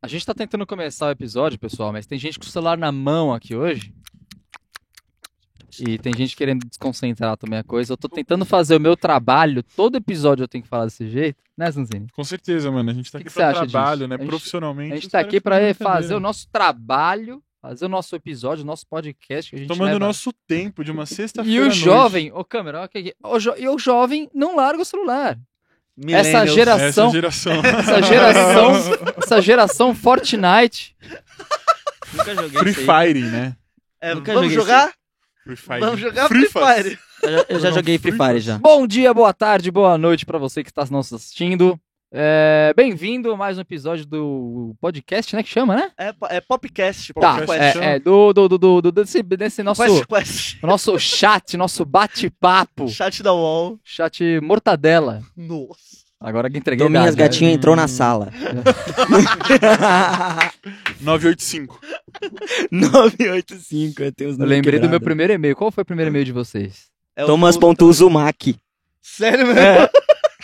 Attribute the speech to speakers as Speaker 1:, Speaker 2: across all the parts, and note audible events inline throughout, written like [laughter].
Speaker 1: A gente tá tentando começar o episódio, pessoal, mas tem gente com o celular na mão aqui hoje. E tem gente querendo desconcentrar também a coisa. Eu tô tentando fazer o meu trabalho. Todo episódio eu tenho que falar desse jeito, né, Zanzini?
Speaker 2: Com certeza, mano. A gente tá
Speaker 1: Que
Speaker 2: aqui
Speaker 1: que
Speaker 2: pra
Speaker 1: você acha
Speaker 2: trabalho,
Speaker 1: disso?
Speaker 2: né?
Speaker 1: A gente-
Speaker 2: Profissionalmente.
Speaker 1: A gente
Speaker 2: os
Speaker 1: tá
Speaker 2: caras
Speaker 1: aqui
Speaker 2: ficam
Speaker 1: pra fazer
Speaker 2: na brincadeira.
Speaker 1: o nosso trabalho, fazer o nosso episódio, o nosso podcast que a gente
Speaker 2: Tomando o
Speaker 1: leva-
Speaker 2: nosso tempo de uma sexta-feira.
Speaker 1: E
Speaker 2: à
Speaker 1: o
Speaker 2: noite.
Speaker 1: jovem, ô câmera, olha aqui, o jo- e o jovem não larga o celular. Essa geração-
Speaker 2: Essa geração.
Speaker 1: [laughs] Essa
Speaker 2: [laughs]
Speaker 1: geração, essa geração Fortnite.
Speaker 3: Nunca joguei
Speaker 2: Free
Speaker 3: isso aí.
Speaker 2: Fire, né?
Speaker 3: É,
Speaker 4: Vamos
Speaker 3: nunca joguei isso aí.
Speaker 4: jogar?
Speaker 2: Free Fire.
Speaker 4: Vamos jogar Free Fire.
Speaker 3: Eu já- Eu já
Speaker 2: Não,
Speaker 3: joguei Free
Speaker 2: Free
Speaker 3: Fire já.
Speaker 1: Bom dia, boa tarde, boa noite pra você que está nos assistindo. É, Bem-vindo a mais um episódio do podcast, né? Que chama, né?
Speaker 4: É, po- é Popcast.
Speaker 1: Tá,
Speaker 2: Podcast
Speaker 1: é,
Speaker 2: chama?
Speaker 1: é, do, do, do, do, do- desse, desse nosso,
Speaker 4: Quest, Quest.
Speaker 1: [laughs] nosso chat, nosso bate-papo.
Speaker 3: tipo,
Speaker 4: Chat da UOL.
Speaker 1: Chat mortadela.
Speaker 4: Nossa.
Speaker 1: Agora que entreguei
Speaker 3: Dominhas
Speaker 1: idade, né?
Speaker 3: Gatinho entrou na [laughs] sala.
Speaker 2: 985.
Speaker 3: 985, eu tenho os
Speaker 1: Eu
Speaker 3: números
Speaker 1: lembrei do meu
Speaker 3: quebrados.
Speaker 1: primeiro e-mail. Qual foi o primeiro e-mail de vocês?
Speaker 4: É o
Speaker 3: Thomas
Speaker 4: do-
Speaker 3: Pontuzumac.
Speaker 4: Sério, mesmo?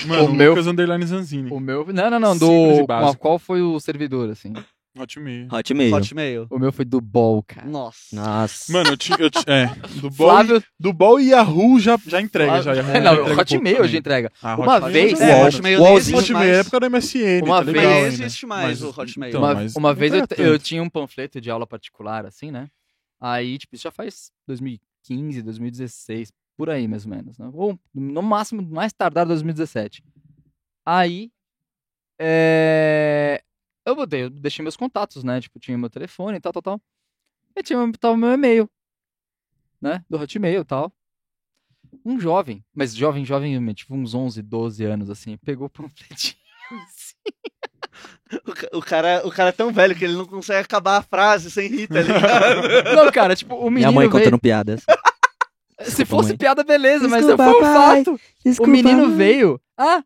Speaker 2: Mano,
Speaker 1: O meu-
Speaker 2: Lucas Underline Zanzini.
Speaker 1: O meu. Não, não, não.
Speaker 2: Hum. Simples
Speaker 1: Do,
Speaker 2: e básico.
Speaker 1: qual foi o servidor, assim?
Speaker 2: Hotmail.
Speaker 3: Hotmail.
Speaker 4: Hotmail.
Speaker 1: O meu foi do Bol, cara.
Speaker 4: Nossa.
Speaker 3: Nossa.
Speaker 2: Mano, eu tinha. Eu ti- é, do Ball,
Speaker 1: Flávio.
Speaker 2: do Ball e Yahoo já, já entrega. Já, Yahoo
Speaker 1: É,
Speaker 2: já
Speaker 1: não, Hotmail
Speaker 2: entrega
Speaker 1: hoje
Speaker 2: pouco também.
Speaker 1: entrega.
Speaker 2: Ah,
Speaker 1: Uma
Speaker 2: Hotmail
Speaker 1: vez-
Speaker 2: já
Speaker 1: É,
Speaker 2: mano.
Speaker 4: Hotmail
Speaker 3: Wallzinho.
Speaker 4: nem
Speaker 2: Sim,
Speaker 4: existe
Speaker 2: Hotmail
Speaker 4: mais.
Speaker 2: é época da MSN.
Speaker 1: Uma
Speaker 2: tá
Speaker 1: vez-
Speaker 2: legal
Speaker 1: Não
Speaker 2: ainda.
Speaker 4: existe mais o Hotmail.
Speaker 2: Então,
Speaker 1: uma,
Speaker 2: mas
Speaker 1: uma vez
Speaker 2: não
Speaker 1: eu,
Speaker 2: era
Speaker 1: te- eu
Speaker 2: tanto.
Speaker 1: tinha um panfleto de aula particular, assim, né? Aí, tipo, isso já faz 2015, 2016, por aí mais ou menos. Né? Ou no máximo, mais tardar 2017. Aí, é, eu botei, eu deixei meus contatos, né? Tipo, tinha meu telefone e tal, tal, tal. E tinha meu- tava meu e-mail, né? Do Hotmail e tal. Um jovem, mas jovem, jovem, mesmo, tipo uns 11, 12 anos, assim, pegou o panfletinho. assim,
Speaker 2: [laughs]
Speaker 4: O, ca- o cara, o cara é tão velho que ele não consegue acabar a frase sem rir, tá
Speaker 3: [laughs]
Speaker 4: ligado?
Speaker 1: Não, cara, tipo, o menino.
Speaker 3: Minha mãe
Speaker 1: veio-
Speaker 3: contando piadas.
Speaker 1: Se
Speaker 3: Desculpa,
Speaker 1: fosse
Speaker 3: mãe.
Speaker 1: piada, beleza, mas
Speaker 3: Desculpa,
Speaker 1: foi um
Speaker 3: pai.
Speaker 1: fato. o menino veio. Ah,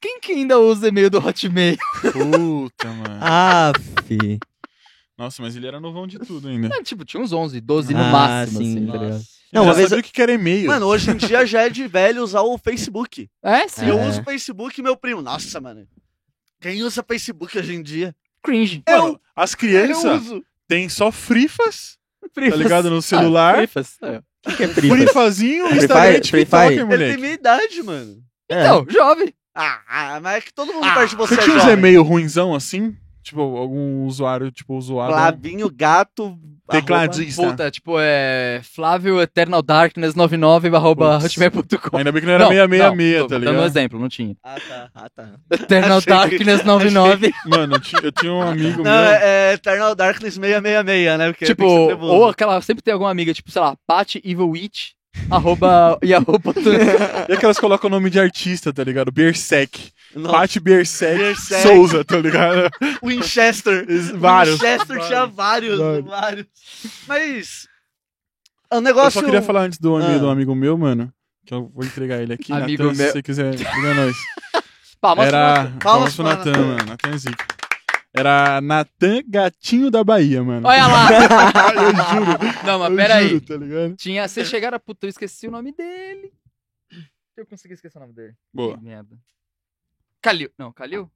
Speaker 1: quem que ainda usa e-mail do [laughs] Hotmail?
Speaker 2: Puta, mano.
Speaker 1: [laughs]
Speaker 3: Aff.
Speaker 2: Nossa, mas ele era novão de tudo ainda.
Speaker 1: Ah, tipo, tinha uns 11, 12 no
Speaker 3: Ah,
Speaker 1: máximo,
Speaker 3: sim.
Speaker 1: assim, tá
Speaker 4: Nossa.
Speaker 1: ligado?
Speaker 3: Não,
Speaker 2: Ele
Speaker 3: uma
Speaker 2: já
Speaker 3: vez
Speaker 2: sabia o que que era e-mail.
Speaker 4: Mano, hoje em dia já é de velho usar o Facebook.
Speaker 1: É, sim.
Speaker 4: Eu
Speaker 3: É.
Speaker 4: uso o Facebook e meu primo. Nossa, mano. Quem usa Facebook hoje em dia?
Speaker 1: Cringe.
Speaker 2: Mano, as
Speaker 4: Eu
Speaker 2: crianças
Speaker 4: uso.
Speaker 2: têm só frifas, tá
Speaker 1: Frifas.
Speaker 2: ligado? No celular.
Speaker 1: Ah, frifas, é.
Speaker 3: que é
Speaker 2: Frifazinho,
Speaker 3: Free
Speaker 2: Instagram e
Speaker 3: Fire, Free
Speaker 2: TikTok,
Speaker 3: Fire.
Speaker 4: Ele tem
Speaker 2: moleque.
Speaker 4: É minha idade, mano.
Speaker 1: Então, jovem.
Speaker 4: Ah, ah, mas é que todo mundo
Speaker 1: Ah,
Speaker 4: perto de você
Speaker 2: Você
Speaker 4: é
Speaker 2: tinha uns
Speaker 4: jovem.
Speaker 2: e-mail ruinzão assim? Tipo, algum usuário, tipo, usuário.
Speaker 4: Flavinho, gato,
Speaker 2: Tecladista.
Speaker 1: Puta, tipo, é. Flávio Eternal Darkness 99 arroba
Speaker 2: Putz.
Speaker 1: hotmail.com.
Speaker 2: Ainda bem que não era 666,
Speaker 1: não, tô
Speaker 2: tá
Speaker 1: Dando um
Speaker 2: ligado?
Speaker 1: exemplo, não tinha.
Speaker 4: Ah, tá.
Speaker 3: Ah, tá.
Speaker 1: Eternal
Speaker 4: Achei que-
Speaker 1: Darkness 99.
Speaker 2: Mano, eu ti- eu tinha um
Speaker 4: [laughs]
Speaker 2: amigo
Speaker 4: Não,
Speaker 2: meu.
Speaker 4: é, é Eternal Darkness 666, né? Porque
Speaker 1: Tipo,
Speaker 4: tem que ser trevoso.
Speaker 1: ou aquela. Sempre tem alguma amiga, tipo, sei lá, Pat Evil Witch, arroba [laughs] yahoo.com.
Speaker 2: E aquelas que colocam o nome de artista, tá ligado? Berserk.
Speaker 4: Nossa,
Speaker 2: Paty Berserk,
Speaker 4: Berserk.
Speaker 2: Souza, tá ligado?
Speaker 4: Winchester.
Speaker 2: Eles- Vários.
Speaker 4: Winchester tinha vários, vários. Mas. O negócio.
Speaker 2: Eu só queria falar antes do e-mail
Speaker 4: Ah.
Speaker 2: de um amigo meu, mano. Que eu vou entregar ele aqui.
Speaker 1: Amigo
Speaker 2: Natan,
Speaker 1: meu.
Speaker 2: se você quiser, liga nós.
Speaker 1: Pá, mostra o
Speaker 2: Era.
Speaker 4: Palmas
Speaker 2: Palmas pro
Speaker 4: pro
Speaker 2: Natan,
Speaker 4: Natan.
Speaker 2: mano. Natan é zica. Era Natan Gatinho da Bahia, mano.
Speaker 1: Olha lá!
Speaker 2: eu juro.
Speaker 1: Não, mas
Speaker 2: eu
Speaker 1: peraí.
Speaker 2: juro, tá ligado?
Speaker 1: Tinha. Vocês chegaram. Puta, eu esqueci o nome dele. Eu consegui esquecer o nome dele.
Speaker 2: Boa.
Speaker 1: Que merda. Calil. Não, Calil?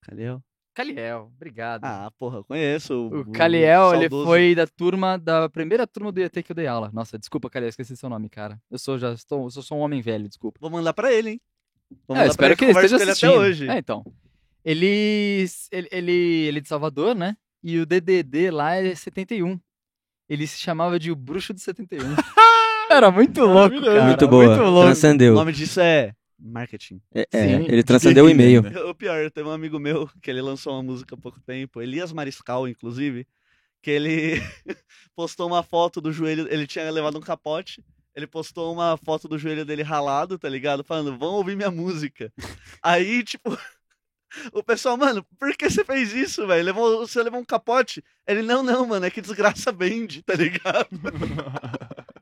Speaker 4: Calil?
Speaker 1: Caliel, obrigado.
Speaker 4: Ah, porra, eu conheço.
Speaker 1: o Caliel, ele
Speaker 4: saudoso.
Speaker 1: foi da turma, da primeira turma do IAT que eu dei aula. Nossa, desculpa, Caliel, esqueci seu nome, cara. Eu sou já estou, eu sou só um homem velho, desculpa.
Speaker 4: Vou mandar pra ele, hein? Vou
Speaker 1: É, eu
Speaker 4: mandar pra
Speaker 1: espero que ele
Speaker 4: converso
Speaker 1: esteja
Speaker 4: com
Speaker 1: assistindo.
Speaker 4: até hoje.
Speaker 1: É, então. Ele, ele, ele, ele é de Salvador, né? E o DDD lá é 71. Ele se chamava de o Bruxo de 71. [laughs] Era muito louco,
Speaker 2: Maravilhoso.
Speaker 1: cara.
Speaker 3: muito boa.
Speaker 1: Muito louco.
Speaker 4: O
Speaker 3: transcendeu.
Speaker 4: nome disso é marketing.
Speaker 3: É, é,
Speaker 1: Sim.
Speaker 3: ele transcendeu o e-mail.
Speaker 4: [laughs] O pior, tem um amigo meu que ele lançou uma música há pouco tempo, Elias Mariscal, inclusive, que ele [laughs] postou uma foto do joelho, ele tinha levado um capote, ele postou uma foto do joelho dele ralado, tá ligado? Falando, vão ouvir
Speaker 2: [laughs]
Speaker 4: minha música. Aí, tipo, [laughs] o pessoal, mano, por que você fez isso, velho? Levou, você levou um capote? Ele, não, não, mano, é que desgraça bende, tá ligado?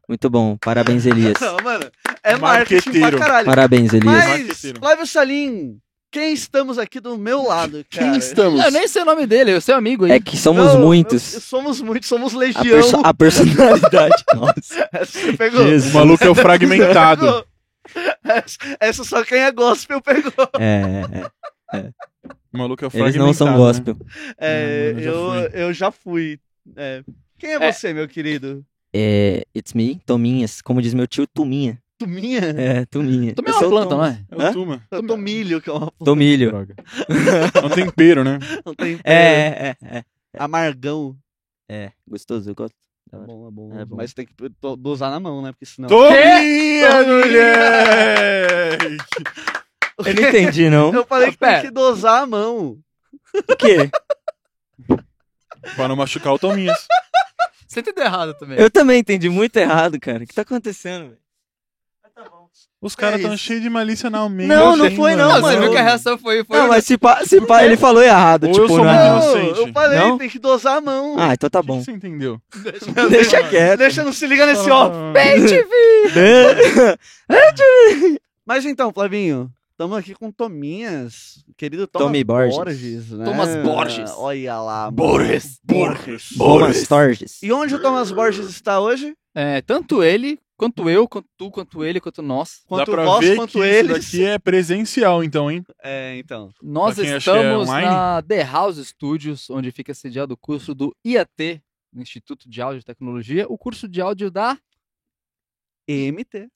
Speaker 3: Muito bom. Parabéns, Elias.
Speaker 4: Não, mano, é marketing pra
Speaker 2: Marqueteiro.
Speaker 4: caralho.
Speaker 3: Parabéns, Elias.
Speaker 4: Mas,
Speaker 2: Marqueteiro.
Speaker 4: Flávio Salim, quem estamos aqui do meu lado, cara?
Speaker 2: Quem estamos?
Speaker 1: Eu nem sei o nome dele, eu sei o amigo aí.
Speaker 3: É que somos
Speaker 4: Não,
Speaker 3: muitos.
Speaker 4: eu- somos muitos, somos
Speaker 3: A,
Speaker 4: legião.
Speaker 3: perso- a personalidade. [laughs] Nossa.
Speaker 4: [laughs] Essa você pegou.
Speaker 2: O
Speaker 3: Jesus.
Speaker 2: maluco é o fragmentado.
Speaker 4: Pegou. Essa, essa só quem é gospel pegou.
Speaker 3: É, é, é.
Speaker 5: O maluco é o
Speaker 3: Eles não são
Speaker 1: né?
Speaker 5: fragmentado,
Speaker 3: gospel.
Speaker 4: É,
Speaker 5: Ah, mano, eu já
Speaker 4: eu, eu já fui. é. Quem é,
Speaker 1: É.
Speaker 4: você, meu querido?
Speaker 3: É, it's me, Tominhas. Como diz meu tio, Tuminha.
Speaker 4: Tu minha?
Speaker 3: É, Tuminha.
Speaker 1: Tomei
Speaker 3: Eu
Speaker 1: uma
Speaker 3: sou o
Speaker 1: planta, não
Speaker 3: Thomas.
Speaker 1: [laughs] é?
Speaker 5: Né? É o Tuma.
Speaker 4: Eu tô milho, que é uma [laughs] porra.
Speaker 3: Tomilho.
Speaker 5: Droga. É um tempero, né?
Speaker 4: Não tem
Speaker 3: É, é, é, é.
Speaker 4: Amargão.
Speaker 3: É, gostoso, eu gosto.
Speaker 4: É bom, é bom.
Speaker 3: É bom.
Speaker 4: Mas tem que to- dosar na mão, né? Porque senão.
Speaker 5: Tominha, mulher!
Speaker 4: [laughs]
Speaker 3: Eu não entendi, não.
Speaker 4: Eu falei que tem
Speaker 1: Pera.
Speaker 4: que dosar a mão.
Speaker 3: Por quê?
Speaker 5: pra não machucar o Tominhas.
Speaker 1: Você entendeu errado também.
Speaker 3: Eu também entendi muito errado, cara. O que tá acontecendo, velho?
Speaker 5: Os caras
Speaker 4: É
Speaker 5: tão
Speaker 4: isso.
Speaker 5: cheios de malícia na almeida.
Speaker 3: Não, não
Speaker 5: hein,
Speaker 3: foi não,
Speaker 1: Não,
Speaker 5: mano.
Speaker 1: você
Speaker 3: mano.
Speaker 1: viu que é a reação foi... foi um
Speaker 3: Não, mas se pá, se pá, ele falou errado.
Speaker 5: Ou eu
Speaker 3: tipo,
Speaker 5: sou
Speaker 3: não.
Speaker 5: muito-
Speaker 4: Não,
Speaker 5: Ah, inocente.
Speaker 4: eu falei,
Speaker 3: Não?
Speaker 4: tem que dosar a mão.
Speaker 3: Ah, então tá
Speaker 5: O que
Speaker 2: [laughs]
Speaker 3: bom.
Speaker 5: que você entendeu?
Speaker 3: Deixa quieto.
Speaker 4: Deixa, não se liga
Speaker 5: Ah.
Speaker 4: nesse ó.
Speaker 1: [laughs]
Speaker 4: Mas então, Flavinho, estamos aqui com Tominhas, querido Thomas
Speaker 3: Tommy Borges.
Speaker 4: Borges. né?
Speaker 1: Thomas Borges.
Speaker 4: Olha lá. mano.
Speaker 1: Borges.
Speaker 4: Borges.
Speaker 3: Thomas Torges.
Speaker 4: E onde o Thomas Borges está hoje?
Speaker 1: É, tanto ele, quanto eu, quanto tu, quanto ele, quanto nós.
Speaker 5: Dá
Speaker 4: Quanto
Speaker 5: pra
Speaker 4: vós,
Speaker 5: ver
Speaker 4: quanto
Speaker 5: que
Speaker 4: eles.
Speaker 5: isso daqui é presencial, então, hein?
Speaker 4: É, então.
Speaker 1: Nós
Speaker 5: Pra quem acha que é
Speaker 1: estamos
Speaker 5: online?
Speaker 1: na The House Studios, onde fica sediado o curso do IAT, Instituto de Áudio e Tecnologia, o curso de áudio da
Speaker 4: MT.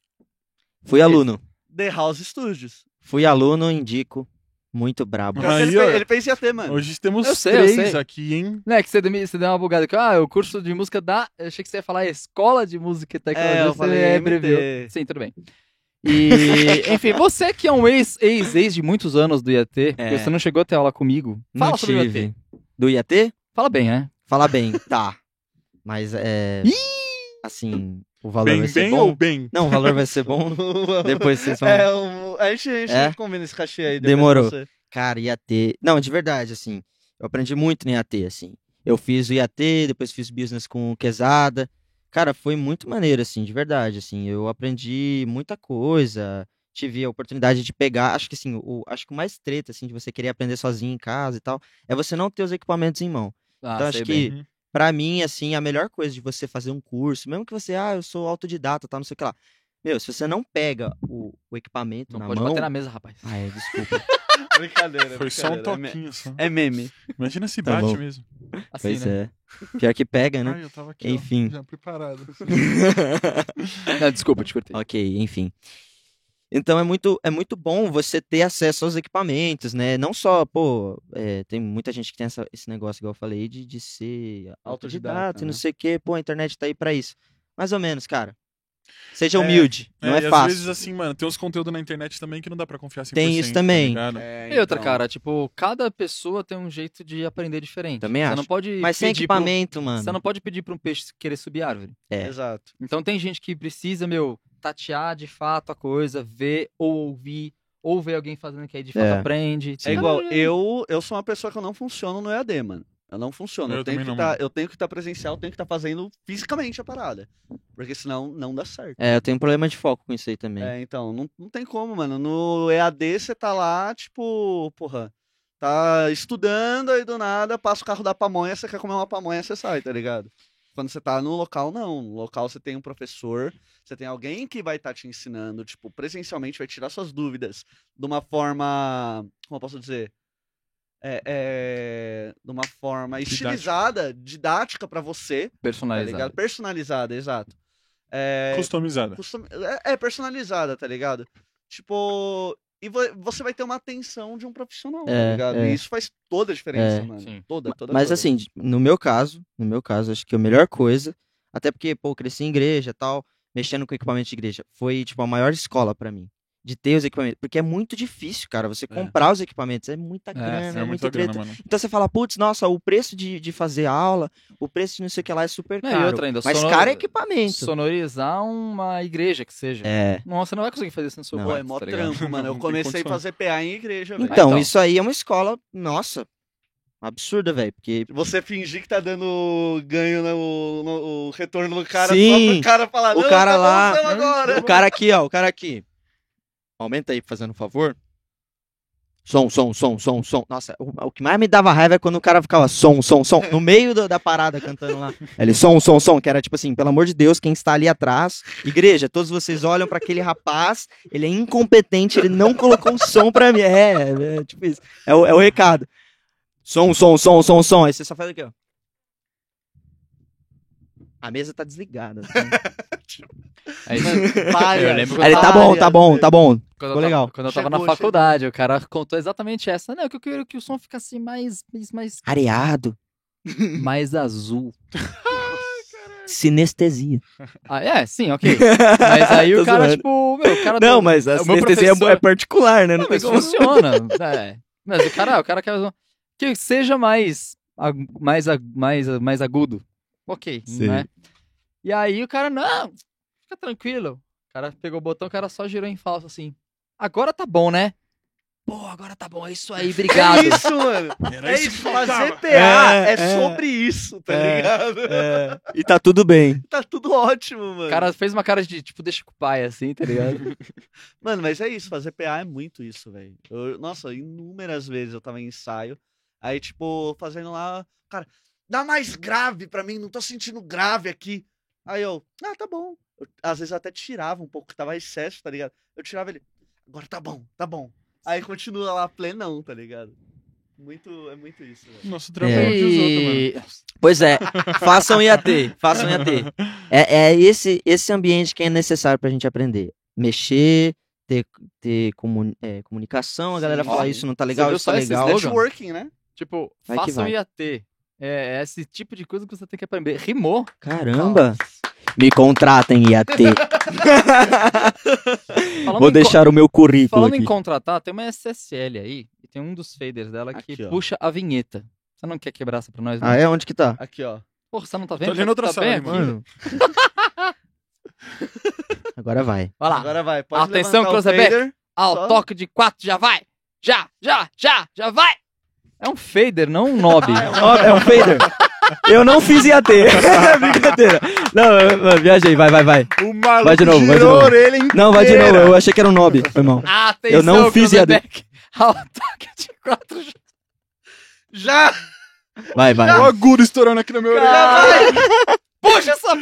Speaker 3: Fui aluno.
Speaker 4: The House Studios.
Speaker 3: Fui aluno, indico. Muito brabo.
Speaker 5: Ah,
Speaker 4: ele,
Speaker 5: aí, ó.
Speaker 4: fez, ele fez IAT, mano.
Speaker 5: Hoje temos
Speaker 1: Eu sei, eu
Speaker 5: três
Speaker 1: sei.
Speaker 5: aqui, hein?
Speaker 1: Né, que você deu, me- você deu uma bugada aqui. Ah, o curso de música da. Eu achei que você ia falar Escola de Música e Tecnologia.
Speaker 4: É, eu
Speaker 1: você
Speaker 4: falei
Speaker 1: é,
Speaker 4: MT.
Speaker 1: abreviou. Sim, tudo bem. E, [laughs] enfim, você que é um ex, ex, ex de muitos anos do IAT, porque
Speaker 3: É.
Speaker 1: você não chegou a ter aula comigo. Fala
Speaker 3: Não
Speaker 1: sobre o IAT.
Speaker 3: tive. Do IAT?
Speaker 1: Fala bem, né?
Speaker 3: Fala bem, tá. Mas é. Assim, o valor
Speaker 5: Bem,
Speaker 3: vai ser
Speaker 5: bem
Speaker 3: bom.
Speaker 5: ou bem?
Speaker 3: Não, o valor vai ser
Speaker 1: [laughs]
Speaker 3: bom. Depois vocês vão.
Speaker 4: É, um- a gente, a gente
Speaker 3: É?
Speaker 4: combina esse cachê aí.
Speaker 3: Demorou.
Speaker 4: depois você.
Speaker 3: Cara, IAT. Não, de verdade, assim. Eu aprendi muito no IAT, assim. Eu fiz o IAT, depois fiz business com o Quesada. Cara, foi muito maneiro, assim, de verdade, assim. Eu aprendi muita coisa. Tive a oportunidade de pegar, acho que assim, o, acho que o mais treta, assim, de você querer aprender sozinho em casa e tal, é você não ter os equipamentos em mão.
Speaker 1: Ah,
Speaker 3: Então,
Speaker 1: sei
Speaker 3: acho
Speaker 1: bem.
Speaker 3: que, pra mim, assim, a melhor coisa de você fazer um curso, mesmo que você, ah, eu sou autodidata, tá, não sei o que lá. Meu, se você não pega o, o equipamento
Speaker 1: Não
Speaker 3: na
Speaker 1: pode
Speaker 3: mão...
Speaker 1: bater na mesa, rapaz.
Speaker 3: Ah, é, desculpa.
Speaker 4: Brincadeira.
Speaker 5: Foi só um
Speaker 4: brincadeira, é me-
Speaker 5: toquinho só.
Speaker 4: É meme.
Speaker 5: Imagina se
Speaker 3: Tá
Speaker 5: bate
Speaker 3: bom.
Speaker 5: mesmo.
Speaker 1: Assim,
Speaker 3: pois
Speaker 1: né?
Speaker 3: é. Pior que pega, né?
Speaker 2: [laughs]
Speaker 5: Ai, eu tava aqui, ó,
Speaker 3: Enfim.
Speaker 5: já preparado.
Speaker 3: é.
Speaker 1: Não, desculpa, te cortei.
Speaker 3: ok, enfim. Então é muito, é muito bom você ter acesso aos equipamentos, né? Não só, pô, é, tem muita gente que tem essa- esse negócio, igual eu falei, de, de ser
Speaker 4: Autodidata,
Speaker 3: autodidata e não
Speaker 4: né?
Speaker 3: sei o quê. Pô, a internet tá aí pra isso. Mais ou menos, cara. Seja
Speaker 5: É,
Speaker 3: humilde, não é,
Speaker 5: e
Speaker 3: fácil.
Speaker 5: às vezes, assim, mano, tem uns conteúdos na internet também que não dá pra confiar 100%.
Speaker 3: Tem isso também.
Speaker 5: Tá ligado?
Speaker 4: É
Speaker 1: E outra,
Speaker 3: Então.
Speaker 4: Então,
Speaker 1: cara, tipo, cada pessoa tem um jeito de aprender diferente.
Speaker 3: Também
Speaker 1: você
Speaker 3: acho.
Speaker 1: Não pode
Speaker 3: Mas sem
Speaker 1: pedir pra um-
Speaker 3: equipamento, mano.
Speaker 1: Você não pode pedir pra um peixe querer subir árvore.
Speaker 3: É.
Speaker 4: Exato.
Speaker 1: Então tem gente que precisa, meu, tatear de fato a coisa, ver ou ouvir, ou ver alguém fazendo que aí de fato
Speaker 3: É.
Speaker 1: aprende.
Speaker 3: Sim.
Speaker 4: É
Speaker 1: Cada
Speaker 4: igual,
Speaker 1: um-
Speaker 4: eu, eu sou uma pessoa que eu não funciono no EAD, mano. Eu não funciono. Eu,
Speaker 5: Eu
Speaker 4: tenho,
Speaker 5: também
Speaker 4: que
Speaker 5: não,
Speaker 4: tá-
Speaker 5: mano.
Speaker 4: eu tenho que estar presencial, eu tenho que estar fazendo fisicamente a parada. Porque senão não dá certo.
Speaker 3: É, eu tenho um problema de foco com isso aí também.
Speaker 4: É, então, não, não tem como, mano. No EAD você tá lá, tipo, porra, tá estudando aí do nada, passa o carro da pamonha, você quer comer uma pamonha, você sai, tá ligado? Quando você tá no local, não. No local você tem um professor, você tem alguém que vai estar te ensinando, tipo, presencialmente vai tirar suas dúvidas de uma forma. Como eu posso dizer? É, é, de uma forma
Speaker 5: Didática.
Speaker 4: estilizada, didática pra você, tá ligado?
Speaker 1: Personalizado.
Speaker 4: Personalizada, exato. É,
Speaker 5: Customizada.
Speaker 4: Custom- É, é personalizada, tá ligado? Tipo. E vo- você vai ter uma atenção de um profissional, tá
Speaker 3: É,
Speaker 4: ligado?
Speaker 3: é.
Speaker 4: E isso faz toda a diferença,
Speaker 3: É.
Speaker 4: mano.
Speaker 1: Sim.
Speaker 4: Toda, toda.
Speaker 3: Mas
Speaker 4: toda.
Speaker 3: assim, de- no meu caso, no meu caso, acho que a melhor coisa, até porque, pô, eu cresci em igreja e tal, mexendo com equipamento de igreja, foi, tipo, a maior escola pra mim. De ter os equipamentos. Porque é muito difícil, cara, você comprar os equipamentos. É muita grana, é,
Speaker 1: sim,
Speaker 5: É
Speaker 3: muita
Speaker 5: muita
Speaker 3: treta.
Speaker 5: grana, mano.
Speaker 3: Então você fala, putz, nossa, o preço de, de fazer aula, o preço de não sei o que lá é super
Speaker 1: Não,
Speaker 3: caro.
Speaker 1: e outra ainda,
Speaker 3: mas
Speaker 1: sonor-
Speaker 3: caro é equipamento.
Speaker 1: Sonorizar uma igreja que seja.
Speaker 3: É.
Speaker 1: Nossa, você não vai conseguir fazer isso no seu
Speaker 3: Não.
Speaker 4: Pô, é
Speaker 1: quarto,
Speaker 4: mó
Speaker 1: tá ligado?
Speaker 4: trampo, mano.
Speaker 5: Não
Speaker 4: Eu
Speaker 5: tem
Speaker 4: comecei a
Speaker 5: condição.
Speaker 4: fazer PA em igreja, velho.
Speaker 3: Então,
Speaker 1: então.
Speaker 3: isso aí é uma escola, nossa, absurda, velho. Porque.
Speaker 4: Você fingir que tá dando ganho no, no- o retorno do cara só
Speaker 3: Sim.
Speaker 4: pro cara falar,
Speaker 3: O
Speaker 4: não,
Speaker 3: cara
Speaker 4: tá
Speaker 3: lá- hum,
Speaker 4: voltando agora.
Speaker 3: O cara aqui, ó, o cara aqui. Aumenta aí, fazendo um favor. Som, som, som, som, som. Nossa, o, o que mais me dava raiva é quando o cara ficava som, som, som, no meio do- da parada cantando lá. Ele som, som, som, que era tipo assim, pelo amor de Deus, quem está ali atrás, igreja, todos vocês olham pra aquele rapaz, ele é incompetente, ele não colocou o som pra mim. É, é tipo isso. É o, é o recado. Som, som, som, som, som. Aí você só faz aqui, ó. A mesa tá desligada. assim.
Speaker 4: [laughs]
Speaker 1: Aí,
Speaker 4: Várias,
Speaker 1: Eu lembro
Speaker 3: Aí ele, tá bom, tá bom, tá bom.
Speaker 1: Quando
Speaker 3: Ficou
Speaker 1: eu tava,
Speaker 3: legal.
Speaker 1: Quando eu tava
Speaker 4: Chegou,
Speaker 1: na faculdade, o cara contou exatamente essa. Não, é que eu quero que o som ficasse mais, mais, mais,
Speaker 3: Areado. [laughs]
Speaker 1: mais azul.
Speaker 3: Sinestesia.
Speaker 1: Ah, é, sim, ok. Mas aí o
Speaker 3: [laughs] Tô
Speaker 1: cara,
Speaker 3: zoando.
Speaker 1: tipo, meu, o cara
Speaker 3: Não, mas a
Speaker 1: o meu
Speaker 3: sinestesia é bo- é
Speaker 1: professor-
Speaker 3: particular, né? Não,
Speaker 1: Não,
Speaker 3: tem
Speaker 1: mas
Speaker 3: como...
Speaker 1: funciona.
Speaker 3: [laughs]
Speaker 1: é. Mas o cara, o cara quer um, que seja mais ag- mais ag- mais mais agudo. OK,
Speaker 5: Sim.
Speaker 1: né? E aí o cara não, fica tranquilo. O cara pegou o botão, o cara só girou em falso assim. Agora tá bom, né? Pô, agora tá bom, é isso aí, obrigado.
Speaker 4: É isso, mano.
Speaker 5: Era
Speaker 4: [laughs] É isso. Fazer PA
Speaker 3: É,
Speaker 4: é,
Speaker 3: é.
Speaker 4: sobre isso, tá
Speaker 3: É,
Speaker 4: ligado?
Speaker 3: [laughs] É, e tá tudo bem.
Speaker 4: Tá tudo ótimo, mano.
Speaker 1: O cara fez uma cara de tipo deixa com o pai assim, tá ligado?
Speaker 3: [laughs]
Speaker 4: Mano, mas é isso, fazer PA é muito isso, velho. Eu- Nossa, inúmeras vezes eu tava em ensaio, aí, tipo, fazendo lá, cara, dá mais grave pra mim, não tô sentindo grave aqui. Aí eu, ah, tá bom. Eu, às vezes eu até tirava um pouco, que tava excesso, tá ligado? Eu tirava ele, agora tá bom, tá bom. Aí continua lá plenão, tá ligado? Muito, é muito isso, velho.
Speaker 5: Nosso trampo é. um dos outros, mano.
Speaker 1: E-
Speaker 3: Pois é, façam IAT, façam IAT. É, é esse, esse ambiente que é necessário pra gente aprender. Mexer, ter, ter comuni- é, comunicação, a galera
Speaker 4: Sim.
Speaker 3: falar
Speaker 4: Ó,
Speaker 3: isso não tá legal,
Speaker 1: viu
Speaker 3: isso tá
Speaker 1: só esses
Speaker 3: legal.
Speaker 1: Slogan?
Speaker 4: Networking, né?
Speaker 1: tipo,
Speaker 3: Vai que
Speaker 1: façam
Speaker 3: vai.
Speaker 1: IAT. É, é esse tipo de coisa que você tem que aprender. Rimou.
Speaker 3: Caramba! Me contratem, IAT.
Speaker 1: [laughs] Falando
Speaker 3: Vou
Speaker 1: em co-
Speaker 3: deixar o meu currículo
Speaker 1: Falando em
Speaker 3: aqui.
Speaker 1: contratar, tem uma SSL aí, e tem um dos faders dela que
Speaker 4: Aqui, ó.
Speaker 1: puxa a vinheta. Você não quer quebrar essa pra nós? não?
Speaker 3: Ah, é? Onde que tá?
Speaker 4: Aqui, ó.
Speaker 1: Porra, você não tá
Speaker 5: Tô
Speaker 1: vendo?
Speaker 5: olhando outra
Speaker 1: tá
Speaker 5: sala,
Speaker 1: vendo?
Speaker 5: mano.
Speaker 3: [laughs] Agora vai.
Speaker 1: Olha lá.
Speaker 4: Agora vai, pode
Speaker 1: Ah, Atenção,
Speaker 4: levantar o
Speaker 1: close-back.
Speaker 4: fader.
Speaker 1: Ao
Speaker 4: só-
Speaker 1: toque de quatro, já vai! Já, já, já, já vai! É um fader, não um knob.
Speaker 3: Ó, é um fader. Eu não fiz IAT. [laughs] Brincadeira. Não, eu- eu viajei. Vai, vai, vai.
Speaker 5: O maluco
Speaker 3: Vai de novo, vai de
Speaker 5: girou a
Speaker 3: novo.
Speaker 5: orelha inteira.
Speaker 3: Não, vai de novo. Eu achei que era um nob. Foi mal.
Speaker 1: Atenção,
Speaker 3: Eu não fiz
Speaker 1: [laughs] close-back. Ao Ah, toque de quatro, já
Speaker 4: Já!
Speaker 3: Vai, vai.
Speaker 5: O agudo estourando aqui na minha orelha.
Speaker 1: vai! Puxa essa...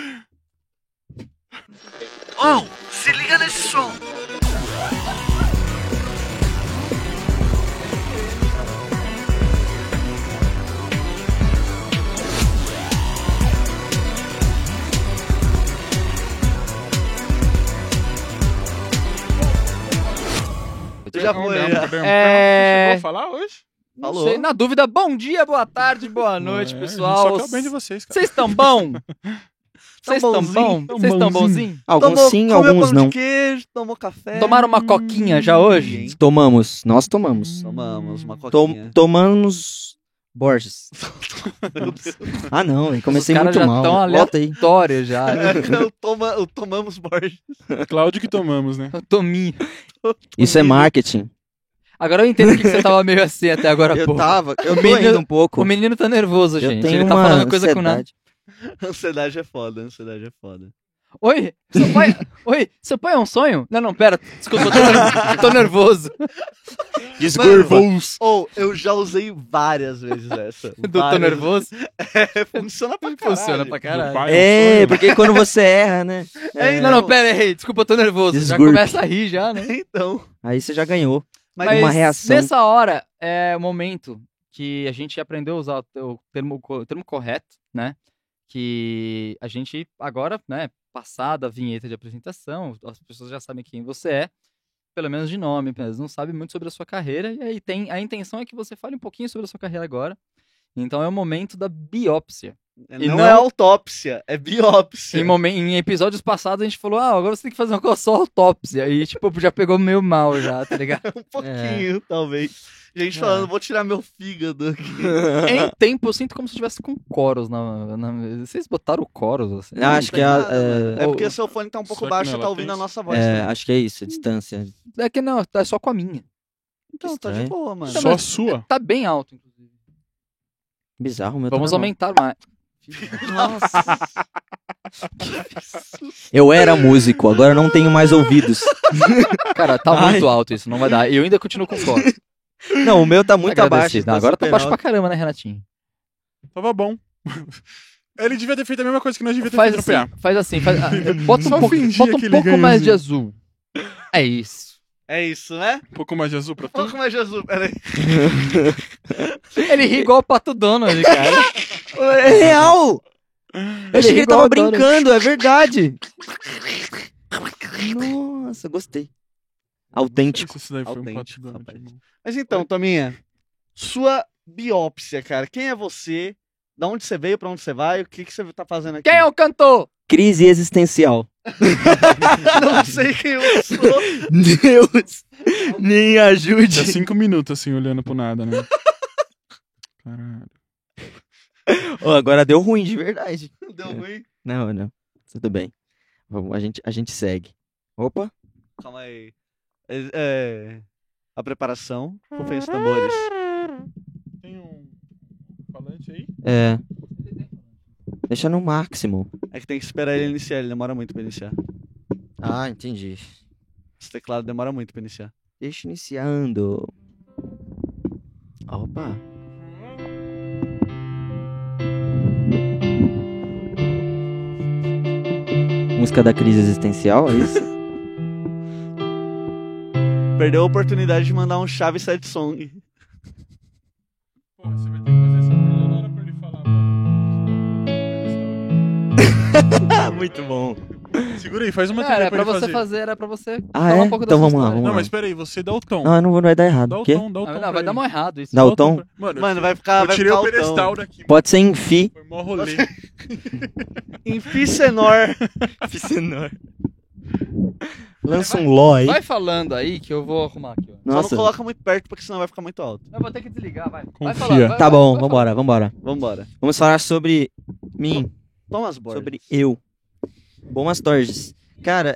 Speaker 4: Oh, se liga nesse som. Já foi,
Speaker 5: Não,
Speaker 4: já.
Speaker 5: não, não.
Speaker 1: É.
Speaker 5: Chegou a falar hoje?
Speaker 1: Não
Speaker 4: Falou. Tá
Speaker 1: sei, na dúvida, bom dia, boa tarde, boa noite,
Speaker 5: É, A
Speaker 1: pessoal.
Speaker 5: gente só quer o bem de vocês, cara.
Speaker 1: Vocês estão bom? Vocês estão
Speaker 4: bonzinho?
Speaker 1: bom?
Speaker 5: Tão
Speaker 1: Vocês estão
Speaker 5: bonzinho?
Speaker 1: bonzinho?
Speaker 3: Alguns sim,
Speaker 4: comeu
Speaker 3: alguns
Speaker 4: pão de
Speaker 3: não.
Speaker 4: queijo, tomou café.
Speaker 1: Tomaram uma coquinha já hoje?
Speaker 3: Tomamos. Nós tomamos.
Speaker 4: Tomamos uma
Speaker 3: Tom-
Speaker 4: coquinha.
Speaker 3: tomamos
Speaker 1: [laughs]
Speaker 3: Borges.
Speaker 4: Meu Deus.
Speaker 3: Ah, não. Eu comecei
Speaker 1: caras
Speaker 3: muito
Speaker 1: já
Speaker 3: mal.
Speaker 1: tão ale-
Speaker 3: Volta aí.
Speaker 1: Vitória
Speaker 3: [laughs]
Speaker 1: já.
Speaker 4: [laughs]
Speaker 1: né?
Speaker 4: Eu toma, o tomamos Borges.
Speaker 5: Cláudio que tomamos, né?
Speaker 1: Tominho.
Speaker 3: Isso é marketing.
Speaker 1: Agora eu entendo porque que você tava meio assim até agora, pô.
Speaker 3: tava. Eu
Speaker 1: tô ainda
Speaker 3: um
Speaker 1: O
Speaker 3: pouco.
Speaker 1: menino tá nervoso,
Speaker 3: Eu
Speaker 1: gente.
Speaker 3: tenho
Speaker 1: Ele tá
Speaker 3: uma
Speaker 1: falando coisa com nada.
Speaker 3: ansiedade.
Speaker 4: Ansiedade é foda, ansiedade é foda.
Speaker 1: Oi, seu pai... Oi, seu pai é um sonho? Não, não, pera. Desculpa, eu tô, ner- tô
Speaker 3: [laughs]
Speaker 1: nervoso.
Speaker 4: Desgurvou. Ou eu já usei várias vezes essa.
Speaker 1: Eu tô- tô
Speaker 4: Várias-
Speaker 1: nervoso.
Speaker 4: É, funciona pra caralho.
Speaker 1: [laughs] Funciona pra
Speaker 5: Do
Speaker 1: caralho.
Speaker 5: pai, eu
Speaker 3: É,
Speaker 5: sou,
Speaker 3: porque quando você erra, né?
Speaker 4: É,
Speaker 1: Não, não, pera aí. Desculpa, eu tô nervoso.
Speaker 3: Desgurpe.
Speaker 1: Já começa a rir já, né?
Speaker 4: [laughs] Então.
Speaker 3: Aí você já ganhou.
Speaker 4: Mas,
Speaker 3: Uma reação.
Speaker 1: Nessa hora é o momento que a gente aprendeu a usar o teu termo, co- o termo correto, né? Que a gente agora, né, passada a vinheta de apresentação, as pessoas já sabem quem você é, pelo menos de nome, mas não sabem muito sobre a sua carreira. E aí tem a intenção é que você fale um pouquinho sobre a sua carreira agora. Então é o momento da biópsia.
Speaker 4: não,
Speaker 1: não-
Speaker 4: é autópsia, é biópsia.
Speaker 1: Em, momen- em episódios passados a gente falou, ah, agora você tem que fazer uma só autópsia. E tipo, já pegou meio mal já, tá ligado?
Speaker 4: [laughs] Um pouquinho, talvez. Gente falando, vou tirar meu fígado aqui.
Speaker 1: É
Speaker 3: [laughs]
Speaker 1: em tempo, eu sinto como se eu tivesse com coros na, na- Vocês botaram o coros? Assim?
Speaker 3: Eu acho que a-
Speaker 4: Nada,
Speaker 3: é,
Speaker 4: mano. é porque
Speaker 1: ou-
Speaker 4: seu fone tá um pouco
Speaker 5: Será que
Speaker 4: baixo,
Speaker 5: não é
Speaker 4: tá ouvindo a
Speaker 5: latência?
Speaker 4: nossa voz.
Speaker 3: é,
Speaker 4: né?
Speaker 3: acho que é isso, a distância.
Speaker 1: É que não, é só com a minha.
Speaker 4: Então, tá de
Speaker 3: estranho.
Speaker 4: boa, mano.
Speaker 5: Só a sua.
Speaker 1: Tá bem alto, inclusive.
Speaker 3: Bizarro, meu. tá
Speaker 1: Vamos
Speaker 3: na mão.
Speaker 1: aumentar mais. [laughs]
Speaker 3: Eu era músico, agora não tenho mais ouvidos.
Speaker 1: Cara, tá
Speaker 3: Ai.
Speaker 1: muito alto isso, não vai dar. E eu ainda continuo com coros.
Speaker 3: Não, o meu tá muito abaixo.
Speaker 1: Agradecido. Não, agora tá
Speaker 3: super
Speaker 1: baixo
Speaker 3: alto.
Speaker 1: pra caramba, né, Renatinho?
Speaker 5: é, Tava bom. [laughs] Ele devia ter feito a mesma coisa que nós devia ter
Speaker 1: Faz
Speaker 5: feito no PA.
Speaker 1: assim, faz assim, faz ah, bota
Speaker 5: Só
Speaker 1: um, pouco,
Speaker 5: fingir
Speaker 1: bota um
Speaker 5: aquele
Speaker 1: pouco mais de
Speaker 5: ganhozinho.
Speaker 1: azul. É isso.
Speaker 4: É isso, né?
Speaker 5: Um pouco mais de azul pra tu.
Speaker 4: Pouco mais Jesus. Peraí.
Speaker 1: Ele ri igual o Pato
Speaker 3: [laughs]
Speaker 1: Donald, cara.
Speaker 3: É [laughs] real! Eu achei que ele
Speaker 1: igual
Speaker 3: tava
Speaker 1: o Donald.
Speaker 3: brincando, é [laughs] verdade. Nossa, gostei. Autêntico.
Speaker 5: Isso daí foi um
Speaker 4: Autêntico,
Speaker 5: pato do
Speaker 4: rapaz.
Speaker 5: irmão.
Speaker 4: Mas então, Tominha, sua biópsia, cara. Quem é você? Da onde você veio? Pra onde você vai? O que, que você tá fazendo aqui?
Speaker 1: Quem é o cantor?
Speaker 3: Crise existencial.
Speaker 4: [laughs] Não sei quem eu sou.
Speaker 3: [laughs] Deus, me
Speaker 5: Tinha
Speaker 3: ajude.
Speaker 5: cinco minutos assim, olhando pro nada, [laughs] né? Caralho.
Speaker 3: Ô, agora deu ruim, de verdade.
Speaker 4: Deu ruim.
Speaker 3: Não, não. Tudo bem. Vamos, a gente, a gente segue. Opa.
Speaker 4: Calma aí. É, é, a preparação. Rufem os tambores.
Speaker 5: Tem um falante aí?
Speaker 3: É. Deixa no máximo.
Speaker 4: É que tem que esperar ele iniciar. Ele demora muito pra iniciar.
Speaker 3: Ah, entendi.
Speaker 4: Esse teclado demora muito pra iniciar.
Speaker 3: Deixa iniciando. Opa. Música da crise existencial, é isso?
Speaker 4: Perdeu a oportunidade de mandar um chave set song.
Speaker 5: Pô, você vai ter que fazer essa trilha na hora pra ele falar, mano.
Speaker 3: ah, muito bom.
Speaker 5: Segura aí, faz uma
Speaker 1: Cara,
Speaker 5: trilha
Speaker 1: era
Speaker 5: pra
Speaker 1: É, pra
Speaker 5: ele fazer.
Speaker 1: você fazer. era pra você
Speaker 3: Ah,
Speaker 1: falar
Speaker 3: é?
Speaker 1: um pouco da
Speaker 3: Então
Speaker 1: sua
Speaker 3: vamos lá,
Speaker 1: história.
Speaker 3: vamos
Speaker 5: Não, mas espera aí, você dá o tom.
Speaker 3: Não, eu não vou, não vai dar
Speaker 5: Dá
Speaker 3: errado.
Speaker 5: o
Speaker 3: Quê?
Speaker 5: tom, dá o
Speaker 1: Ah,
Speaker 5: tom.
Speaker 1: não,
Speaker 5: pra
Speaker 1: vai
Speaker 5: ele.
Speaker 1: dar mó errado isso.
Speaker 3: Dá o tom?
Speaker 5: Mano,
Speaker 4: Mano, vai ficar.
Speaker 5: eu
Speaker 4: vai
Speaker 5: tirei
Speaker 4: ficar
Speaker 5: o pedestal
Speaker 4: tom.
Speaker 5: daqui.
Speaker 3: Pode ser em
Speaker 2: [laughs]
Speaker 3: fi.
Speaker 5: Foi mó rolê.
Speaker 4: Em Fi Senor.
Speaker 3: Lança um ló aí.
Speaker 1: Vai falando aí que eu vou arrumar aqui, ó.
Speaker 4: Só não
Speaker 3: Nossa.
Speaker 4: coloca muito perto, porque senão vai ficar muito alto.
Speaker 1: Eu vou ter que desligar, vai. Vai
Speaker 5: Confia.
Speaker 1: falar, vai,
Speaker 3: Tá
Speaker 1: vai,
Speaker 3: bom,
Speaker 1: vai
Speaker 3: vambora, vambora.
Speaker 4: Vambora.
Speaker 3: Vamos falar sobre mim.
Speaker 4: Thomas Borges.
Speaker 3: Sobre eu. Bomas Torges. Cara,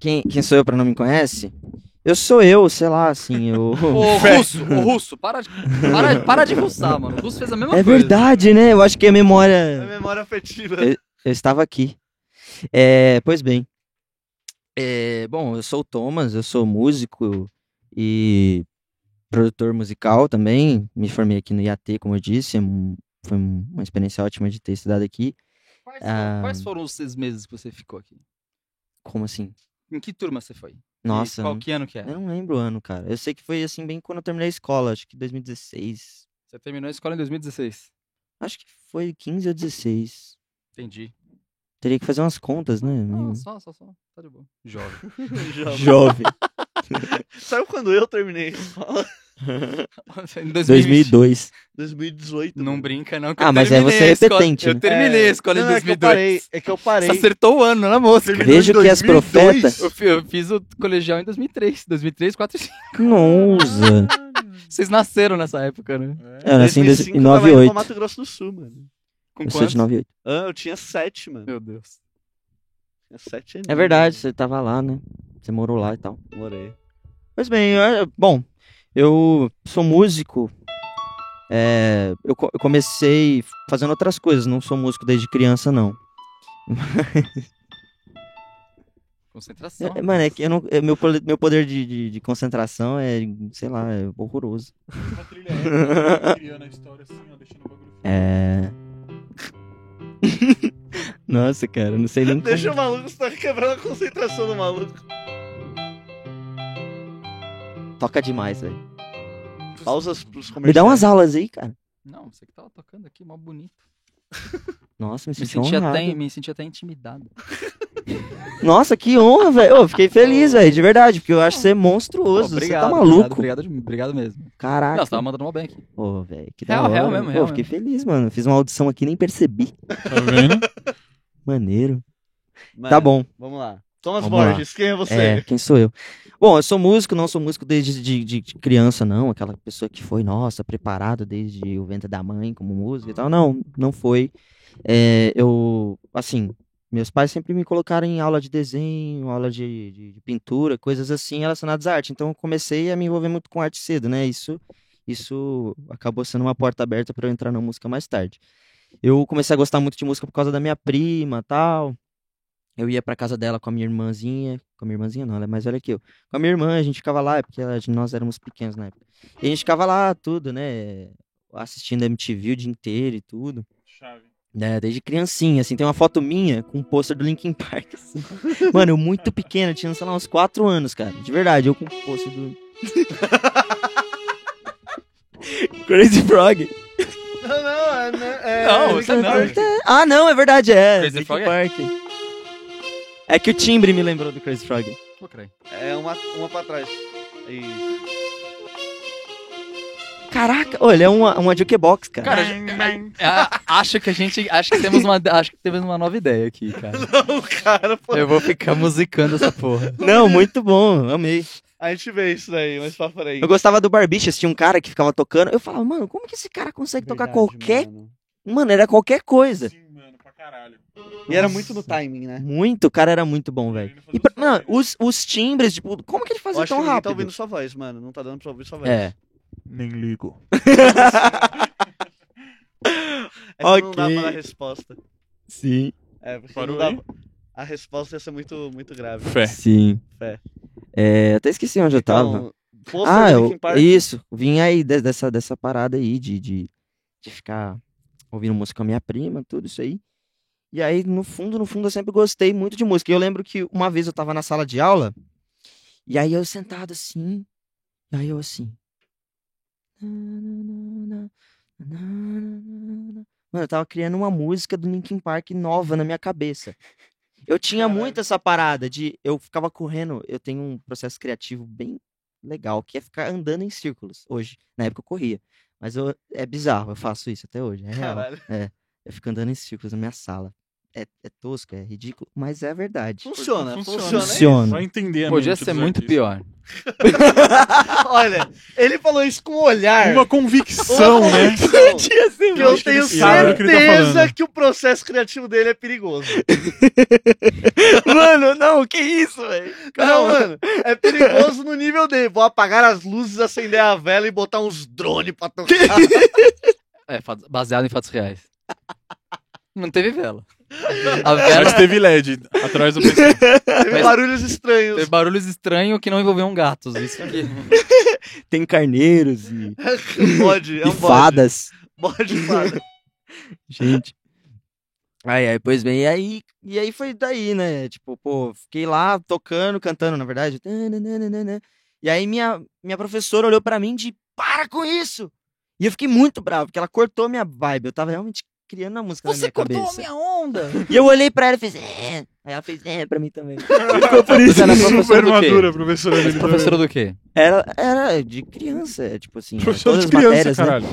Speaker 3: quem, quem sou eu pra não me conhece? Eu sou eu, sei lá, assim,
Speaker 1: [laughs]
Speaker 3: eu...
Speaker 1: O russo, o russo, para de, para, para de russar, mano. O russo fez a mesma
Speaker 3: é
Speaker 1: coisa.
Speaker 3: verdade, né? Eu acho que a
Speaker 4: É
Speaker 3: memória...
Speaker 4: memória afetiva.
Speaker 3: É. Eu estava aqui. É, pois bem. É, bom, eu sou o Thomas, eu sou músico e produtor musical também. Me formei aqui no IAT, como eu disse. é um- Foi um- uma experiência ótima de ter estudado aqui.
Speaker 1: Quais,
Speaker 3: Ah.
Speaker 1: foram, quais foram os seis meses que você ficou aqui?
Speaker 3: Como assim?
Speaker 1: Em que turma você foi? E
Speaker 3: Nossa, um eu
Speaker 1: qual
Speaker 3: não-
Speaker 1: que ano que é?
Speaker 3: eu não lembro o ano, cara. Eu sei que foi assim bem quando eu terminei a escola, acho que 2016.
Speaker 1: Você terminou a escola em 2016.
Speaker 3: Acho que foi 15 ou 16.
Speaker 1: Entendi.
Speaker 3: Teria que fazer umas contas, né?
Speaker 1: Ah,
Speaker 3: Meio-
Speaker 1: só, só, só. Tá de boa. [laughs] Jovem. então. [laughs]
Speaker 4: Já-
Speaker 3: Jovem.
Speaker 4: Sabe quando eu terminei a escola? [laughs]
Speaker 1: em 2020.
Speaker 3: 2002.
Speaker 4: 2018.
Speaker 1: Não
Speaker 4: mano.
Speaker 1: brinca, não. que
Speaker 3: Ah,
Speaker 1: eu
Speaker 3: mas aí
Speaker 1: terminei
Speaker 3: você
Speaker 1: a
Speaker 3: é
Speaker 1: escola-
Speaker 3: repetente,
Speaker 1: Eu
Speaker 3: né?
Speaker 1: terminei
Speaker 4: É.
Speaker 1: a escola
Speaker 4: Não,
Speaker 1: em
Speaker 4: é que eu
Speaker 1: 2002.
Speaker 4: parei. É que eu parei.
Speaker 1: Você acertou o ano na música.
Speaker 5: Terminou
Speaker 3: Vejo
Speaker 5: em
Speaker 3: que as
Speaker 5: 2002.
Speaker 3: profetas-
Speaker 1: Eu, fi- eu fiz o colegial em 2003. 2003, 4 e 5.
Speaker 3: Nossa.
Speaker 1: Vocês nasceram nessa época, né?
Speaker 3: Eu nasci em
Speaker 4: 2005 eu tava
Speaker 3: 2009
Speaker 4: indo pra
Speaker 3: 8.
Speaker 4: Mato Grosso do Sul, mano.
Speaker 1: [laughs] Com
Speaker 3: Eu sou
Speaker 1: quantos?
Speaker 3: de 98.
Speaker 4: Ah, eu tinha sete, mano.
Speaker 1: Meu Deus.
Speaker 4: Tinha sete anos.
Speaker 3: É verdade, você tava lá, né? Você morou lá e tal.
Speaker 4: Morei.
Speaker 3: Pois bem, é- bom, eu sou músico. é, eu, co- eu comecei fazendo outras coisas, não sou músico desde criança, não.
Speaker 1: Concentração.
Speaker 3: É, mano, é que eu não, é, meu, pole- meu poder de, de- de concentração é, sei lá, é horroroso.
Speaker 5: Uma trilha
Speaker 3: [laughs]
Speaker 5: épica, criando a história assim, ó, deixando o bagulho.
Speaker 3: É. [laughs] Nossa, cara, não sei nem. como-
Speaker 4: Deixa o maluco, você tá quebrando a concentração do maluco.
Speaker 3: Toca demais, velho.
Speaker 4: Pausas pros comerciais.
Speaker 3: Me dá um umas aulas aí, cara.
Speaker 1: Não, você que tava tocando aqui, mó bonito.
Speaker 3: Nossa, me
Speaker 1: Me
Speaker 3: senti,
Speaker 1: senti,
Speaker 3: honrado.
Speaker 1: até, me senti até intimidado.
Speaker 3: Nossa, que honra, velho. Ô, Fiquei feliz, velho, de verdade, porque eu acho você monstruoso. você tá maluco. Ah,
Speaker 1: Obrigado, obrigado, obrigado mesmo.
Speaker 3: Caraca.
Speaker 1: Não, você tava mandando mal bem aqui.
Speaker 3: Pô, velho, que
Speaker 1: Real,
Speaker 3: da hora.
Speaker 1: real mesmo,
Speaker 3: Pô,
Speaker 1: real
Speaker 3: fiquei feliz, mano. Fiz uma audição aqui e nem percebi.
Speaker 5: Tá vendo?
Speaker 3: Maneiro.
Speaker 4: Mano,
Speaker 3: tá bom.
Speaker 4: Vamos lá. Thomas
Speaker 3: Vamos lá.
Speaker 4: Borges, quem é você?
Speaker 3: É, quem sou eu? Bom, eu sou músico, não sou músico desde de, de- de criança, não. Aquela pessoa que foi, nossa, preparado desde o ventre da mãe como músico e tal. Não, não foi. É, eu, assim, meus pais sempre me colocaram em aula de desenho, aula de, de- de pintura, coisas assim relacionadas à arte. Então eu comecei a me envolver muito com arte cedo, né? Isso, isso acabou sendo uma porta aberta para eu entrar na música mais tarde. Eu comecei a gostar muito de música por causa da minha prima, tal. Eu ia pra casa dela com a minha irmãzinha. Com a minha irmãzinha, não, ela é mais velha que eu. Com a minha irmã, a gente ficava lá, é porque ela- nós éramos pequenos na época. E a gente ficava lá, tudo, né? Assistindo MTV o dia inteiro e tudo.
Speaker 5: Chave.
Speaker 3: né, desde criancinha, assim, tem uma foto minha com um pôster do Linkin Park. [laughs] assim. Mano, eu muito pequeno, eu tinha, sei lá, uns 4 anos, cara. De verdade, eu com o pôster
Speaker 1: [laughs]
Speaker 3: do. Crazy Frog.
Speaker 4: Não, não, é. é
Speaker 1: Não, você não.
Speaker 3: Ah, não, é verdade, é.
Speaker 1: Crazy
Speaker 3: Linkin
Speaker 1: Frog é?
Speaker 3: Park. É que o timbre me lembrou do Crazy Frog.
Speaker 1: Pô, caralho.
Speaker 4: É uma, uma pra trás. E...
Speaker 3: Caraca, olha, é uma, uma jukebox, cara.
Speaker 1: Cara, Ah, acho que a gente. Acho que temos uma, acho que temos uma nova ideia aqui,
Speaker 3: [laughs]
Speaker 1: cara.
Speaker 4: [laughs] o cara, pô.
Speaker 1: Eu vou ficar musicando essa porra.
Speaker 3: Não, muito bom, amei.
Speaker 4: A gente vê isso daí, mas pra frente.
Speaker 3: Eu gostava do Barbichas, tinha um cara que ficava tocando. Eu falava, mano, como que esse cara consegue tocar qualquer. mano, era qualquer coisa.
Speaker 5: Sim, mano, pra caralho.
Speaker 4: E era muito no timing, né?
Speaker 3: Muito, o cara era muito bom, velho. E pra- não, os, os timbres, tipo, como que ele
Speaker 4: Eu
Speaker 3: fazia
Speaker 4: acho que
Speaker 3: tão
Speaker 4: ninguém
Speaker 3: rápido?
Speaker 4: tá ouvindo sua voz, mano. Não tá dando pra ouvir sua voz.
Speaker 3: É.
Speaker 5: Nem ligo.
Speaker 4: É que não dá
Speaker 3: Ok.
Speaker 4: pra dar resposta.
Speaker 3: Sim,
Speaker 4: É, porque
Speaker 5: Parou
Speaker 4: não
Speaker 5: aí?
Speaker 4: dá pra- A resposta ia ser muito, muito grave.
Speaker 5: Fé.
Speaker 3: sim.
Speaker 4: É.
Speaker 3: É, até esqueci onde eu tava.
Speaker 4: Então, pôster
Speaker 3: ah,
Speaker 4: do
Speaker 3: eu,
Speaker 4: Linkin Park.
Speaker 3: isso. Vim aí de- dessa, dessa parada aí de, de, de ficar ouvindo música com a minha prima, tudo isso aí. E aí, no fundo, no fundo, eu sempre gostei muito de música. E eu lembro que uma vez eu tava na sala de aula, e aí eu sentado assim, e aí eu assim. Mano, eu tava criando uma música do Linkin Park nova na minha cabeça. Eu tinha
Speaker 5: Caralho.
Speaker 3: muito essa parada de. Eu ficava correndo, eu tenho um processo criativo bem legal, que é ficar andando em círculos hoje. Na época eu corria. Mas eu, é bizarro, eu faço isso até hoje. É real.
Speaker 4: Caralho. [laughs]
Speaker 3: Eu fico andando em círculos na minha sala. É, é tosco, é ridículo, mas é verdade. [laughs]
Speaker 4: Funciona,
Speaker 5: Funciona. né?
Speaker 4: funciona.
Speaker 5: Vai
Speaker 3: Funciona. né?
Speaker 5: entender a
Speaker 1: Podia
Speaker 5: mente
Speaker 1: ser
Speaker 5: dos
Speaker 1: muito
Speaker 5: artistas.
Speaker 1: pior.
Speaker 4: Olha, ele falou isso com um olhar.
Speaker 5: Uma [laughs] convicção,
Speaker 4: Uma
Speaker 5: né?
Speaker 4: convicção Que
Speaker 5: Eu
Speaker 4: eu
Speaker 5: acho que ele
Speaker 4: tenho
Speaker 5: sabe
Speaker 3: é
Speaker 5: do que ele tá
Speaker 4: certeza
Speaker 5: falando.
Speaker 4: que o processo criativo dele é perigoso.
Speaker 3: Mano, não, que isso, velho?
Speaker 4: Não, mano, é perigoso no nível dele. Vou apagar as luzes, acender a vela e botar uns drones pra tocar.
Speaker 3: [laughs]
Speaker 1: É, fatos- baseado em fatos reais. Não teve vela. A
Speaker 5: Mas
Speaker 1: vela
Speaker 5: teve LED atrás do PC.
Speaker 4: Teve
Speaker 1: Mas-
Speaker 4: barulhos estranhos.
Speaker 1: teve é barulhos estranhos que não envolviam gatos. Isso aqui.
Speaker 3: [laughs] Tem carneiros e,
Speaker 4: [laughs] Bode, é
Speaker 3: e
Speaker 4: um bode.
Speaker 3: fadas.
Speaker 4: Bode e fada.
Speaker 3: Gente. Aí, aí, pois bem, e aí, e aí foi daí, né? Tipo, pô, fiquei lá tocando, cantando, na verdade. Tananana. E aí minha, minha professora olhou pra mim de para com isso! E eu fiquei muito bravo, porque ela cortou minha vibe. Eu tava realmente criando a música na minha cabeça.
Speaker 1: minha onda.
Speaker 3: E eu olhei pra ela e fiz, é. Aí ela fez, é, pra mim também. E [laughs] ficou por isso.
Speaker 1: Ela é
Speaker 5: Super
Speaker 1: professora do quê?
Speaker 5: madura, professora dele.
Speaker 1: Professora do quê?
Speaker 3: Era, era de criança, é, tipo assim, é,
Speaker 5: Professora
Speaker 3: todas
Speaker 5: de
Speaker 3: as
Speaker 5: criança,
Speaker 3: matérias, né?
Speaker 5: caralho.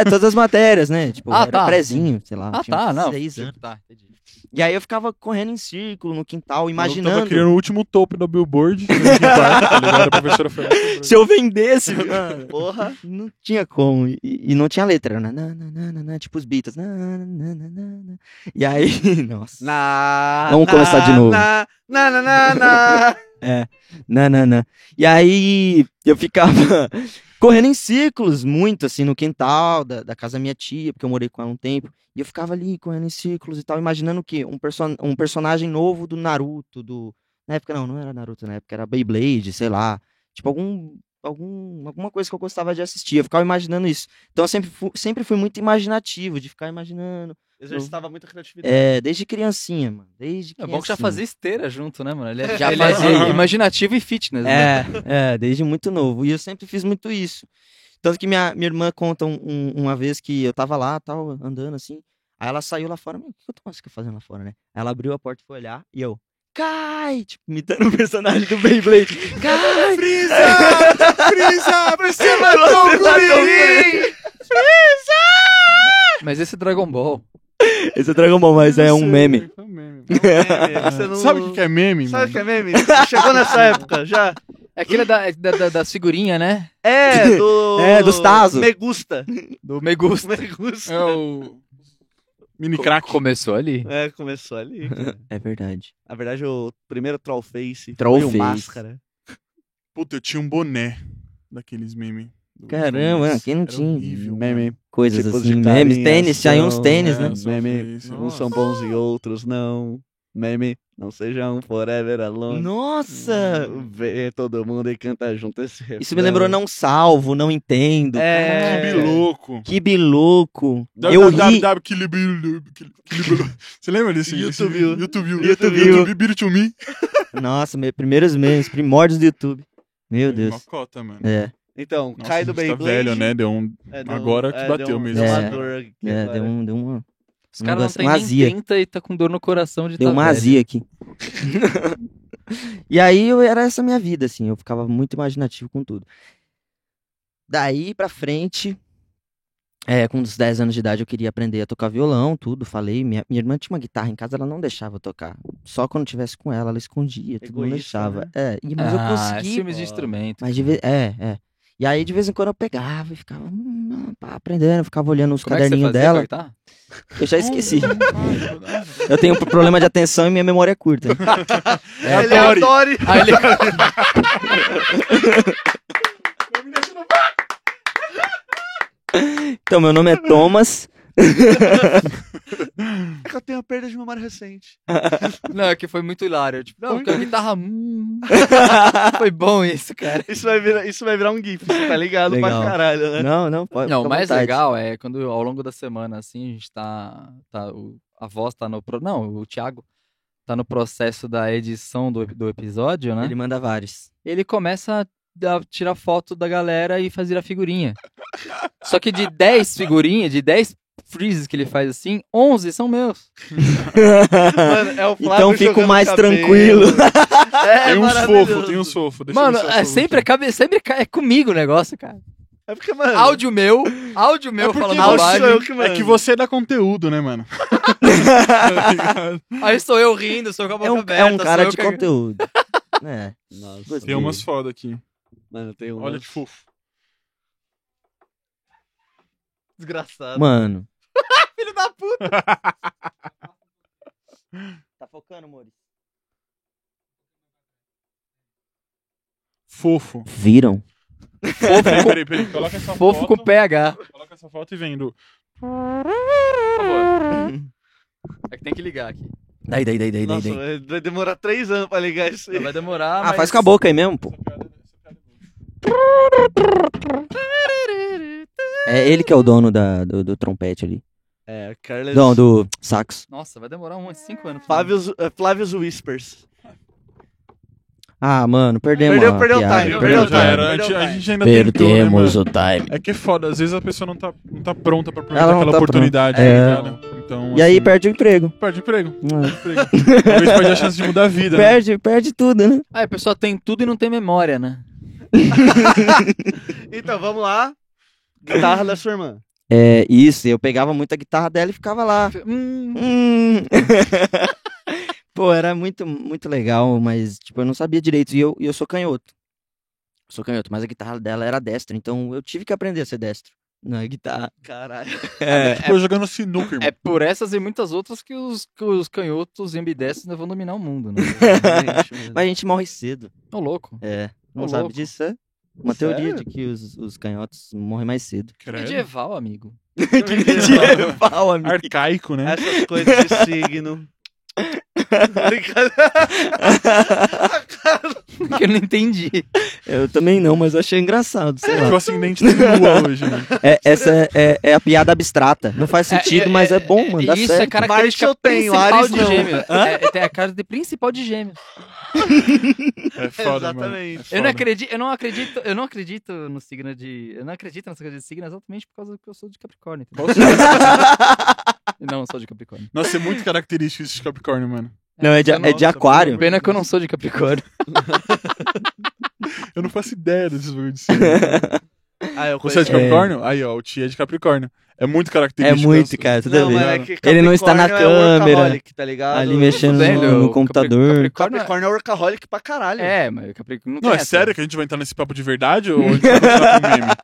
Speaker 3: É, todas as matérias, né? Tipo,
Speaker 1: Ah,
Speaker 3: era
Speaker 1: tá.
Speaker 3: prezinho, sei lá.
Speaker 1: Ah,
Speaker 3: tinha
Speaker 1: tá, não.
Speaker 3: Seis anos.
Speaker 1: Tá, entendi.
Speaker 3: E aí eu ficava correndo em círculo no quintal,
Speaker 5: Eu tava
Speaker 3: imaginando.
Speaker 5: criando o último topo da Billboard. no Linkin Park, tá ligado? A professora foi lá.
Speaker 3: Se
Speaker 5: [laughs]
Speaker 3: eu vendesse, mano,
Speaker 4: Porra.
Speaker 3: não tinha como. E, e não tinha letra. né? Na, na, na, na, na, tipo os Beatles. Na, na, na, na, na. E aí, [laughs] nossa.
Speaker 4: Na,
Speaker 3: Vamos começar de novo.
Speaker 4: Na, na, na, na, na.
Speaker 3: Não, não, não. E aí eu ficava [laughs] correndo em círculos muito, assim, no quintal da, da casa da minha tia, porque eu morei com ela um tempo. E eu ficava ali correndo em círculos e tal, imaginando o quê? Um, person um personagem novo do Naruto, do. Na época não, não era Naruto na época, era Beyblade, sei lá. Tipo, algum. Algum, alguma coisa que eu gostava de assistir, eu ficava imaginando isso. Então eu sempre fui, sempre fui muito imaginativo, de ficar imaginando.
Speaker 4: Exercitava muita criatividade.
Speaker 3: É, desde criancinha, mano. Desde
Speaker 1: É
Speaker 3: criancinha.
Speaker 1: bom que já fazia esteira junto, né, mano? Ele
Speaker 3: [laughs]
Speaker 1: é,
Speaker 3: Já
Speaker 1: ele é
Speaker 5: fazia.
Speaker 1: imaginativo e fitness, né?
Speaker 3: É, é, desde muito novo. E eu sempre fiz muito isso. Tanto que minha, minha irmã conta um- um- uma vez que eu tava lá, tal, andando assim. Aí ela saiu lá fora. "Meu, O que eu tô nossa, que eu fazendo lá fora, né? Aí Ela abriu a porta e foi olhar. E eu, cai! Tipo, imitando o personagem do Beyblade. Cai!
Speaker 5: Brisa, você
Speaker 3: matou
Speaker 4: tá
Speaker 3: o guri!
Speaker 1: Mas esse é Dragon Ball.
Speaker 3: Esse é Dragon Ball, mas é um meme.
Speaker 5: É um meme.
Speaker 4: É, você não-
Speaker 5: Sabe o que que é meme, mano?
Speaker 4: Sabe o que é meme? Chegou nessa época, já.
Speaker 1: É aquele da, da, da, da figurinha, né?
Speaker 4: É, do...
Speaker 3: É, dos Tazo.
Speaker 4: Me gusta.
Speaker 1: Do Me Gusta.
Speaker 4: [laughs] Me gusta.
Speaker 5: É o. Mini crack.
Speaker 1: Começou ali.
Speaker 4: É, começou ali. cara.
Speaker 3: É verdade.
Speaker 4: Na verdade, o primeiro Trollface foi
Speaker 3: Trollface.
Speaker 4: o Máscara.
Speaker 5: Puta, eu tinha um boné daqueles memes. do-
Speaker 3: Caramba,
Speaker 5: Era
Speaker 3: quem não tinha?
Speaker 5: horrível, mano.
Speaker 3: Coisas
Speaker 4: Tipos de
Speaker 3: assim, memes,
Speaker 4: carinhas
Speaker 3: tênis, saiu uns
Speaker 4: são-
Speaker 3: tênis,
Speaker 5: é,
Speaker 3: né?
Speaker 5: são
Speaker 4: Meme,
Speaker 5: feios,
Speaker 4: uns
Speaker 5: nossa.
Speaker 4: são bons e outros não. Meme Não seja um forever alone.
Speaker 3: Nossa!
Speaker 4: Vê todo mundo e canta junto esse refrão.
Speaker 3: Isso me lembrou Não Salvo, Não Entendo.
Speaker 4: É.
Speaker 2: Que um louco.
Speaker 3: Que biloco. Eu ri.
Speaker 2: www, que libilu- que libilu- [laughs] Você lembra desse? desse
Speaker 4: YouTube.
Speaker 2: vídeo? YouTube.
Speaker 4: YouTube.
Speaker 2: YouTube. Beauty to me.
Speaker 3: Nossa, meus primeiros meses, primórdios do YouTube.
Speaker 4: Uhum.
Speaker 3: Meu
Speaker 2: Uma
Speaker 3: Deus.
Speaker 2: cota, mano.
Speaker 3: É,
Speaker 4: Então,
Speaker 2: Nossa,
Speaker 4: cai do
Speaker 2: a gente tá
Speaker 4: Beyblade.
Speaker 2: velho, né? Deu um...
Speaker 4: É, deu um-
Speaker 2: Agora que
Speaker 4: é,
Speaker 2: bateu
Speaker 4: deu um-
Speaker 2: mesmo.
Speaker 4: deu uma
Speaker 3: É.
Speaker 4: dor aqui
Speaker 3: é,
Speaker 4: agora.
Speaker 3: deu, um, deu uma.
Speaker 1: Os caras não
Speaker 3: negócio-
Speaker 1: tem
Speaker 3: uma
Speaker 1: nem
Speaker 3: azia.
Speaker 1: 30 e tá com dor no coração de
Speaker 3: Deu
Speaker 1: tá
Speaker 3: uma
Speaker 1: velho.
Speaker 3: azia aqui. [laughs] e aí eu era essa minha vida, assim. Eu ficava muito imaginativo com tudo. Daí pra frente, é, com uns 10 anos de idade, eu queria aprender a tocar violão, tudo. Falei, minha, minha irmã tinha uma guitarra em casa, ela não deixava eu tocar. Só quando eu tivesse com ela, ela escondia, tudo não
Speaker 4: Egoísta,
Speaker 3: deixava.
Speaker 4: né?
Speaker 3: É, e, mas
Speaker 1: ah,
Speaker 3: eu consegui.
Speaker 1: filmes de
Speaker 4: pô.
Speaker 1: instrumento.
Speaker 3: Mas de vez... É, é. E aí, de vez em quando, eu pegava e ficava hum, pá, aprendendo, ficava olhando os
Speaker 1: Como é que você
Speaker 3: caderninhos
Speaker 1: fazia,
Speaker 3: dela.
Speaker 1: Coitado?
Speaker 3: Eu
Speaker 1: É.
Speaker 2: [laughs]
Speaker 3: já esqueci.
Speaker 2: Ah,
Speaker 3: Eu tenho um problema de atenção e minha memória é curta.
Speaker 4: É, ele
Speaker 3: [laughs]
Speaker 1: adore.
Speaker 4: adore.
Speaker 1: Aí ele...
Speaker 3: Então, meu nome é Thomas.
Speaker 4: É que [laughs] eu tenho a perda de memória recente.
Speaker 1: Não, é que foi muito hilário. Tipo, não, porque a guitarra...
Speaker 3: [laughs]
Speaker 1: hum. foi bom isso, cara.
Speaker 4: Isso vai virar, isso vai virar um gif, você tá ligado
Speaker 3: Legal.
Speaker 4: pra caralho,
Speaker 1: É.
Speaker 4: né?
Speaker 3: Não, não, pode.
Speaker 1: Não, o
Speaker 3: fica à
Speaker 1: mais
Speaker 3: vontade.
Speaker 1: legal é quando ao longo da semana, assim, a gente tá. tá o- a voz tá no. pro- Não, o Thiago tá no processo da edição do, do episódio, né?
Speaker 3: Ele
Speaker 1: Ele,
Speaker 3: manda vários.
Speaker 1: começa a tirar foto da galera e fazer a figurinha. Só que de 10 figurinhas, de 10 freezes que ele faz assim, 11 são meus.
Speaker 4: Mano, é o Flávio
Speaker 3: então fico
Speaker 4: jogando
Speaker 3: mais
Speaker 4: cabelo.
Speaker 3: tranquilo.
Speaker 4: [laughs] É,
Speaker 2: Tem uns
Speaker 4: maravilhoso.
Speaker 2: fofos, tem um uns fofos. Deixa eu
Speaker 1: Mano,
Speaker 2: ver se eu
Speaker 1: é
Speaker 2: sou
Speaker 1: sempre,
Speaker 2: aqui.
Speaker 1: cabe, sempre ca- é comigo o negócio, cara.
Speaker 4: É porque, mano.
Speaker 1: Áudio meu, áudio meu
Speaker 2: É porque
Speaker 1: falando
Speaker 4: áudio sou
Speaker 1: bobagem.
Speaker 4: eu que, mano.
Speaker 2: É que você dá conteúdo, né,
Speaker 3: [laughs]
Speaker 2: mano? Tá
Speaker 1: Aí sou eu rindo, sou eu com a boca
Speaker 3: É um,
Speaker 1: aberta.
Speaker 3: é um cara
Speaker 1: sou eu
Speaker 3: de
Speaker 1: cagando.
Speaker 3: conteúdo. É.
Speaker 4: Nossa,
Speaker 3: Gostei.
Speaker 2: Tem umas foda aqui.
Speaker 4: Mano, tem um.
Speaker 2: Olha que fofo.
Speaker 1: Tá.
Speaker 4: desgraçado.
Speaker 3: Mano.
Speaker 1: [laughs] Filho da puta.
Speaker 3: Tá focando, Mori?
Speaker 2: Fofo.
Speaker 3: Viram?
Speaker 1: Fofo
Speaker 2: Peraí,
Speaker 1: com-
Speaker 2: peraí, peraí. Coloca essa
Speaker 1: Fofo com
Speaker 2: foto.
Speaker 1: PH.
Speaker 2: Coloca essa foto e vendo.
Speaker 1: É que tem que ligar aqui.
Speaker 3: Daí, daí, daí, daí, daí.
Speaker 4: Nossa,
Speaker 3: daí.
Speaker 4: vai- vai demorar três anos pra ligar isso aí.
Speaker 1: Vai demorar.
Speaker 3: Ah, faz com a boca aí mesmo, pô. É ele que é o dono da, do, do trompete ali.
Speaker 4: É, Carlos.
Speaker 3: Não, do sax.
Speaker 1: Nossa, vai demorar uns 5 anos.
Speaker 4: Flávios, é, Flávios Whispers.
Speaker 3: Ah, mano, perdemos
Speaker 4: Perdeu-
Speaker 3: a
Speaker 4: perdeu o
Speaker 3: piada,
Speaker 4: time,
Speaker 2: Não,
Speaker 4: perdeu
Speaker 2: já
Speaker 4: o time.
Speaker 2: era. A gente, a gente ainda tentou, né, mano?
Speaker 3: Perdemos o time.
Speaker 2: É que é foda, às vezes a pessoa não tá, não tá pronta pra aproveitar
Speaker 3: Ela não
Speaker 2: aquela
Speaker 3: tá
Speaker 2: oportunidade,
Speaker 3: pronta.
Speaker 2: né,
Speaker 3: É.
Speaker 2: cara? Então,
Speaker 3: E aí
Speaker 2: assim,
Speaker 3: perde o emprego.
Speaker 2: perde emprego.
Speaker 3: Ah,
Speaker 2: Perde
Speaker 3: [laughs]
Speaker 2: emprego. Talvez perde a chance de mudar a vida. né?
Speaker 3: Perde, perde tudo, né?
Speaker 1: Ah, a pessoa tem tudo e não tem memória, né?
Speaker 4: Então, vamos lá. Guitarra da sua irmã.
Speaker 3: É isso, eu pegava muito a guitarra dela e ficava lá.
Speaker 1: Hum,
Speaker 3: Ah, Hum. [laughs] Pô, era muito, muito legal, mas tipo, eu não sabia direito. E eu, e eu sou canhoto. Eu sou canhoto, mas a guitarra dela era destra, então eu tive que aprender a ser destro na guitarra.
Speaker 4: Caralho.
Speaker 2: Tipo, eu jogando sinuca, irmão.
Speaker 1: é por essas e muitas outras que os, que os canhotos e ambidestres ainda vão dominar o mundo, né?
Speaker 4: Gente, mano.
Speaker 3: [laughs] Mas a gente morre cedo.
Speaker 1: Ô, louco.
Speaker 3: É. Não
Speaker 1: Ô,
Speaker 3: sabe
Speaker 1: louco.
Speaker 3: disso, é? Uma
Speaker 4: Sério?
Speaker 3: teoria de que os, os canhotos morrem mais cedo.
Speaker 2: Credo.
Speaker 1: É Medieval, amigo.
Speaker 4: Que
Speaker 3: medieval, amigo.
Speaker 2: Arcaico, né?
Speaker 4: Essas coisas de
Speaker 3: [laughs]
Speaker 4: signo. Brincadeira.
Speaker 1: que eu não entendi.
Speaker 3: Eu também não, mas eu achei engraçado,
Speaker 1: É.
Speaker 3: sei lá.
Speaker 2: Tipo, ascendente tem
Speaker 3: [laughs]
Speaker 2: lua hoje, né?
Speaker 3: É, essa é, é- é a piada abstrata. Não faz sentido, mas é bom, mano. Dá
Speaker 1: Isso é
Speaker 3: certo.
Speaker 1: característica
Speaker 4: Marte eu tenho,
Speaker 1: principal
Speaker 4: Ares
Speaker 1: de
Speaker 4: não.
Speaker 1: gêmeos. É, tem a cara de principal de gêmeos.
Speaker 2: É foda,
Speaker 4: Exatamente.
Speaker 2: mano.
Speaker 1: Eu
Speaker 2: É
Speaker 1: não,
Speaker 2: foda.
Speaker 1: acredito, eu não acredito, eu não acredito no signo de. Eu não acredito nessa coisa de signo exatamente por causa que eu sou de Capricórnio. entendeu? [laughs] não, eu sou de Capricórnio.
Speaker 2: Nossa, é muito característico isso de Capricórnio, mano.
Speaker 3: Não, é de, é de aquário.
Speaker 1: Pena que eu não sou de Capricórnio.
Speaker 2: Eu não faço ideia desses bagulho de signo.
Speaker 4: Ah, eu
Speaker 2: Você é de
Speaker 4: conheço.
Speaker 2: Capricórnio? Aí, ó, o Tia é de Capricórnio. É muito
Speaker 3: É
Speaker 2: característico.
Speaker 3: muito,
Speaker 2: cara.
Speaker 3: cara. Você tá
Speaker 4: Não, mas
Speaker 3: vendo?
Speaker 4: é
Speaker 2: vendo?
Speaker 4: que
Speaker 3: Ele não está na
Speaker 4: Capricórnio é
Speaker 3: câmera,
Speaker 4: workaholic, tá ligado?
Speaker 3: Ali mexendo
Speaker 1: Velho,
Speaker 3: no, no
Speaker 1: Capri-
Speaker 3: computador.
Speaker 1: Capricórnio é-
Speaker 4: Capricórnio é workaholic pra caralho.
Speaker 1: É, mas Capricórnio não tem
Speaker 2: Não, é
Speaker 1: essa.
Speaker 2: sério que a gente vai entrar nesse papo de verdade ou a gente vai
Speaker 1: tá
Speaker 2: continuar com meme?
Speaker 1: [laughs]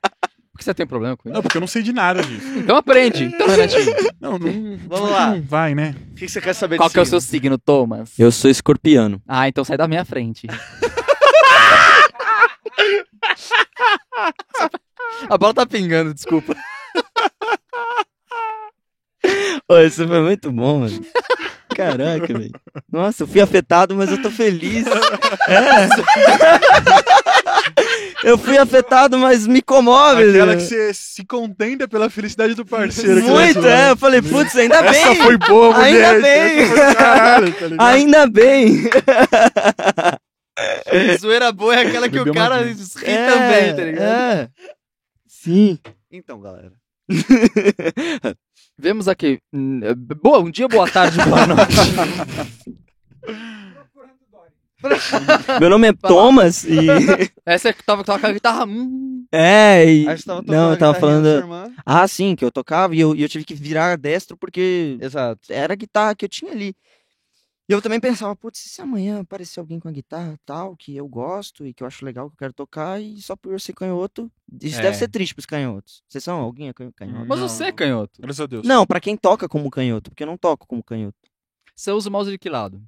Speaker 1: Por que você tem problema com isso?
Speaker 2: Não, porque eu não sei de nada disso.
Speaker 1: Então aprende. Então, Renatinho.
Speaker 2: Não, não.
Speaker 4: Vamos lá.
Speaker 2: Não vai, né?
Speaker 4: O que que você quer saber
Speaker 1: Qual
Speaker 4: de
Speaker 1: que é o
Speaker 2: tipo,
Speaker 1: seu
Speaker 4: signo?
Speaker 1: signo, Thomas?
Speaker 3: Eu
Speaker 1: [laughs]
Speaker 3: sou escorpiano.
Speaker 1: Ah, então sai da minha frente. A bola tá pingando, desculpa.
Speaker 3: Ô, isso foi muito bom, mano. Caraca, velho. Nossa, eu fui afetado, mas eu tô feliz. É. Eu fui afetado, mas me comove.
Speaker 2: Aquela que você se contenda pela felicidade do parceiro. que
Speaker 3: Muito,
Speaker 2: lançou.
Speaker 3: é. Eu falei, putz, ainda bem.
Speaker 2: Essa foi boa, mulher.
Speaker 3: Ainda
Speaker 2: Essa
Speaker 3: bem.
Speaker 2: foi caralho, tá
Speaker 4: né?
Speaker 2: ligado?
Speaker 3: Ainda bem.
Speaker 1: [laughs] Zoeira boa é aquela que
Speaker 2: Bebeu
Speaker 1: o
Speaker 2: uma
Speaker 1: cara ri
Speaker 2: aguinha.
Speaker 1: também, tá ligado?
Speaker 3: É. Sim.
Speaker 4: Então, galera.
Speaker 1: Vemos aqui. hum, é, Boa, um dia, boa tarde,
Speaker 2: [laughs]
Speaker 1: boa noite.
Speaker 3: Meu nome é Thomas e...
Speaker 1: Essa é que tava, tava com a guitarra. hum,
Speaker 3: É, e...
Speaker 4: A gente tava tocando
Speaker 3: Não, eu
Speaker 4: a
Speaker 3: tava
Speaker 4: guitarrinha né, da
Speaker 3: falando...
Speaker 4: sua irmã.
Speaker 3: Ah, sim, que eu tocava e eu, e eu tive que virar destro porque
Speaker 4: Exato.
Speaker 3: era a guitarra que eu tinha ali. E eu também pensava, putz, e se amanhã aparecer alguém com a guitarra tal, que eu gosto e que eu acho legal, que eu quero tocar, e só por eu ser canhoto, isso
Speaker 2: É.
Speaker 3: deve ser triste pros canhotos. Vocês são? Alguém é canho- canhoto?
Speaker 1: Mas
Speaker 2: Não.
Speaker 1: você, canhoto,
Speaker 2: Graças a Deus.
Speaker 3: Não, pra quem toca como canhoto, porque eu não toco como canhoto.
Speaker 1: você usa o mouse de que lado?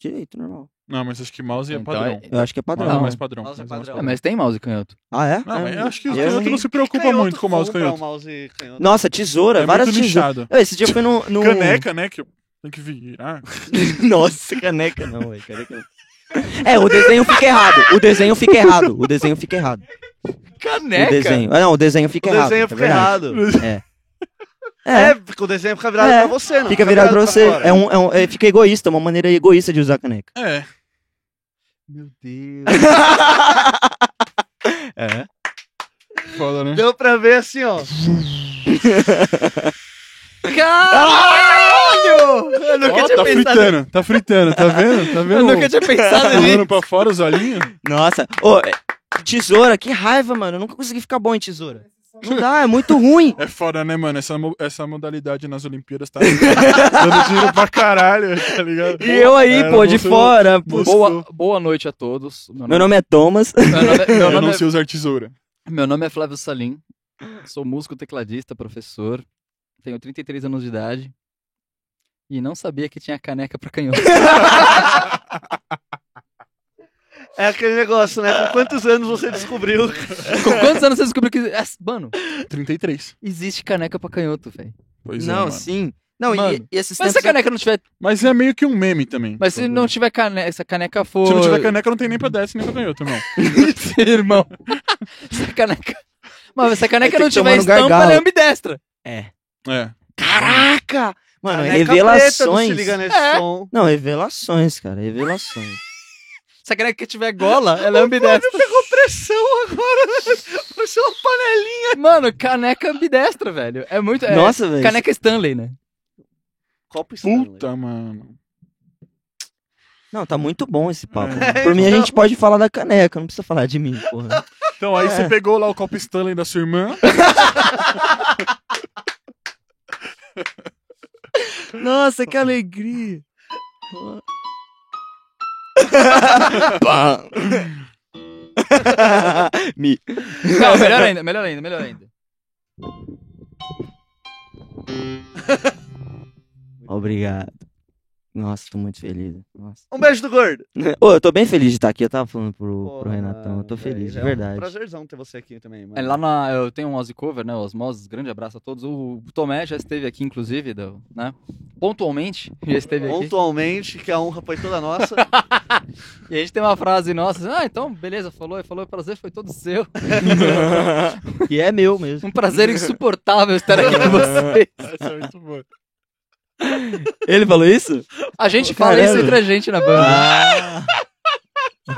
Speaker 3: Direito, normal.
Speaker 2: Não, mas acho que mouse é
Speaker 1: Então,
Speaker 2: padrão.
Speaker 1: é-
Speaker 3: Eu acho que é
Speaker 2: Mouse
Speaker 3: padrão.
Speaker 2: é
Speaker 3: né?
Speaker 2: mais padrão.
Speaker 4: Mouse é
Speaker 2: mais
Speaker 4: padrão.
Speaker 1: é, mas tem mouse canhoto.
Speaker 3: Ah, é?
Speaker 2: Não, mas
Speaker 3: Ah,
Speaker 2: eu acho que os
Speaker 3: eu-
Speaker 2: canhotos não se preocupam
Speaker 4: Canhoto
Speaker 2: muito com o mouse
Speaker 4: compra um
Speaker 2: canhoto.
Speaker 4: mouse canhoto.
Speaker 3: Nossa, tesoura,
Speaker 2: É
Speaker 3: várias
Speaker 2: muito
Speaker 3: tesouras.
Speaker 2: nichado.
Speaker 3: Eu, Esse dia foi no. no...
Speaker 2: Caneca, né? Que tem que Ah, virar.
Speaker 3: [laughs] Nossa, caneca não, ué, caneca não. É, o desenho fica errado. O desenho fica errado. O desenho fica errado.
Speaker 1: Caneca?
Speaker 3: O desenho. Ah, Não, o desenho fica
Speaker 4: O
Speaker 3: errado.
Speaker 4: desenho
Speaker 3: é
Speaker 4: fica
Speaker 3: verdade.
Speaker 4: errado.
Speaker 3: É,
Speaker 4: É, porque o desenho fica virado
Speaker 3: É.
Speaker 4: pra você, não.
Speaker 3: fica virado pra você.
Speaker 4: fora.
Speaker 3: É um, é um, é, fica egoísta, uma maneira egoísta de usar a caneca.
Speaker 2: É.
Speaker 1: Meu Deus.
Speaker 3: um-
Speaker 4: [laughs]
Speaker 3: É.
Speaker 2: Foda, né?
Speaker 4: Deu pra ver assim, [laughs] ó.
Speaker 1: Caralho! Eu nunca
Speaker 2: Ó,
Speaker 1: tinha
Speaker 2: tá
Speaker 1: pensado.
Speaker 2: fritando, tá fritando,
Speaker 1: [laughs]
Speaker 2: tá vendo? Tá
Speaker 1: Eu
Speaker 2: vendo?
Speaker 1: nunca tinha pensado nisso.
Speaker 2: Pulando pra fora os olhinhos.
Speaker 3: [laughs] Nossa. Ô, é, tesoura, que raiva, mano. Eu nunca consegui ficar bom em tesoura. Não dá, é muito ruim.
Speaker 2: É foda, né, mano? Essa, mo- essa modalidade nas Olimpíadas tá [laughs] dando dinheiro pra caralho, tá ligado?
Speaker 3: E eu aí,
Speaker 2: Era
Speaker 3: pô,
Speaker 2: bom
Speaker 3: de
Speaker 2: ser-
Speaker 3: fora. pô.
Speaker 2: Gostou.
Speaker 1: Boa, boa noite a todos. Meu nome,
Speaker 3: Meu nome é Thomas.
Speaker 1: meu nome, é- meu
Speaker 2: eu
Speaker 1: nome
Speaker 2: não
Speaker 1: é,
Speaker 2: sei usar tesoura.
Speaker 1: meu nome é Flávio Salim. Sou músico, tecladista, professor. Tenho 33 anos de idade. E não sabia que tinha caneca pra [laughs] canhoto.
Speaker 4: É aquele negócio, né? Com quantos anos você descobriu?
Speaker 1: Com quantos anos você descobriu que. É, mano,
Speaker 2: 33.
Speaker 1: existe caneca pra canhoto, velho.
Speaker 2: Pois é,
Speaker 3: não,
Speaker 2: mano.
Speaker 3: sim. Não,
Speaker 2: Mano,
Speaker 3: e, e esses
Speaker 1: Mas se a
Speaker 3: tempos eu-
Speaker 1: caneca não tiver.
Speaker 2: Mas é meio que um meme também.
Speaker 1: Mas se
Speaker 2: Todo.
Speaker 1: não tiver caneca. Se a caneca for.
Speaker 2: Se não tiver caneca, não tem nem pra desce, nem pra canhoto, irmão.
Speaker 1: [laughs] irmão. se a caneca. Mas se a caneca
Speaker 3: Vai ter
Speaker 1: não
Speaker 3: que tomar
Speaker 1: tiver
Speaker 3: no
Speaker 1: estampa,
Speaker 3: gargalo.
Speaker 1: ela é ambidestra.
Speaker 2: É.
Speaker 3: Caraca! Mano,
Speaker 4: Caneca preta é do né?
Speaker 3: revelações.
Speaker 4: Se liga nesse
Speaker 1: É.
Speaker 4: som.
Speaker 3: Não, revelações,
Speaker 4: [laughs]
Speaker 3: cara, revelações.
Speaker 1: Se a caneca tiver gola, ela é ambidestra.
Speaker 4: Pressão agora. Pressão uma panelinha.
Speaker 1: Mano, caneca é ambidestra, velho. É muito. é
Speaker 3: Nossa, velho.
Speaker 1: caneca Stanley, né?
Speaker 4: Copo Stanley.
Speaker 2: Puta, tá, mano.
Speaker 3: Não, tá muito bom esse papo.
Speaker 4: É,
Speaker 3: Por mim, a
Speaker 4: então.
Speaker 3: gente pode falar da caneca, não precisa falar de mim,
Speaker 4: [laughs]
Speaker 3: porra.
Speaker 2: Então aí
Speaker 3: É.
Speaker 2: você pegou lá o copo Stanley da sua irmã.
Speaker 3: Nossa, que alegria. Mi.
Speaker 1: Não, melhor ainda, melhor ainda, melhor
Speaker 3: [laughs]
Speaker 1: ainda.
Speaker 3: Obrigado. Nossa, tô muito feliz. Nossa.
Speaker 4: Um beijo do gordo.
Speaker 3: Ô, eu tô bem feliz de estar aqui. Eu tava falando pro, pro
Speaker 4: Porra,
Speaker 3: Renatão. Eu tô feliz, de
Speaker 4: velho, É um
Speaker 3: verdade.
Speaker 4: prazerzão ter você aqui também, mano.
Speaker 1: É, lá na. Eu tenho um Ozzy Cover, né? Osmoses, grande abraço a todos. O Tomé já esteve aqui, inclusive, do- né? Pontualmente, já esteve aqui.
Speaker 4: Pontualmente, que a honra foi toda nossa. [laughs]
Speaker 1: E a gente tem uma frase nossa. Ah, então, beleza, falou, falou, o prazer foi todo seu.
Speaker 3: [laughs] e é meu mesmo.
Speaker 1: Um prazer insuportável estar aqui
Speaker 3: [laughs]
Speaker 1: com vocês.
Speaker 2: Essa é muito boa.
Speaker 3: Ele falou isso?
Speaker 1: A gente fala
Speaker 3: Caramba.
Speaker 1: isso entre a gente na banda.
Speaker 3: Ah,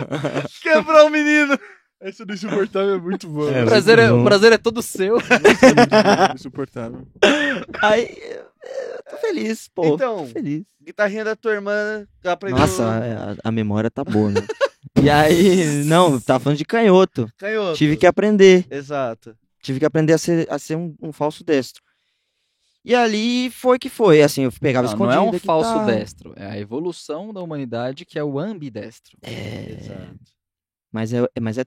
Speaker 4: Quebrou o menino.
Speaker 2: Essa do insuportável é muito boa.
Speaker 3: É,
Speaker 1: O
Speaker 2: mano.
Speaker 1: prazer é,
Speaker 3: muito
Speaker 1: o
Speaker 3: bom.
Speaker 1: prazer é todo seu.
Speaker 2: Nossa, é muito [laughs] boa, insuportável.
Speaker 3: aí, eu eu tô feliz, pô.
Speaker 4: Então.
Speaker 3: Tô feliz.
Speaker 4: Guitarrinha da tua irmã. que Aprendeu
Speaker 3: Nossa, a- a, a memória tá boa, né? E
Speaker 1: [laughs]
Speaker 3: aí, não, tava falando de canhoto.
Speaker 4: canhoto.
Speaker 3: Tive que aprender.
Speaker 4: Exato.
Speaker 3: Tive que aprender a ser, a ser um, um falso destro. E ali foi que foi, assim, eu pegava
Speaker 1: Não, não
Speaker 3: escondido.
Speaker 1: é um
Speaker 3: aqui,
Speaker 1: falso
Speaker 3: tá.
Speaker 1: destro. É a evolução da humanidade que é o ambidestro. É
Speaker 3: É.
Speaker 4: Exato.
Speaker 3: Mas é, é- mas é,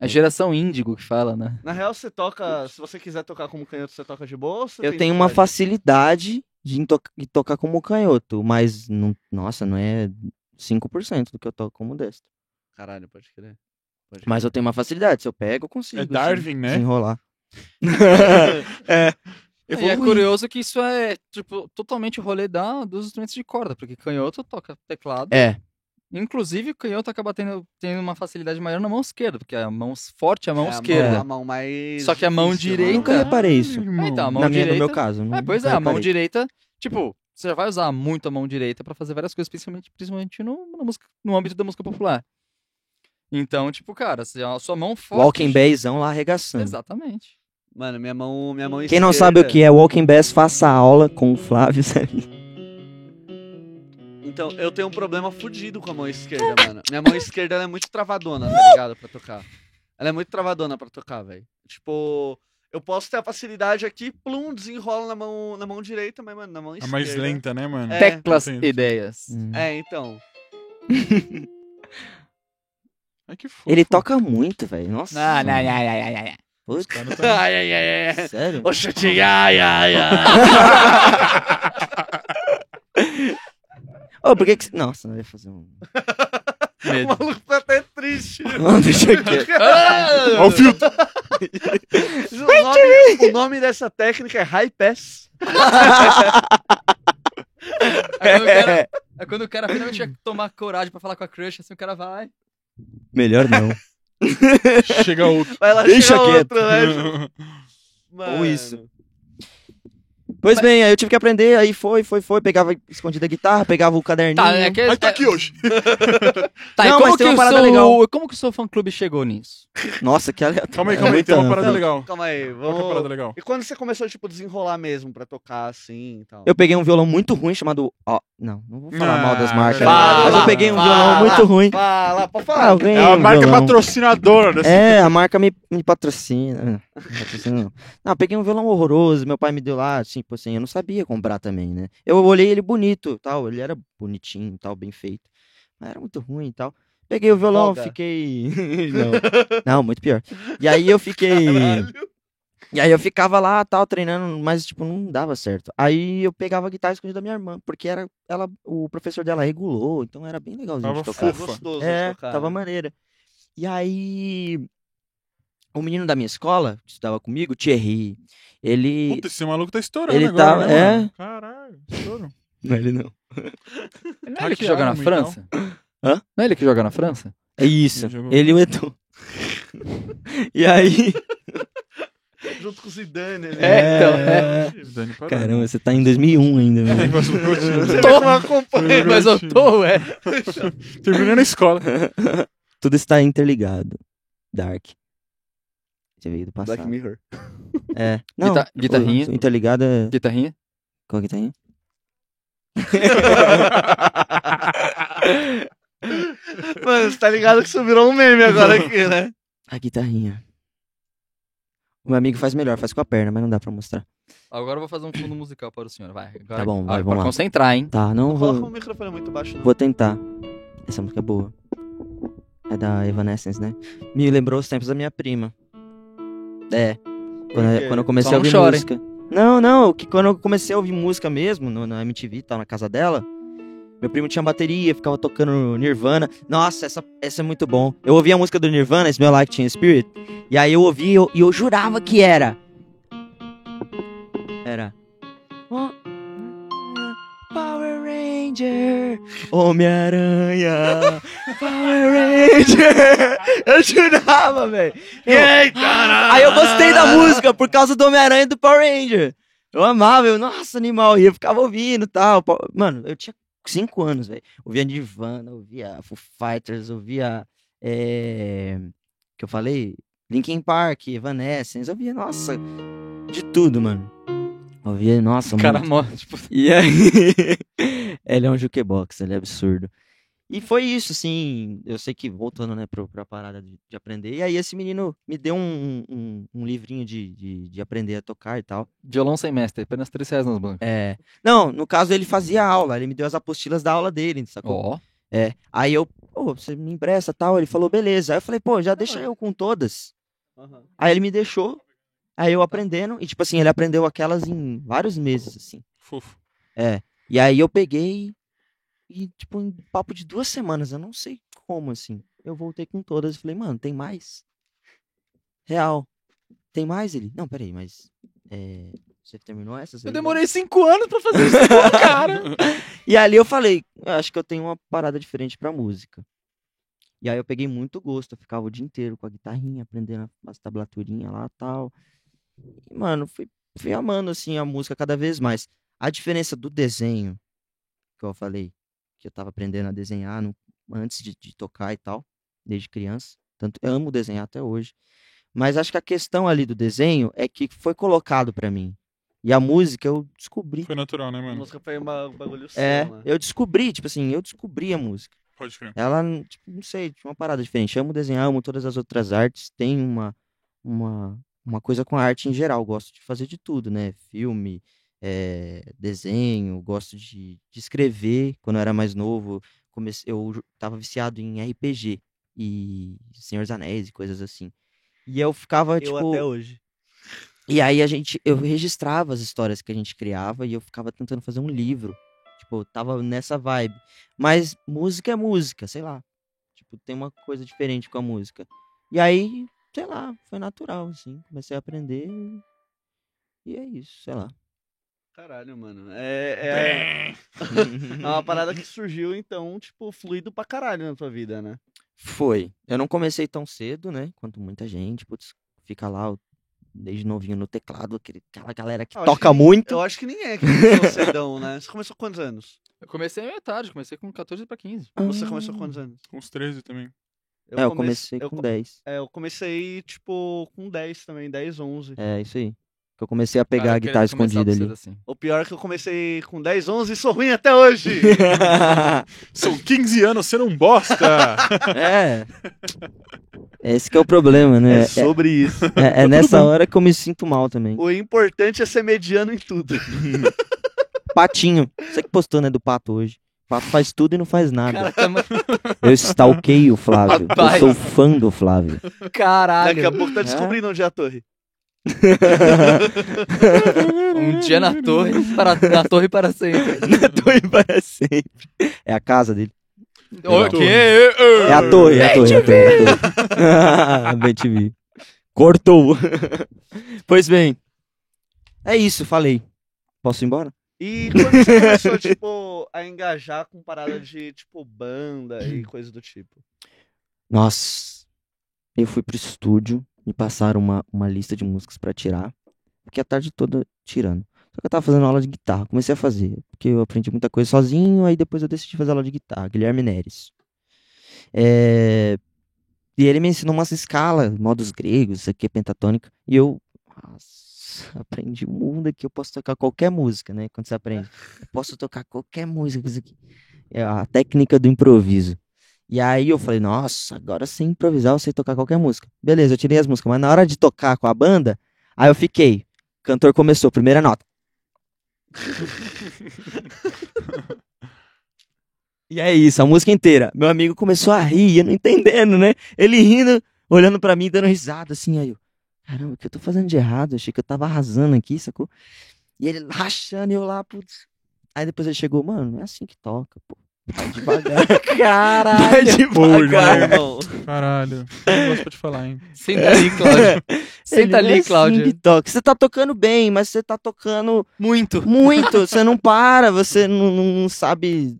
Speaker 1: A geração índigo que fala, né?
Speaker 4: Na real, você toca. Se você quiser tocar como canhoto, você toca de boa? ou você
Speaker 3: eu
Speaker 4: tem
Speaker 3: tenho uma
Speaker 4: dificuldade?
Speaker 3: facilidade de, into- de tocar como canhoto, mas, não, nossa, não é 5% do que eu toco como destro.
Speaker 4: Caralho, pode crer. Pode
Speaker 3: Mas
Speaker 4: É
Speaker 3: eu É assim,
Speaker 4: né?
Speaker 3: tenho uma facilidade, se eu pego, eu consigo.
Speaker 2: É
Speaker 3: assim,
Speaker 2: Darwin, né?
Speaker 3: Desenrolar.
Speaker 1: E é curioso que isso é, tipo, totalmente o rolê da, dos instrumentos de corda, porque canhoto toca teclado.
Speaker 3: É.
Speaker 1: Inclusive, o canhoto acaba tendo, tendo uma facilidade maior na mão esquerda, porque a mão forte é a mão
Speaker 4: É,
Speaker 1: esquerda.
Speaker 4: A mão, a mão mais
Speaker 1: Só que a mão
Speaker 4: difícil,
Speaker 1: direita-
Speaker 4: né?
Speaker 3: Nunca reparei isso.
Speaker 2: Irmão.
Speaker 1: Ah, então, a mão
Speaker 3: Na minha,
Speaker 1: direita.
Speaker 3: no meu caso.
Speaker 1: É,
Speaker 3: não-
Speaker 1: pois é,
Speaker 3: nunca
Speaker 1: a mão
Speaker 3: hum, reparei.
Speaker 1: direita, tipo, você já vai usar muito a mão direita pra fazer várias coisas, principalmente, principalmente no, na música- no âmbito da música popular. Então, tipo, cara, se a sua mão forte.
Speaker 3: Walking né? Bassão lá arregaçando.
Speaker 1: Exatamente.
Speaker 4: Mano, minha mão, minha mão
Speaker 3: Quem não sabe o que é Walking Bass, faça aula com o Flávio. sabe?
Speaker 4: Então, eu tenho um problema fudido com a mão esquerda, mano. Minha mão esquerda ela é muito travadona, tá ligado? Pra tocar. Ela é muito travadona pra tocar, velho. Tipo, eu posso ter a facilidade aqui, plum, desenrola na mão, na mão direita, mas, mano, na mão
Speaker 2: A
Speaker 4: esquerda.
Speaker 2: mais lenta, né, mano?
Speaker 4: É.
Speaker 1: Teclas
Speaker 2: entendo.
Speaker 1: ideias.
Speaker 4: É, então. [laughs]
Speaker 2: Ai, que fofo.
Speaker 3: Ele toca muito, velho. Nossa.
Speaker 1: Não, não, não, não, não, não.
Speaker 3: Putz,
Speaker 2: Cara, tá-
Speaker 4: ai, ai, ai,
Speaker 3: [laughs]
Speaker 4: ai.
Speaker 3: sério?
Speaker 4: Oxe, ai, ai, ai.
Speaker 3: Ô, por que que... Nossa, eu ia fazer
Speaker 4: [laughs]
Speaker 3: um... [laughs]
Speaker 4: O
Speaker 1: [laughs]
Speaker 4: maluco tá até triste.
Speaker 3: Não, um deixa aqui.
Speaker 4: [laughs]
Speaker 2: Ó o filtro.
Speaker 4: Ah, O nome, o nome dessa técnica é high pass.
Speaker 1: É quando o cara, é quando o cara finalmente ia tomar coragem pra falar com a crush, assim o cara vai.
Speaker 3: [laughs] Melhor não.
Speaker 2: Chega
Speaker 4: [laughs]
Speaker 2: outro.
Speaker 4: Vai lá,
Speaker 3: Deixa
Speaker 4: chega outro,
Speaker 3: quieto.
Speaker 4: né? Mano.
Speaker 3: Ou isso. Pois bem, aí eu tive que aprender, aí foi, foi, foi, pegava escondida a guitarra, pegava o caderninho.
Speaker 1: Tá, é que,
Speaker 2: Ai, tá aqui hoje.
Speaker 1: tá, e
Speaker 3: Não,
Speaker 1: como
Speaker 3: mas
Speaker 1: que
Speaker 3: tem uma
Speaker 1: o
Speaker 3: parada
Speaker 1: seu,
Speaker 3: legal.
Speaker 1: como que o seu fã clube chegou nisso?
Speaker 3: Nossa, que aleatório.
Speaker 2: Calma aí, calma aí.
Speaker 3: Muita-
Speaker 2: Tem uma parada
Speaker 3: não.
Speaker 2: legal.
Speaker 4: Calma aí,
Speaker 2: Qual que é a parada
Speaker 4: vamos.
Speaker 2: legal?
Speaker 4: E quando você começou, tipo, a desenrolar mesmo pra tocar assim e tal?
Speaker 3: Eu peguei um violão muito ruim chamado. Ó, não, não vou falar
Speaker 2: Ah,
Speaker 3: mal das marcas.
Speaker 4: fala,
Speaker 3: mas eu peguei um
Speaker 4: fala,
Speaker 3: violão muito ruim.
Speaker 4: Fala, pode
Speaker 3: Ah,
Speaker 4: falar.
Speaker 3: vem,
Speaker 2: É a
Speaker 3: um
Speaker 2: marca
Speaker 3: violão.
Speaker 2: patrocinadora dessa.
Speaker 3: É, a marca me, me patrocina. Ah, Não, patrocina não. Não, eu peguei um violão horroroso, meu pai me deu lá, tipo assim, eu não sabia comprar também, né? Eu olhei ele bonito tal, ele era bonitinho tal, bem feito. Mas era muito ruim e tal. Peguei o violão,
Speaker 4: Volga.
Speaker 3: fiquei. [laughs] não. não, muito pior. E aí eu fiquei. E aí eu ficava lá, tal, treinando, mas, tipo, não dava certo. Aí eu pegava a guitarra escondida da minha irmã, porque era ela, o professor dela regulou, então era bem legalzinho
Speaker 2: Tava
Speaker 3: de
Speaker 2: fofo.
Speaker 3: tocar.
Speaker 4: Tá gostoso
Speaker 3: É,
Speaker 4: de tocar.
Speaker 3: tava maneira. E aí, o menino da minha escola, que estudava comigo, Thierry, ele...
Speaker 2: Puta, esse maluco tá estourando
Speaker 3: Ele
Speaker 2: agora.
Speaker 3: tá-
Speaker 2: né,
Speaker 3: é.
Speaker 2: mano? Caralho, estouro.
Speaker 3: Não, é ele não.
Speaker 1: Não
Speaker 2: Ah,
Speaker 1: é ele que
Speaker 2: que
Speaker 1: joga na
Speaker 2: homem,
Speaker 1: França?
Speaker 3: Hã?
Speaker 1: Não é ele que joga na [laughs] França?
Speaker 3: É
Speaker 2: [laughs]
Speaker 3: isso,
Speaker 2: Ele jogou-
Speaker 3: ele e o Edu. [laughs] e aí...
Speaker 4: Junto com o Zidane, né?
Speaker 1: [laughs]
Speaker 4: [laughs]
Speaker 1: É, então,
Speaker 2: Dani, parou.
Speaker 3: [laughs] Caramba, você tá em 2001 ainda,
Speaker 2: Tem
Speaker 3: velho.
Speaker 2: mais um
Speaker 4: Você
Speaker 2: minutinho.
Speaker 4: vê como eu acompanho.
Speaker 1: Mas eu tô, é.
Speaker 2: Terminando a escola.
Speaker 3: [laughs] Tudo está interligado. Dark. Você veio do passado.
Speaker 4: Mirror. [laughs]
Speaker 3: É. Não,
Speaker 1: Guita-
Speaker 3: o-
Speaker 1: guitarrinha.
Speaker 3: Interligado é...
Speaker 1: Guitarrinha?
Speaker 3: Qual que tem?
Speaker 4: Mano, você tá ligado que isso virou um meme agora aqui, né?
Speaker 3: A guitarrinha. O meu amigo faz melhor, faz com a perna, mas não dá pra mostrar.
Speaker 1: Agora eu vou fazer um fundo musical para o senhor, vai. Agora,
Speaker 3: Tá bom, vai,
Speaker 1: agora
Speaker 3: vamos lá.
Speaker 1: concentrar, hein?
Speaker 3: Tá, não
Speaker 4: Coloca o
Speaker 3: vou.
Speaker 4: microfone muito baixo. né? Não.
Speaker 3: Vou tentar. Essa música é boa. É da Evanescence, né? Me lembrou os tempos da minha prima. É. Quando,
Speaker 4: quê?
Speaker 3: eu, quando eu comecei
Speaker 1: Só não
Speaker 3: a ouvir
Speaker 1: chora, hein?
Speaker 3: música. Não, não, que quando eu comecei a ouvir música mesmo, no, na MTV, e tal, tá na casa dela, meu primo tinha bateria, ficava tocando Nirvana. Nossa, essa, essa é muito bom. Eu ouvia a música do Nirvana, Smell Like Teen Spirit, e aí eu ouvi e eu, e eu jurava que era. Era. Oh, Power Ranger, Homem-Aranha, Power Ranger. [laughs] Eu jurava, velho. Eu- Aí eu gostei da música por causa do Homem-Aranha e do Power Ranger. Eu amava, eu, nossa, animal. E eu ficava ouvindo e tal. Pau- Mano, eu tinha cinco anos, velho. Ouvia Nirvana, ouvia Foo Fighters, ouvia. É... Que eu falei? Linkin Park, Evanescence, ouvia, nossa, de tudo, mano. Ouvia, nossa,
Speaker 1: O
Speaker 3: mano.
Speaker 1: cara morre, tipo,
Speaker 3: E aí, [laughs] ele é um jukebox, ele é absurdo. E foi isso, assim, eu sei que voltando, né, pro, pra parada de, de aprender. E aí esse menino me deu um, um, um livrinho de, de, de aprender a tocar e tal.
Speaker 1: violão sem mestre, apenas 3 reais nas bancas.
Speaker 3: É, não, no caso ele fazia aula, ele me deu as apostilas da aula dele, sacou?
Speaker 1: Ó,
Speaker 3: É, aí eu, pô, você me empresta tal, ele falou, beleza. Aí eu falei, pô, já deixa eu com todas.
Speaker 4: Aham.
Speaker 3: Aí ele me deixou, aí eu aprendendo, e tipo assim, ele aprendeu aquelas em vários meses, assim.
Speaker 2: Fofo.
Speaker 3: E aí eu peguei e, tipo, em papo de duas semanas, eu não sei como, assim. Eu voltei com todas e falei, mano, tem mais? Real. Tem mais ele? Não, peraí, mas. é, Você terminou essas?
Speaker 1: Eu demorei cinco anos pra fazer isso, cara.
Speaker 3: E ali eu falei, "Eu acho que eu tenho uma parada diferente pra música. E aí eu peguei muito gosto, eu ficava o dia inteiro com a guitarrinha, aprendendo as tablaturinhas lá e tal. E, mano, fui, fui amando, assim, a música cada vez mais. A diferença do desenho, que eu falei, que eu tava aprendendo a desenhar no- antes de, de tocar e tal, desde criança. Tanto eu amo desenhar até hoje. Mas acho que a questão ali do desenho é que foi colocado pra mim. E a música eu descobri.
Speaker 2: Foi natural, né,
Speaker 4: A
Speaker 2: mano?
Speaker 4: música foi uma- um bagulho seu,
Speaker 3: É,
Speaker 4: né?
Speaker 3: eu descobri, tipo assim, eu descobri a música.
Speaker 2: Pode crer.
Speaker 3: Ela, n- tipo, não sei, tinha uma parada diferente. Amo desenhar, amo todas as outras artes. Tem uma, uma, uma coisa com a arte em geral. Gosto de fazer de tudo, né? Filme, eh, desenho, gosto de, de escrever. Quando eu era mais novo, comecei, eu jo- tava viciado em RPG e Senhor dos Anéis e coisas assim. E eu ficava,
Speaker 4: Eu
Speaker 3: tipo...
Speaker 4: até hoje.
Speaker 3: E aí a gente,
Speaker 1: Hum.
Speaker 3: eu registrava as histórias que a gente criava e eu ficava tentando fazer um livro. Tipo, eu tava nessa vibe. Mas música é música, sei lá. Tipo, tem uma coisa diferente com a música. E aí, sei lá, foi natural, assim. Comecei a aprender. E é isso,
Speaker 1: [laughs]
Speaker 3: sei lá.
Speaker 4: Caralho, mano. É, é, é uma parada que surgiu, então, tipo, fluido pra caralho na tua vida, né?
Speaker 3: Foi. Eu não comecei tão cedo, né? Quanto muita gente. Putz, fica lá o- desde novinho no teclado, aquele, aquela galera que
Speaker 1: Ah,
Speaker 4: Eu acho
Speaker 3: toca
Speaker 4: que-
Speaker 3: muito.
Speaker 4: Eu acho que ninguém é que começou cedão, né? Você começou com quantos anos?
Speaker 1: [laughs] Eu comecei meio tarde, comecei com 14 pra 15.
Speaker 4: Você começou com quantos anos?
Speaker 2: Com os 13 também.
Speaker 3: Ah. É,
Speaker 4: comece-
Speaker 3: eu comecei
Speaker 4: eu
Speaker 3: com
Speaker 4: co-
Speaker 3: 10.
Speaker 4: É, eu comecei, tipo, com 10 também, 10, 11.
Speaker 3: É, isso aí. Que eu comecei a pegar
Speaker 1: Cara,
Speaker 3: a
Speaker 1: eu queria
Speaker 3: guitarra
Speaker 1: começar
Speaker 3: escondida
Speaker 1: cedo
Speaker 3: ali.
Speaker 1: assim.
Speaker 4: O pior é que eu comecei com 10, 11 e sou ruim até hoje!
Speaker 2: São 15 anos, você não bosta!
Speaker 3: é. Esse que é o problema,
Speaker 4: É
Speaker 3: né? [laughs] É,
Speaker 4: sobre isso.
Speaker 1: [laughs]
Speaker 3: é- é nessa hora que eu me sinto mal também.
Speaker 4: O importante é ser mediano em
Speaker 3: [laughs]
Speaker 4: tudo.
Speaker 3: Patinho. Você que postou, né, do Pato hoje. O Pato faz tudo e não faz nada.
Speaker 1: Caramba,
Speaker 3: Eu stalkei o Flávio. Eu
Speaker 1: Rapaz.
Speaker 3: sou fã do Flávio. Ah,
Speaker 4: Daqui a
Speaker 1: caralho.
Speaker 4: pouco tá descobrindo onde é a torre.
Speaker 1: Um dia
Speaker 3: [laughs]
Speaker 1: na torre, para, na torre para sempre.
Speaker 3: Tô indo para sempre. É a casa dele.
Speaker 1: O quê?
Speaker 3: É a torre, é a torre, é a torre. É a torre. [laughs] Bem te vi. Cortou. [laughs] pois bem. É isso, falei. Posso ir embora? [laughs]
Speaker 4: E quando você começou, tipo, a engajar com parada de, tipo, banda
Speaker 3: [clears throat]
Speaker 4: e coisa do tipo?
Speaker 3: Nossa, eu fui pro estúdio, me passaram uma, uma lista de músicas pra tirar. Fiquei a tarde toda tirando. Só que eu tava fazendo aula de guitarra, comecei a fazer, porque eu aprendi muita coisa sozinho, aí depois eu decidi fazer aula de guitarra, Guilherme Neres. É, E ele me ensinou umas escalas, modos gregos, isso aqui é pentatônica, e eu, nossa, aprendi o mundo aqui, eu posso tocar qualquer música, né, quando você aprende. Eu posso tocar qualquer música com isso aqui. É a técnica do improviso. E aí eu falei, nossa, agora sem improvisar, eu sei tocar qualquer música. Beleza, eu tirei as músicas, mas na hora de tocar com a banda, aí eu fiquei. O cantor começou, primeira nota. e é isso, a música inteira. Meu amigo começou a rir, eu não entendendo, né? Ele rindo, olhando pra mim, dando risada, assim, aí eu, caramba, o que eu tô fazendo de errado? Eu achei que eu tava arrasando aqui, sacou? E ele rachando e eu lá, putz. Aí depois ele chegou, mano, não é assim que toca, pô. Vai devagar. Vai
Speaker 1: [laughs] Caralho.
Speaker 2: Porra,
Speaker 3: devagar.
Speaker 4: irmão.
Speaker 2: Caralho. Não gosto pra te falar, hein?
Speaker 1: Senta ali, Cláudio. Senta
Speaker 3: Ele, "Não é
Speaker 1: tá ali,
Speaker 3: assim que
Speaker 1: Cláudio.
Speaker 3: toca. Você tá tocando bem, mas você tá tocando
Speaker 1: Muito.
Speaker 3: muito. você não para, você não, não- não sabe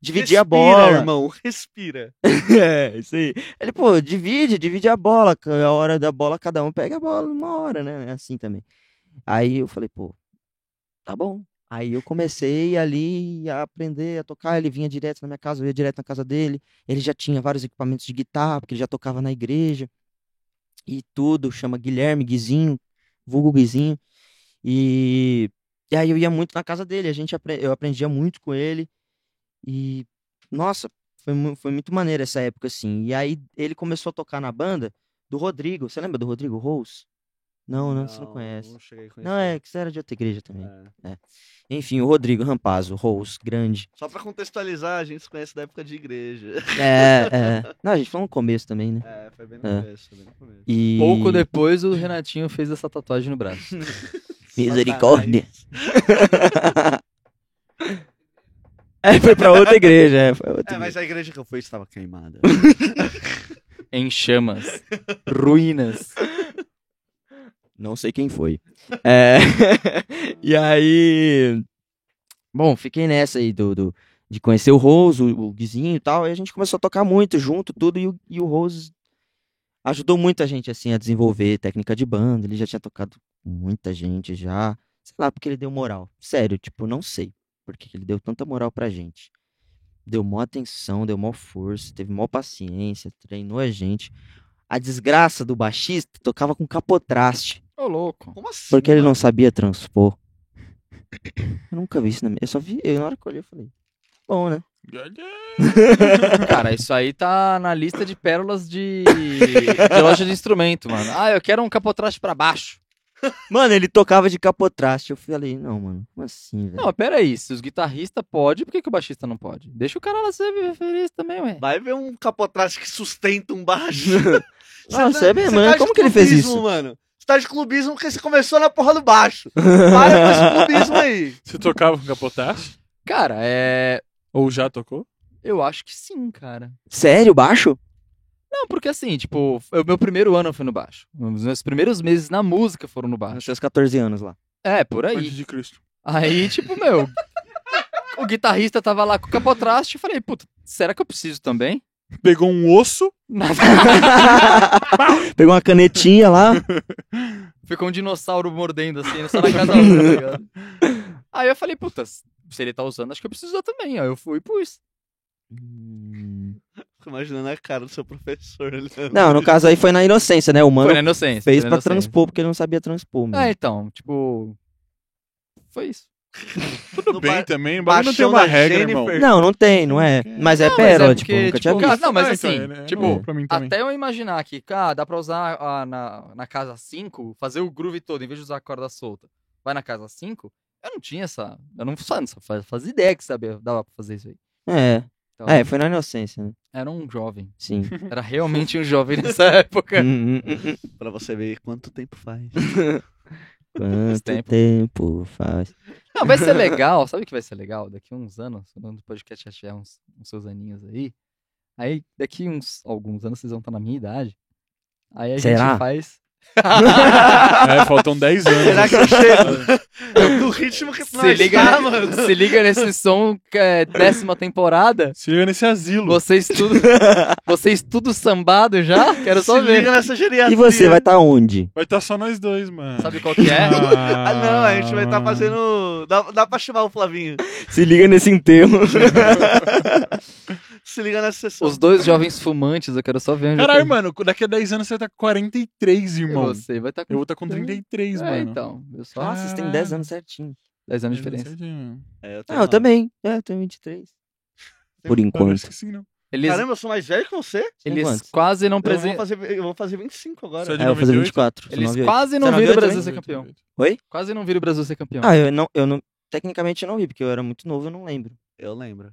Speaker 3: dividir
Speaker 4: Respira,
Speaker 3: a bola.
Speaker 4: irmão. Respira.
Speaker 3: [laughs] É, isso aí. Ele, pô, divide, divide a bola. que é A hora da bola, cada um pega a bola uma hora, né? É assim também. Aí eu falei, pô, tá bom. Aí eu comecei ali a aprender a tocar. Ele vinha direto na minha casa, eu ia direto na casa dele. Ele já tinha vários equipamentos de guitarra, porque ele já tocava na igreja e tudo. Chama Guilherme, Guizinho, vulgo Guizinho. E, e aí eu ia muito na casa dele. A gente apre- eu aprendia muito com ele. E, nossa, foi, mu- foi muito maneiro essa época, assim. E aí ele começou a tocar na banda do Rodrigo. Você lembra do Rodrigo Rose? Não, não, você não conhece.
Speaker 4: Ah, Não, cheguei a
Speaker 3: Não, é
Speaker 4: conhecer.
Speaker 3: que você era de outra igreja também.
Speaker 4: É.
Speaker 3: Enfim, o Rodrigo Rampazzo,
Speaker 4: [laughs]
Speaker 3: Rose, grande.
Speaker 4: Só pra contextualizar, a gente se conhece da época de igreja.
Speaker 3: É, é. Não, a gente falou no começo também, né?
Speaker 4: É, foi bem no
Speaker 3: É.
Speaker 4: começo, foi bem no começo.
Speaker 3: E...
Speaker 1: Pouco depois, o Renatinho fez essa tatuagem no braço.
Speaker 3: Misericórdia. [laughs] É, foi pra outra igreja, é. Foi outra
Speaker 4: É, mas
Speaker 3: igreja.
Speaker 4: a igreja que eu fui estava queimada.
Speaker 1: Em chamas. Ruínas.
Speaker 3: Não sei quem foi. É, [laughs] e aí. Bom, fiquei nessa aí do, do- de conhecer o Rose, o, o Guizinho e tal. E a gente começou a tocar muito junto, tudo. E o, e o Rose ajudou muito a gente, assim, a desenvolver técnica de banda. Ele já tinha tocado com muita gente já. Sei lá, porque ele deu moral. Sério, tipo, não sei por que que ele deu tanta moral pra gente. Deu mó atenção, deu mó força, teve mó paciência, treinou a gente. A desgraça do baixista tocava com capotraste.
Speaker 1: Ô, louco.
Speaker 4: [laughs] Como assim?
Speaker 3: Porque ele
Speaker 4: mano?
Speaker 3: não sabia transpor. Eu nunca vi isso na minha. Eu só vi. Eu, na hora que eu olhei, eu falei. Bom, né?
Speaker 1: Cara, isso aí tá na lista de pérolas de, de loja de instrumento, mano. Ah, eu quero um capotraste pra baixo.
Speaker 3: Mano, ele tocava de capotraste. Eu falei, não, mano, como assim, velho?
Speaker 1: Não, [laughs] pera aí. Se os guitarristas podem, por que, que o baixista não pode? Deixa o cara lá ser feliz também, ué.
Speaker 4: Vai ver um capotraste que sustenta um
Speaker 3: [laughs]
Speaker 4: baixo.
Speaker 3: Nossa,
Speaker 4: Você
Speaker 3: é mesmo,
Speaker 4: tá- você
Speaker 3: né?
Speaker 4: de
Speaker 3: Como que ele fez
Speaker 4: clubismo,
Speaker 3: isso?
Speaker 4: mano. Você tá de clubismo porque você começou na porra do
Speaker 3: [laughs]
Speaker 4: baixo. Para com esse clubismo aí.
Speaker 2: Você tocava com capotaço?
Speaker 1: Cara, é.
Speaker 2: Ou já tocou?
Speaker 1: Eu acho que sim, cara.
Speaker 3: Sério, baixo?
Speaker 1: Não, porque assim, tipo, o meu primeiro ano foi no baixo. Os meus primeiros meses na música foram no
Speaker 3: Nos
Speaker 1: baixo.
Speaker 3: seus 14 anos lá.
Speaker 1: É, por aí.
Speaker 2: Antes de Cristo.
Speaker 1: Aí, tipo, meu, o guitarrista tava lá com o capotraste e falei, puta, será que eu preciso também?
Speaker 2: Pegou um osso,
Speaker 3: [laughs] Pegou uma canetinha lá.
Speaker 1: Ficou um dinossauro mordendo assim, só na casa um, tá ligado? Aí eu falei, puta, se ele tá usando, acho que eu preciso usar também. Aí eu fui e pus.
Speaker 3: Hum.
Speaker 4: Fico imaginando a cara do seu professor. olhando.
Speaker 3: não, no caso aí foi na inocência, né? O mano
Speaker 1: Foi na inocência.
Speaker 3: fez
Speaker 1: foi
Speaker 3: pra
Speaker 1: na inocência.
Speaker 3: transpor, porque ele não sabia transpor. mano.
Speaker 1: É, então, tipo. Foi isso.
Speaker 2: tudo
Speaker 4: No
Speaker 2: bem
Speaker 4: ba-
Speaker 2: também. Mas não tem
Speaker 4: baixão
Speaker 2: uma
Speaker 4: da
Speaker 2: regra,
Speaker 4: Jennifer.
Speaker 2: irmão.
Speaker 3: Não, não tem, não é? Mas é
Speaker 1: Não, mas é
Speaker 3: pérola,
Speaker 1: porque,
Speaker 3: tipo, eu nunca tinha
Speaker 1: tipo,
Speaker 3: visto.
Speaker 1: cara- não, mas assim,
Speaker 2: é
Speaker 1: tipo,
Speaker 2: novo pra mim também.
Speaker 1: Até eu imaginar que, cara, dá pra usar ah, na, na casa 5, fazer o groove todo, em vez de usar a corda solta. Vai na casa 5, eu não tinha essa. Eu não fa- não fa- fazia ideia que sabia, dava pra fazer isso aí.
Speaker 3: É.
Speaker 1: Então,
Speaker 3: É, foi na inocência, né?
Speaker 1: Era um jovem.
Speaker 3: Sim.
Speaker 1: Era realmente um jovem [laughs] nessa época.
Speaker 3: Hum, hum, hum, hum.
Speaker 4: Pra você ver quanto tempo faz.
Speaker 3: Quanto
Speaker 1: tempo.
Speaker 3: tempo. faz?
Speaker 1: Não, vai ser legal, sabe o que vai ser legal? Daqui uns anos, quando o podcast já tiver uns, uns seus aninhos aí, aí daqui uns alguns anos vocês vão estar na minha idade. Aí a
Speaker 3: Será?
Speaker 1: gente [laughs] faz.
Speaker 2: É, faltam 10 anos.
Speaker 4: Será que eu [laughs] chego? No ritmo que
Speaker 1: Se
Speaker 4: nós
Speaker 1: liga,
Speaker 4: tá, mano.
Speaker 1: se liga nesse som que é décima temporada.
Speaker 2: Se liga nesse asilo.
Speaker 1: Vocês tudo, vocês tudo sambado já? Quero só
Speaker 4: se liga
Speaker 1: ver.
Speaker 4: nessa geriatria.
Speaker 3: E você vai estar onde?
Speaker 2: Vai estar só nós dois, mano.
Speaker 1: Sabe qual que é? [laughs]
Speaker 4: Ah, não, a gente vai estar fazendo... Dá, dá pra chamar o Flavinho.
Speaker 3: Se liga nesse enterro.
Speaker 4: Se liga nessa sessão.
Speaker 1: Os dois jovens fumantes, eu quero só ver. onde eu
Speaker 2: Ah. Caralho,
Speaker 1: tô.
Speaker 2: mano, daqui a 10 anos você vai estar com 43,
Speaker 1: E
Speaker 2: irmão.
Speaker 1: você vai estar com.
Speaker 2: Eu vou estar com 33,
Speaker 1: é,
Speaker 2: mano.
Speaker 1: então. Eu só.
Speaker 3: Nossa, você tem 10 anos certinho.
Speaker 1: 10 anos de
Speaker 2: Dez
Speaker 1: diferença.
Speaker 2: certinho.
Speaker 4: É,
Speaker 3: Ah,
Speaker 4: tenho
Speaker 3: eu
Speaker 4: nove.
Speaker 3: também. É, eu tenho 23. Por
Speaker 2: Não,
Speaker 3: enquanto.
Speaker 2: acho que sim, não.
Speaker 1: Eles,
Speaker 4: Caramba, eu sou mais velho que você? Então
Speaker 1: eles
Speaker 3: quantos?
Speaker 1: quase não
Speaker 4: Eu vou,
Speaker 1: presente.
Speaker 4: fazer, eu vou fazer 25 agora.
Speaker 2: Só de
Speaker 3: É, eu vou fazer
Speaker 2: 98?
Speaker 3: 24. sou
Speaker 1: Eles
Speaker 3: 98.
Speaker 1: quase não
Speaker 3: Você é
Speaker 1: viram o
Speaker 3: 98
Speaker 1: Brasil ser campeão.
Speaker 3: Oi?
Speaker 1: Quase não viram o Brasil ser campeão.
Speaker 3: Ah, eu não, eu não. Tecnicamente eu não vi, porque eu era muito novo, eu não lembro.
Speaker 4: Eu lembro.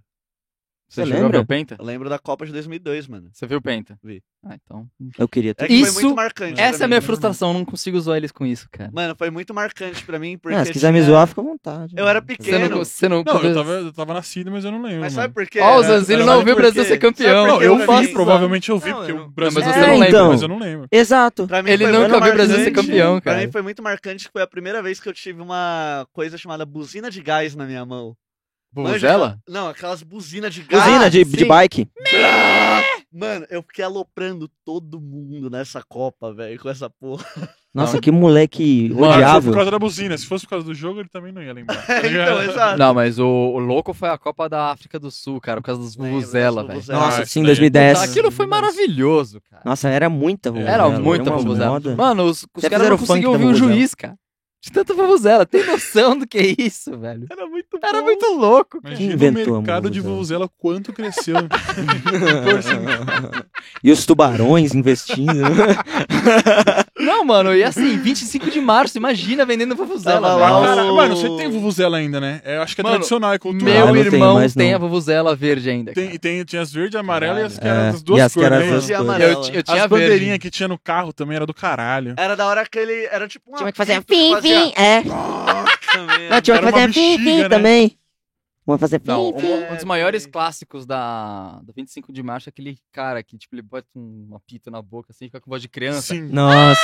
Speaker 1: Você
Speaker 3: você
Speaker 1: chegou a
Speaker 3: lembra?
Speaker 1: ver o Penta?
Speaker 4: Eu lembro da Copa de 2002, mano.
Speaker 1: Você viu o Penta?
Speaker 4: Vi.
Speaker 1: Ah, então.
Speaker 3: Eu queria ter.
Speaker 4: É que
Speaker 1: Isso-
Speaker 4: foi muito
Speaker 1: Essa
Speaker 4: marcante.
Speaker 1: é a
Speaker 4: pra mim.
Speaker 1: minha frustração, eu não consigo zoar eles com isso, cara.
Speaker 4: Mano, foi muito marcante pra mim, porque...
Speaker 3: Ah, se quiser me
Speaker 4: tinha-
Speaker 3: zoar, fica à vontade.
Speaker 4: Eu era
Speaker 3: Fazer-
Speaker 1: Você
Speaker 4: pequeno.
Speaker 1: não, você não,
Speaker 2: Não, eu tava, eu tava nascido, mas eu não lembro.
Speaker 4: Mas
Speaker 2: mano.
Speaker 4: sabe por quê?
Speaker 1: Ó, o
Speaker 4: Era-
Speaker 1: Zanzino
Speaker 4: era-
Speaker 1: não
Speaker 4: sabe
Speaker 1: viu o
Speaker 4: por
Speaker 1: Brasil
Speaker 4: quê?
Speaker 1: ser campeão.
Speaker 4: Sabe por
Speaker 2: Não,
Speaker 4: quê?
Speaker 2: eu
Speaker 4: Pra
Speaker 1: faço
Speaker 2: vi,
Speaker 4: mim-
Speaker 2: provavelmente eu vi,
Speaker 3: Não,
Speaker 2: porque
Speaker 3: eu-
Speaker 2: o Brasil
Speaker 1: Não, mas
Speaker 2: eu
Speaker 3: você
Speaker 2: não
Speaker 3: não
Speaker 2: lembro,
Speaker 3: lembra.
Speaker 2: mas eu não lembro.
Speaker 3: Exato.
Speaker 4: Pra mim
Speaker 1: Ele
Speaker 4: foi
Speaker 1: nunca
Speaker 4: muito
Speaker 1: viu o Brasil ser
Speaker 4: marcante.
Speaker 1: campeão,
Speaker 4: Pra
Speaker 1: cara.
Speaker 4: mim foi muito marcante que foi a primeira vez que eu tive uma coisa chamada buzina de gás na minha mão. Manja
Speaker 1: Buzela?
Speaker 4: aquela- Não, aquelas buzinas de gás.
Speaker 3: Buzina de, de
Speaker 1: sim.
Speaker 3: bike.
Speaker 4: Mano, eu fiquei aloprando todo mundo nessa Copa, velho, com essa porra.
Speaker 3: Nossa,
Speaker 1: Não.
Speaker 3: que moleque
Speaker 1: Mano,
Speaker 2: Cara, foi
Speaker 3: odiável.
Speaker 2: por causa da buzina. Se fosse por causa do jogo, ele também não ia lembrar. tá
Speaker 4: [laughs] então,
Speaker 2: ligado?
Speaker 4: exato.
Speaker 1: Não, mas o, o louco foi a Copa da África do Sul, cara, por causa dos
Speaker 4: Lembra,
Speaker 1: Vuvuzela,
Speaker 4: das
Speaker 1: velho.
Speaker 4: vuvuzelas.
Speaker 3: Nossa,
Speaker 2: Ah,
Speaker 3: sim,
Speaker 2: isso daí é
Speaker 3: 2010.
Speaker 2: fantástico.
Speaker 1: Aquilo foi maravilhoso, cara.
Speaker 3: Nossa, era muita vuvuzela,
Speaker 1: Tá Era
Speaker 2: era
Speaker 1: muita
Speaker 3: uma
Speaker 1: Vuvuzela.
Speaker 3: moda.
Speaker 1: Mano, os, os
Speaker 3: Até
Speaker 1: caras
Speaker 3: fizeram
Speaker 1: não
Speaker 3: funk
Speaker 1: conseguiam
Speaker 3: da
Speaker 1: ouvir o
Speaker 3: vuvuzela.
Speaker 1: juiz, cara. De tanta Vuvuzela. Tem noção do que é isso, velho?
Speaker 4: Era muito
Speaker 1: Era
Speaker 4: bom.
Speaker 1: muito louco.
Speaker 2: Imagina
Speaker 3: inventou a
Speaker 2: o mercado de
Speaker 3: música?
Speaker 2: Vuvuzela, quanto cresceu.
Speaker 3: e os tubarões investindo.
Speaker 1: Não, mano, e assim, 25 de março, imagina vendendo Vuvuzela. velho.
Speaker 4: Tava lá o-
Speaker 2: Cara, mano, você tem Vuvuzela ainda, né? É, Eu acho que é
Speaker 1: Mano,
Speaker 2: tradicional, é cultural.
Speaker 1: Meu
Speaker 3: não tem
Speaker 1: irmão tem,
Speaker 3: mais, não.
Speaker 1: a Vuvuzela verde ainda.
Speaker 2: Tem, e tem, tinha as verde, a amarela e as que
Speaker 3: Caralho.
Speaker 2: eram
Speaker 3: [laughs] É,
Speaker 2: das duas
Speaker 3: e as que
Speaker 2: cores.
Speaker 3: eram
Speaker 2: né?
Speaker 3: as duas
Speaker 2: as
Speaker 4: Verde e
Speaker 3: cores.
Speaker 1: cara.
Speaker 4: amarela.
Speaker 1: Eu, ti- eu tinha a
Speaker 2: bandeirinhas
Speaker 1: verde.
Speaker 2: que tinha no carro também era do caralho.
Speaker 4: Era da hora que ele. Era tipo uma.
Speaker 3: Tinha que fazer
Speaker 4: fim,
Speaker 3: fim, fim, é. Não, tinha que
Speaker 2: Era uma
Speaker 3: fazer fim,
Speaker 2: bexiga,
Speaker 3: fim
Speaker 2: né?
Speaker 3: também. Vamos fazer
Speaker 1: Não,
Speaker 3: fim,
Speaker 1: um,
Speaker 3: fim.
Speaker 1: um dos maiores clássicos da, da 25 de março é aquele cara que, tipo, ele bota um- uma pita na boca, assim, fica com voz de criança.
Speaker 2: Sim.
Speaker 3: Nossa.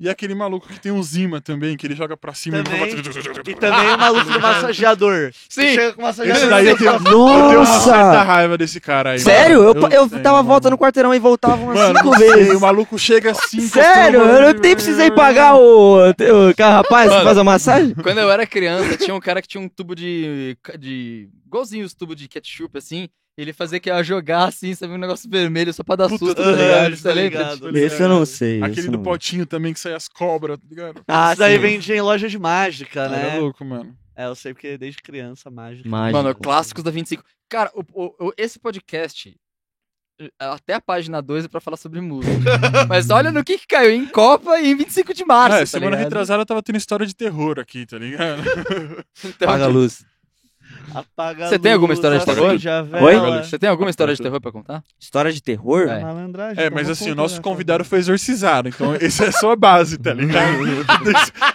Speaker 2: E aquele maluco que tem um Zima também, que ele joga pra cima
Speaker 4: Também.
Speaker 2: e vai...
Speaker 4: E também o maluco do massageador. Que
Speaker 1: Sim!
Speaker 4: Chega com o massageador.
Speaker 2: Esse daí eu tenho, eu tenho uma certa
Speaker 3: Nossa!
Speaker 2: raiva desse cara aí.
Speaker 3: Sério? Eu,
Speaker 2: mano.
Speaker 3: eu
Speaker 2: tenho,
Speaker 3: dava
Speaker 2: mano.
Speaker 3: volta no quarteirão e voltava umas
Speaker 2: Mano,
Speaker 3: cinco
Speaker 2: não sei,
Speaker 3: vezes.
Speaker 2: O maluco chega assim...
Speaker 3: Sério?
Speaker 2: encostando-
Speaker 3: Eu nem precisei pagar o, o cara, rapaz, que
Speaker 1: Mano.
Speaker 3: faz a massagem?
Speaker 1: Quando eu era criança, tinha um cara que tinha um tubo de. de igualzinho os tubos de ketchup, assim. e Ele fazia que ia jogar assim, sabe? Um negócio vermelho só pra dar
Speaker 2: Puta,
Speaker 1: susto, tá
Speaker 2: aham,
Speaker 1: ligado?
Speaker 4: tô
Speaker 1: Você lembra?
Speaker 4: ligado.
Speaker 1: Tipo,
Speaker 2: Esse eu
Speaker 3: não sei.
Speaker 2: Aquele do potinho também que sai as cobras, tá ligado?
Speaker 3: Ah,
Speaker 4: Isso daí
Speaker 3: sim.
Speaker 4: vendia em loja de mágica,
Speaker 2: Era
Speaker 4: né?
Speaker 2: louco, mano.
Speaker 4: É, eu sei porque desde criança, mágica.
Speaker 3: Mágica.
Speaker 1: Tipo, Mano, é clássicos da 25. Cara, o- o- o- esse podcast. eh, Até a página 2 é pra falar sobre
Speaker 2: [laughs]
Speaker 1: música. Mas olha no que, que caiu em Copa e em 25 de março.
Speaker 2: é,
Speaker 1: tá
Speaker 2: semana
Speaker 1: ligado?
Speaker 2: retrasada eu tava tendo história de terror aqui, tá ligado?
Speaker 1: Então,
Speaker 3: Paga a
Speaker 1: tipo,
Speaker 3: luz.
Speaker 4: Apaga a
Speaker 1: Você tem alguma
Speaker 4: luz,
Speaker 1: história de terror?
Speaker 4: acende a vela.
Speaker 3: Oi?
Speaker 1: Você tem alguma história de terror pra contar?
Speaker 3: História de terror?
Speaker 1: É.
Speaker 4: Malandragem,
Speaker 2: É,
Speaker 4: então
Speaker 2: mas
Speaker 4: vou
Speaker 2: assim, o
Speaker 4: contar,
Speaker 2: nosso
Speaker 4: tá?
Speaker 2: convidado foi exorcizado, então [laughs] essa é só a base, tá [laughs] ligado?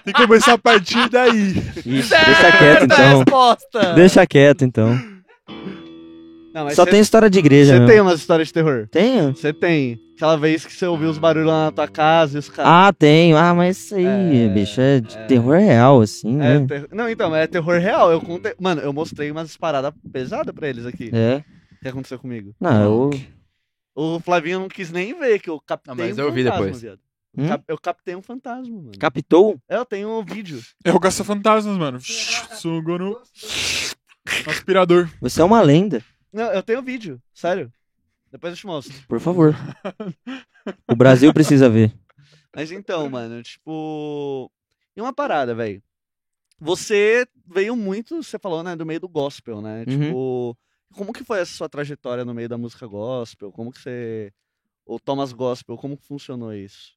Speaker 2: Tem que começar a partir daí.
Speaker 3: Ixi, deixa quieto então.
Speaker 1: é resposta!
Speaker 3: Deixa quieto então.
Speaker 4: Não, mas
Speaker 3: Só
Speaker 4: você-
Speaker 3: tem história de igreja
Speaker 4: Você
Speaker 3: mesmo.
Speaker 4: tem um umas histórias de terror?
Speaker 3: Tenho?
Speaker 4: Você tem. Aquela vez que você ouviu os barulhos lá na tua casa e os caras.
Speaker 3: Ah, tenho. Ah, mas isso aí,
Speaker 4: Tá. É,
Speaker 3: bicho, é de
Speaker 4: é.
Speaker 3: terror real, assim,
Speaker 4: É
Speaker 3: né?
Speaker 4: ter- Não, então, mas é terror real. Eu contei... Mano, eu mostrei umas paradas pesadas pra eles aqui.
Speaker 3: É.
Speaker 4: O que aconteceu comigo?
Speaker 3: Não, eu...
Speaker 4: O Flavinho não quis nem ver que eu captei
Speaker 1: Ah, mas
Speaker 4: um
Speaker 1: eu vi
Speaker 4: fantasma,
Speaker 1: depois.
Speaker 4: viado.
Speaker 3: Hum?
Speaker 4: Cap- Eu captei um fantasma, mano.
Speaker 3: Captou?
Speaker 4: Eu tenho um vídeo.
Speaker 2: É o é Caça-Fantasmas, mano. Sugou no... Aspirador.
Speaker 3: Você é uma lenda,
Speaker 4: Não, eu tenho um vídeo. Sério. Depois eu te mostro. [laughs]
Speaker 3: por favor. O Brasil precisa ver. [laughs]
Speaker 4: Mas então, mano, tipo. E uma parada, velho. Você veio muito, você falou, né, do meio do gospel, né?
Speaker 3: Uhum.
Speaker 4: Tipo, como que foi essa sua trajetória no meio da música gospel? Como que você. Ou Thomas Gospel, como que funcionou isso?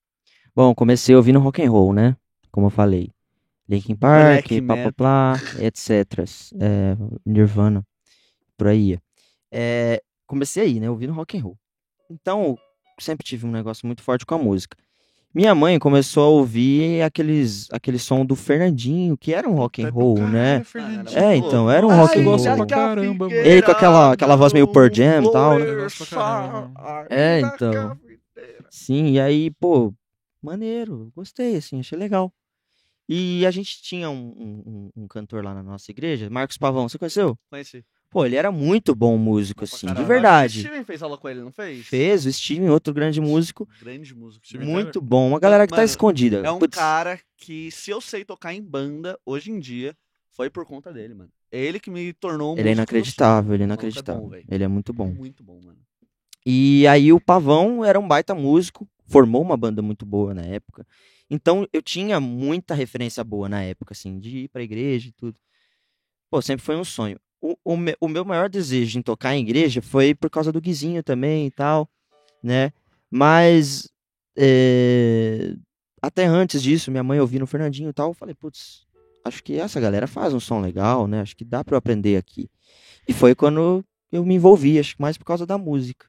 Speaker 3: Bom, comecei ouvindo rock and roll, né? Como eu falei. Linkin Park,
Speaker 4: Black
Speaker 3: papapá, etc. É, Nirvana, por aí. É, comecei aí, né? Ouvindo rock and roll. Então, sempre tive um negócio muito forte com a música. Minha mãe começou a ouvir aqueles, aquele som do Fernandinho, que era um rock and
Speaker 2: Tá
Speaker 3: roll, né? É, então, era um
Speaker 2: Ah,
Speaker 3: rock
Speaker 2: eu
Speaker 3: and roll.
Speaker 2: gosto pra caramba, mano.
Speaker 3: Ele com aquela- aquela voz meio Pearl Jam e tal, né?
Speaker 2: Eu gosto é pra caramba.
Speaker 3: É, então. Sim, e aí, pô, maneiro, gostei, assim, achei legal. E a gente tinha um, um- um- um cantor lá na nossa igreja, Marcos Pavão, você conheceu?
Speaker 4: Conheci.
Speaker 3: Pô, ele era muito bom músico, assim, de
Speaker 4: Caralho, acho que
Speaker 3: verdade.
Speaker 4: O Steven fez aula com ele, não fez?
Speaker 3: Fez o Steven, outro grande músico,
Speaker 4: Grande músico.
Speaker 2: Steven
Speaker 3: muito bom. Uma galera que tá
Speaker 4: Mano,
Speaker 3: escondida.
Speaker 4: É um
Speaker 3: Putz,
Speaker 4: cara que, se eu sei tocar em banda, hoje em dia, foi por conta dele, mano. É ele que me tornou um
Speaker 3: Ele é
Speaker 4: músico que eu sou.
Speaker 3: inacreditável, ele é
Speaker 4: O maluco é bom,
Speaker 3: inacreditável.
Speaker 4: velho.
Speaker 3: Ele é muito bom.
Speaker 4: Muito bom, mano.
Speaker 3: E aí o Pavão era um baita músico, formou uma banda muito boa na época. Então eu tinha muita referência boa na época, assim, de ir pra igreja e tudo. Pô, sempre foi um sonho. O, o, me- o meu maior desejo em tocar em igreja foi por causa do Guizinho também e tal, né? Mas é, até antes disso, minha mãe ouvindo o Fernandinho e tal, eu falei, putz, acho que essa galera faz um som legal, né? Acho que dá pra eu aprender aqui. E foi quando eu me envolvi, acho que mais por causa da música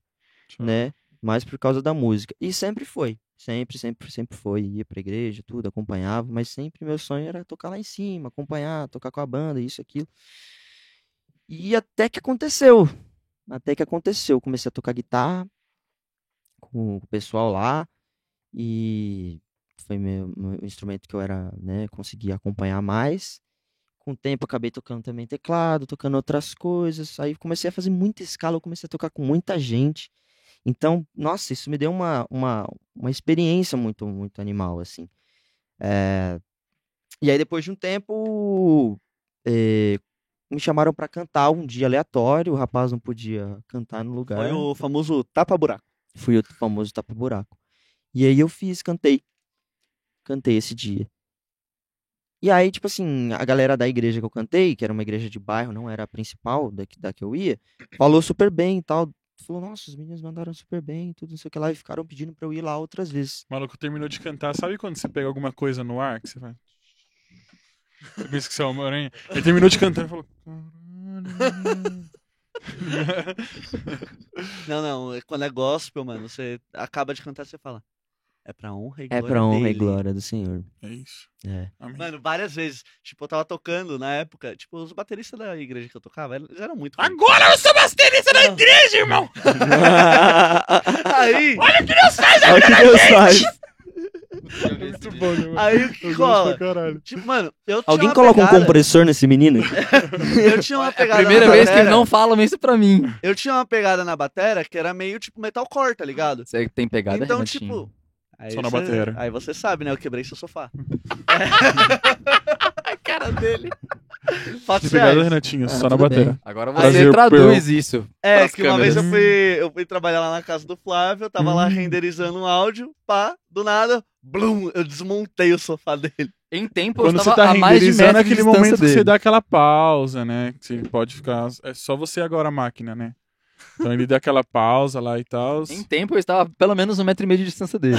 Speaker 3: né? Mais por causa da música. E sempre foi. Sempre, sempre, sempre foi. Ia pra igreja, tudo, acompanhava, mas sempre meu sonho era tocar lá em cima, acompanhar, tocar com a banda, isso, aquilo. E até que aconteceu. Até que aconteceu. Comecei a tocar guitarra com o pessoal lá. E foi meu, meu instrumento que eu era, né? Consegui acompanhar mais. Com o tempo, acabei tocando também teclado, tocando outras coisas. Aí comecei a fazer muita escala, eu comecei a tocar com muita gente. Então, nossa, isso me deu uma, uma, uma experiência muito, muito animal, assim. É, E aí, depois de um tempo, eh, me chamaram pra cantar um dia aleatório, o rapaz não podia cantar no lugar.
Speaker 4: Foi o famoso tapa-buraco.
Speaker 3: Fui o famoso tapa-buraco. E aí eu fiz, cantei. Cantei esse dia. E aí, tipo assim, a galera da igreja que eu cantei, que era uma igreja de bairro, não era a principal da que, da que eu ia, falou super bem e tal. Falou, nossa, os meninos mandaram super bem, e tudo, não sei o que lá, e ficaram pedindo pra eu ir lá outras vezes.
Speaker 2: O maluco terminou de cantar. Sabe quando você pega alguma coisa no ar que você vai. Você pensa que você é uma aranha? Ele terminou de cantar e falou. [laughs] "Caralho".
Speaker 4: Não, não. é Quando é gospel, mano, você acaba de cantar, você fala. É pra honra e
Speaker 3: É
Speaker 4: glória.
Speaker 3: pra honra e
Speaker 4: dele.
Speaker 3: glória do Senhor.
Speaker 2: É isso.
Speaker 3: É.
Speaker 2: Amém.
Speaker 4: Mano, várias vezes. Tipo, eu tava tocando na época. Tipo, os bateristas da igreja que eu tocava, eles eram muito. ruins.
Speaker 2: Agora eu sou baterista
Speaker 1: Ah.
Speaker 2: da igreja, irmão!
Speaker 4: Aí,
Speaker 3: [laughs] Olha o que [laughs] Deus faz.
Speaker 2: Muito bom, né, mano?
Speaker 4: aí o que
Speaker 2: Eu gosto pra
Speaker 4: cola?
Speaker 2: caralho.
Speaker 4: Tipo, mano, eu tinha
Speaker 3: Alguém
Speaker 4: uma
Speaker 3: coloca um
Speaker 4: pegada-
Speaker 3: compressor nesse menino?
Speaker 4: Eu tinha uma
Speaker 1: É a
Speaker 4: pegada.
Speaker 1: primeira
Speaker 4: na
Speaker 1: vez que
Speaker 4: batera-
Speaker 1: não falam isso pra mim.
Speaker 4: Eu tinha uma pegada na batera que era meio tipo metalcore, tá ligado?
Speaker 1: Você tem pegada,
Speaker 4: então,
Speaker 1: Renatinho?
Speaker 4: tipo. Aí
Speaker 2: Só na
Speaker 4: você-
Speaker 2: batera.
Speaker 4: Aí você sabe, né? Eu quebrei seu sofá. A
Speaker 2: [laughs]
Speaker 4: cara dele. é Fatos
Speaker 2: Obrigado,
Speaker 4: reais.
Speaker 2: Renatinho, só na
Speaker 3: tudo
Speaker 2: batera.
Speaker 1: Agora você
Speaker 2: Prazer,
Speaker 1: traduz isso.
Speaker 4: É,
Speaker 1: pras
Speaker 4: que uma vez eu
Speaker 1: câmeras.
Speaker 4: fui, eu fui trabalhar lá na casa do Flávio, eu tava lá
Speaker 2: Hum.
Speaker 4: renderizando um áudio, pá, do nada, blum, eu desmontei o sofá [laughs] dele.
Speaker 1: Em tempo,
Speaker 2: Quando
Speaker 1: eu
Speaker 2: você
Speaker 1: estava
Speaker 2: tá
Speaker 1: a mais de
Speaker 2: renderizando, é
Speaker 1: metro de
Speaker 2: aquele
Speaker 1: distância
Speaker 2: momento que
Speaker 1: dele.
Speaker 2: você dá aquela pausa, né? Que você pode ficar. É só você agora a máquina, né? Então ele dá aquela pausa lá e tal.
Speaker 1: Em tempo, eu estava a pelo menos um metro e meio de distância
Speaker 3: [laughs]
Speaker 1: dele.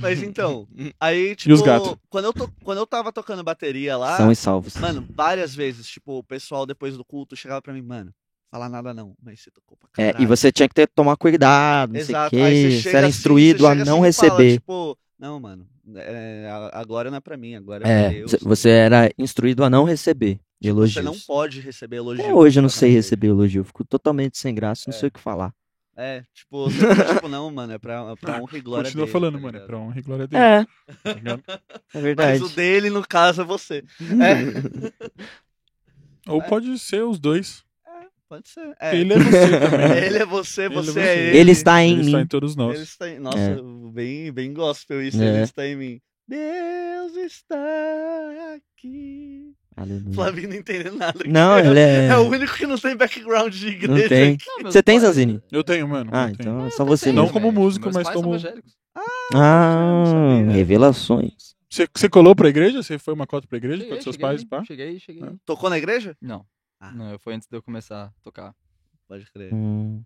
Speaker 4: Mas então, aí, tipo,
Speaker 2: E os gatos?
Speaker 4: Quando, eu to- quando eu tava tocando bateria lá,
Speaker 3: São e salvos.
Speaker 4: mano, várias vezes, tipo, o pessoal depois do culto chegava pra mim, mano, falar nada não, mas você tocou pra
Speaker 3: É,
Speaker 4: caralho.
Speaker 3: e você tinha que ter, tomar cuidado, não
Speaker 4: Exato.
Speaker 3: sei o
Speaker 4: aí
Speaker 3: quê.
Speaker 4: você
Speaker 3: Você
Speaker 4: chega
Speaker 3: era
Speaker 4: assim,
Speaker 3: instruído
Speaker 4: você
Speaker 3: a
Speaker 4: chega
Speaker 3: não
Speaker 4: assim e fala,
Speaker 3: receber.
Speaker 4: tipo, não, mano, é, a- agora não é pra mim, agora é,
Speaker 3: É,
Speaker 4: pra Deus. Tipo,
Speaker 3: você- você era instruído a não receber
Speaker 4: Você não
Speaker 3: elogios.
Speaker 4: pode receber elogios.
Speaker 3: Até É, hoje eu não
Speaker 4: tá na
Speaker 3: sei
Speaker 4: igreja.
Speaker 3: receber elogio. Eu fico totalmente sem graça, não sei o que falar.
Speaker 4: É, tipo, você fica, tipo, não, mano, é pra, é pra honra e glória
Speaker 2: Continua
Speaker 4: dele,
Speaker 2: falando,
Speaker 4: tá
Speaker 2: mano. É
Speaker 4: ligado?
Speaker 2: pra honra e glória dele.
Speaker 3: É,
Speaker 2: tá ligado?
Speaker 3: é
Speaker 4: Mas
Speaker 3: verdade.
Speaker 4: o dele, no caso, é você. [laughs] É,
Speaker 2: Ou pode ser os dois.
Speaker 4: pode ser. É.
Speaker 2: Ele é você também.
Speaker 4: Ele é você,
Speaker 2: Ele é
Speaker 4: você
Speaker 2: você.
Speaker 4: é ele.
Speaker 3: [laughs] Ele está em
Speaker 2: Ele
Speaker 3: mim.
Speaker 2: está tá em todos nós.
Speaker 4: Ele está em... Nossa,
Speaker 3: É.
Speaker 4: bem, bem gospel isso,
Speaker 3: É.
Speaker 4: ele está em mim. Deus está aqui.
Speaker 3: Aleluia.
Speaker 4: Flavinho não entendeu nada. aqui.
Speaker 3: Hum. Não, ele é.
Speaker 4: [laughs] É o único que não tem background de igreja. [laughs]
Speaker 3: Não tem.
Speaker 1: Não, meus
Speaker 3: Você tem,
Speaker 1: pais-
Speaker 3: Zanzini?
Speaker 2: Eu tenho, mano.
Speaker 3: Ah,
Speaker 2: eu tenho.
Speaker 3: então é só você
Speaker 1: Meus
Speaker 2: Não
Speaker 3: mesmo.
Speaker 2: como
Speaker 1: pais-
Speaker 2: músico,
Speaker 1: meus
Speaker 2: mas
Speaker 1: pais
Speaker 2: como-
Speaker 1: são evangélicos.
Speaker 3: Ah,
Speaker 4: sabia.
Speaker 3: revelações.
Speaker 2: Você, você colou pra igreja? Você foi uma cota pra igreja? Com
Speaker 1: Cheguei,
Speaker 2: seus
Speaker 1: cheguei,
Speaker 2: pais, pá?
Speaker 1: Cheguei, cheguei.
Speaker 2: Ah.
Speaker 4: Tocou na igreja?
Speaker 1: Não.
Speaker 4: Ah.
Speaker 1: Não, foi antes de eu começar a tocar.
Speaker 4: Pode crer.
Speaker 3: Hum.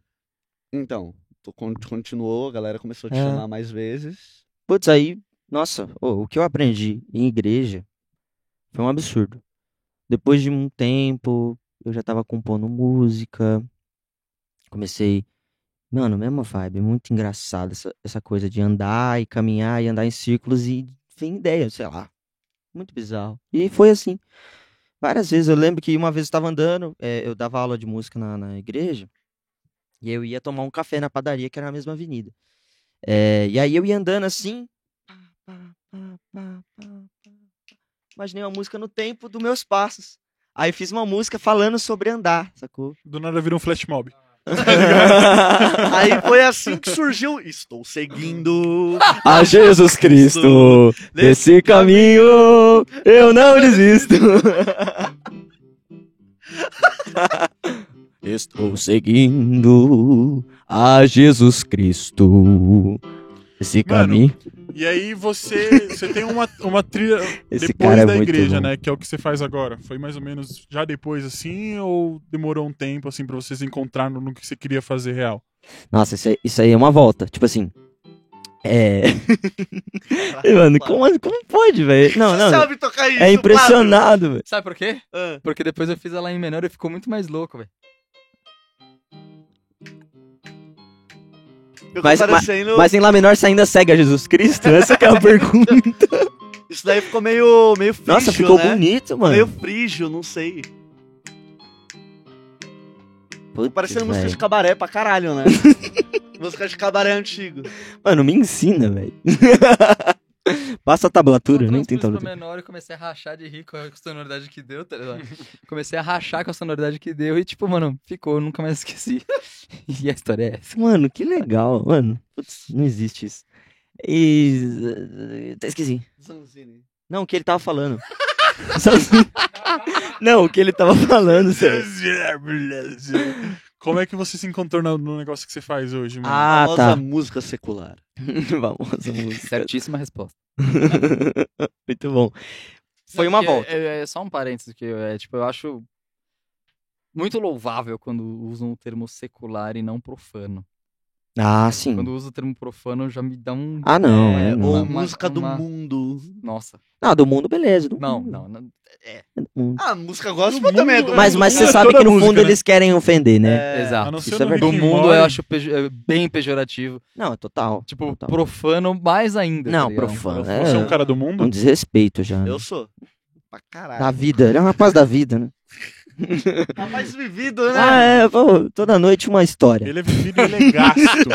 Speaker 4: Então, tu con- continuou, a galera começou a te
Speaker 3: É.
Speaker 4: chamar mais vezes.
Speaker 3: Putz, aí, nossa, ô, o que eu aprendi em igreja foi um absurdo. Depois de um tempo, eu já tava compondo música. Comecei. Mano, mesma vibe, muito engraçado essa, essa coisa de andar e caminhar e andar em círculos e sem ideia, sei lá. Muito bizarro. E foi assim. Várias vezes eu lembro que uma vez eu tava andando, é, eu dava aula de música na, na igreja, e eu ia tomar um café na padaria, que era na mesma avenida. É, e aí eu ia andando assim. pá, pá, pá, pá, pá, pá, pá. Imaginei uma música no tempo dos meus passos. Aí fiz uma música falando sobre andar, [laughs] sacou?
Speaker 2: Do nada vira um flash mob.
Speaker 4: Aí foi assim que surgiu. Estou
Speaker 3: [laughs]
Speaker 4: seguindo.
Speaker 3: A Ah, Jesus
Speaker 4: Cristo,
Speaker 3: desse caminho eu não [laughs] desisto. Estou seguindo a Jesus Cristo. Esse
Speaker 2: Mano,
Speaker 3: caminho.
Speaker 2: E aí você, você tem uma, uma trilha
Speaker 3: Esse
Speaker 2: depois
Speaker 3: cara é
Speaker 2: da
Speaker 3: muito
Speaker 2: igreja,
Speaker 3: bom.
Speaker 2: né? Que é o que você faz agora. Foi mais ou menos já depois assim? Ou demorou um tempo assim pra vocês encontrarem no que você queria fazer real?
Speaker 3: Nossa, isso aí, isso aí é uma volta. Tipo assim.
Speaker 4: [laughs]
Speaker 3: É. [laughs] Mano, como, como pode, velho? Não,
Speaker 4: Você
Speaker 3: não.
Speaker 4: sabe tocar isso, Ah,
Speaker 3: É impressionado, velho.
Speaker 1: Sabe por quê?
Speaker 4: Pablo?
Speaker 1: Porque depois eu fiz ela em menor e ficou muito mais louco, velho.
Speaker 4: Ah, eu
Speaker 3: Mas-
Speaker 4: comparecendo-
Speaker 3: Mas em Lá menor você ainda segue a
Speaker 4: [laughs]
Speaker 3: Jesus Cristo? Essa que é a pergunta.
Speaker 4: Isso daí ficou meio, meio frígio,
Speaker 3: Nossa, ficou
Speaker 4: né?
Speaker 3: bonito,
Speaker 4: Meio
Speaker 3: mano.
Speaker 4: frígio, não sei.
Speaker 3: Putz,
Speaker 4: Parecendo música
Speaker 3: velho.
Speaker 4: de cabaré pra caralho,
Speaker 3: [laughs]
Speaker 4: né? música de cabaré antigo.
Speaker 3: Mano, me ensina, velho. [laughs] Passa a tablatura,
Speaker 1: Eu
Speaker 3: nem tem
Speaker 1: transpus pra
Speaker 3: tablatura.
Speaker 1: menor e comecei a rachar de rir com a sonoridade que deu, tá ligado? [laughs] comecei a rachar com a sonoridade que deu e, tipo, mano, ficou, eu nunca mais [laughs] esqueci. e a história é essa.
Speaker 3: Mano, que legal, mano. Putz, não existe isso. E. Até esqueci.
Speaker 4: Zanzini.
Speaker 3: Não, o que ele
Speaker 4: [laughs]
Speaker 3: tava falando. [laughs] Só assim. Não, o que ele tava falando, sério.
Speaker 2: Como é que você se encontrou no, no negócio que você faz hoje, mano?
Speaker 3: Ah,
Speaker 4: Famosa
Speaker 3: tá.
Speaker 4: música secular.
Speaker 3: [laughs] Famosa música.
Speaker 1: Certíssima resposta.
Speaker 3: [laughs] Muito bom. Foi
Speaker 1: Não,
Speaker 3: uma
Speaker 1: porque
Speaker 3: volta.
Speaker 1: É, é só um parênteses que eu- é, tipo, eu acho muito louvável quando usam o termo secular e não profano.
Speaker 3: Ah, sim.
Speaker 1: é, Quando eu uso o termo profano, já me dá um.
Speaker 3: Ah, não.
Speaker 1: É,
Speaker 3: é, não.
Speaker 4: Ou
Speaker 1: Uma-
Speaker 4: música do
Speaker 1: uma-
Speaker 4: mundo.
Speaker 1: Nossa.
Speaker 3: Ah, do mundo, beleza. Do
Speaker 1: Não,
Speaker 3: mundo,
Speaker 1: não. não.
Speaker 3: do mundo.
Speaker 4: Ah, música gospel também é do
Speaker 3: Mas,
Speaker 4: mundo,
Speaker 3: mas
Speaker 4: né?
Speaker 1: [laughs]
Speaker 3: você
Speaker 2: é
Speaker 3: sabe
Speaker 2: toda
Speaker 3: que no
Speaker 2: música,
Speaker 3: fundo
Speaker 2: né?
Speaker 3: eles querem ofender, né?
Speaker 4: É,
Speaker 2: a
Speaker 1: Exato.
Speaker 2: não ser
Speaker 3: isso é
Speaker 2: no
Speaker 1: Do
Speaker 3: verdade.
Speaker 2: Rick and
Speaker 1: mundo
Speaker 2: Morty.
Speaker 1: eu acho pejo- é bem pejorativo.
Speaker 3: Não, é total.
Speaker 1: Tipo,
Speaker 3: total.
Speaker 1: profano mais ainda.
Speaker 3: Não,
Speaker 1: tá ligado?
Speaker 3: profano,
Speaker 1: Eu-
Speaker 3: é.
Speaker 2: Você é um cara do
Speaker 3: Um [laughs]
Speaker 2: mundo?
Speaker 3: desrespeito já. né?
Speaker 1: um
Speaker 4: Eu sou. Pra caralho.
Speaker 3: Da vida. Ele é um rapaz da
Speaker 1: [laughs]
Speaker 3: vida, né?
Speaker 4: Tá mais vivido, né?
Speaker 3: Ah, é. pô, toda noite uma história.
Speaker 2: Ele é vivido e ele é gasto.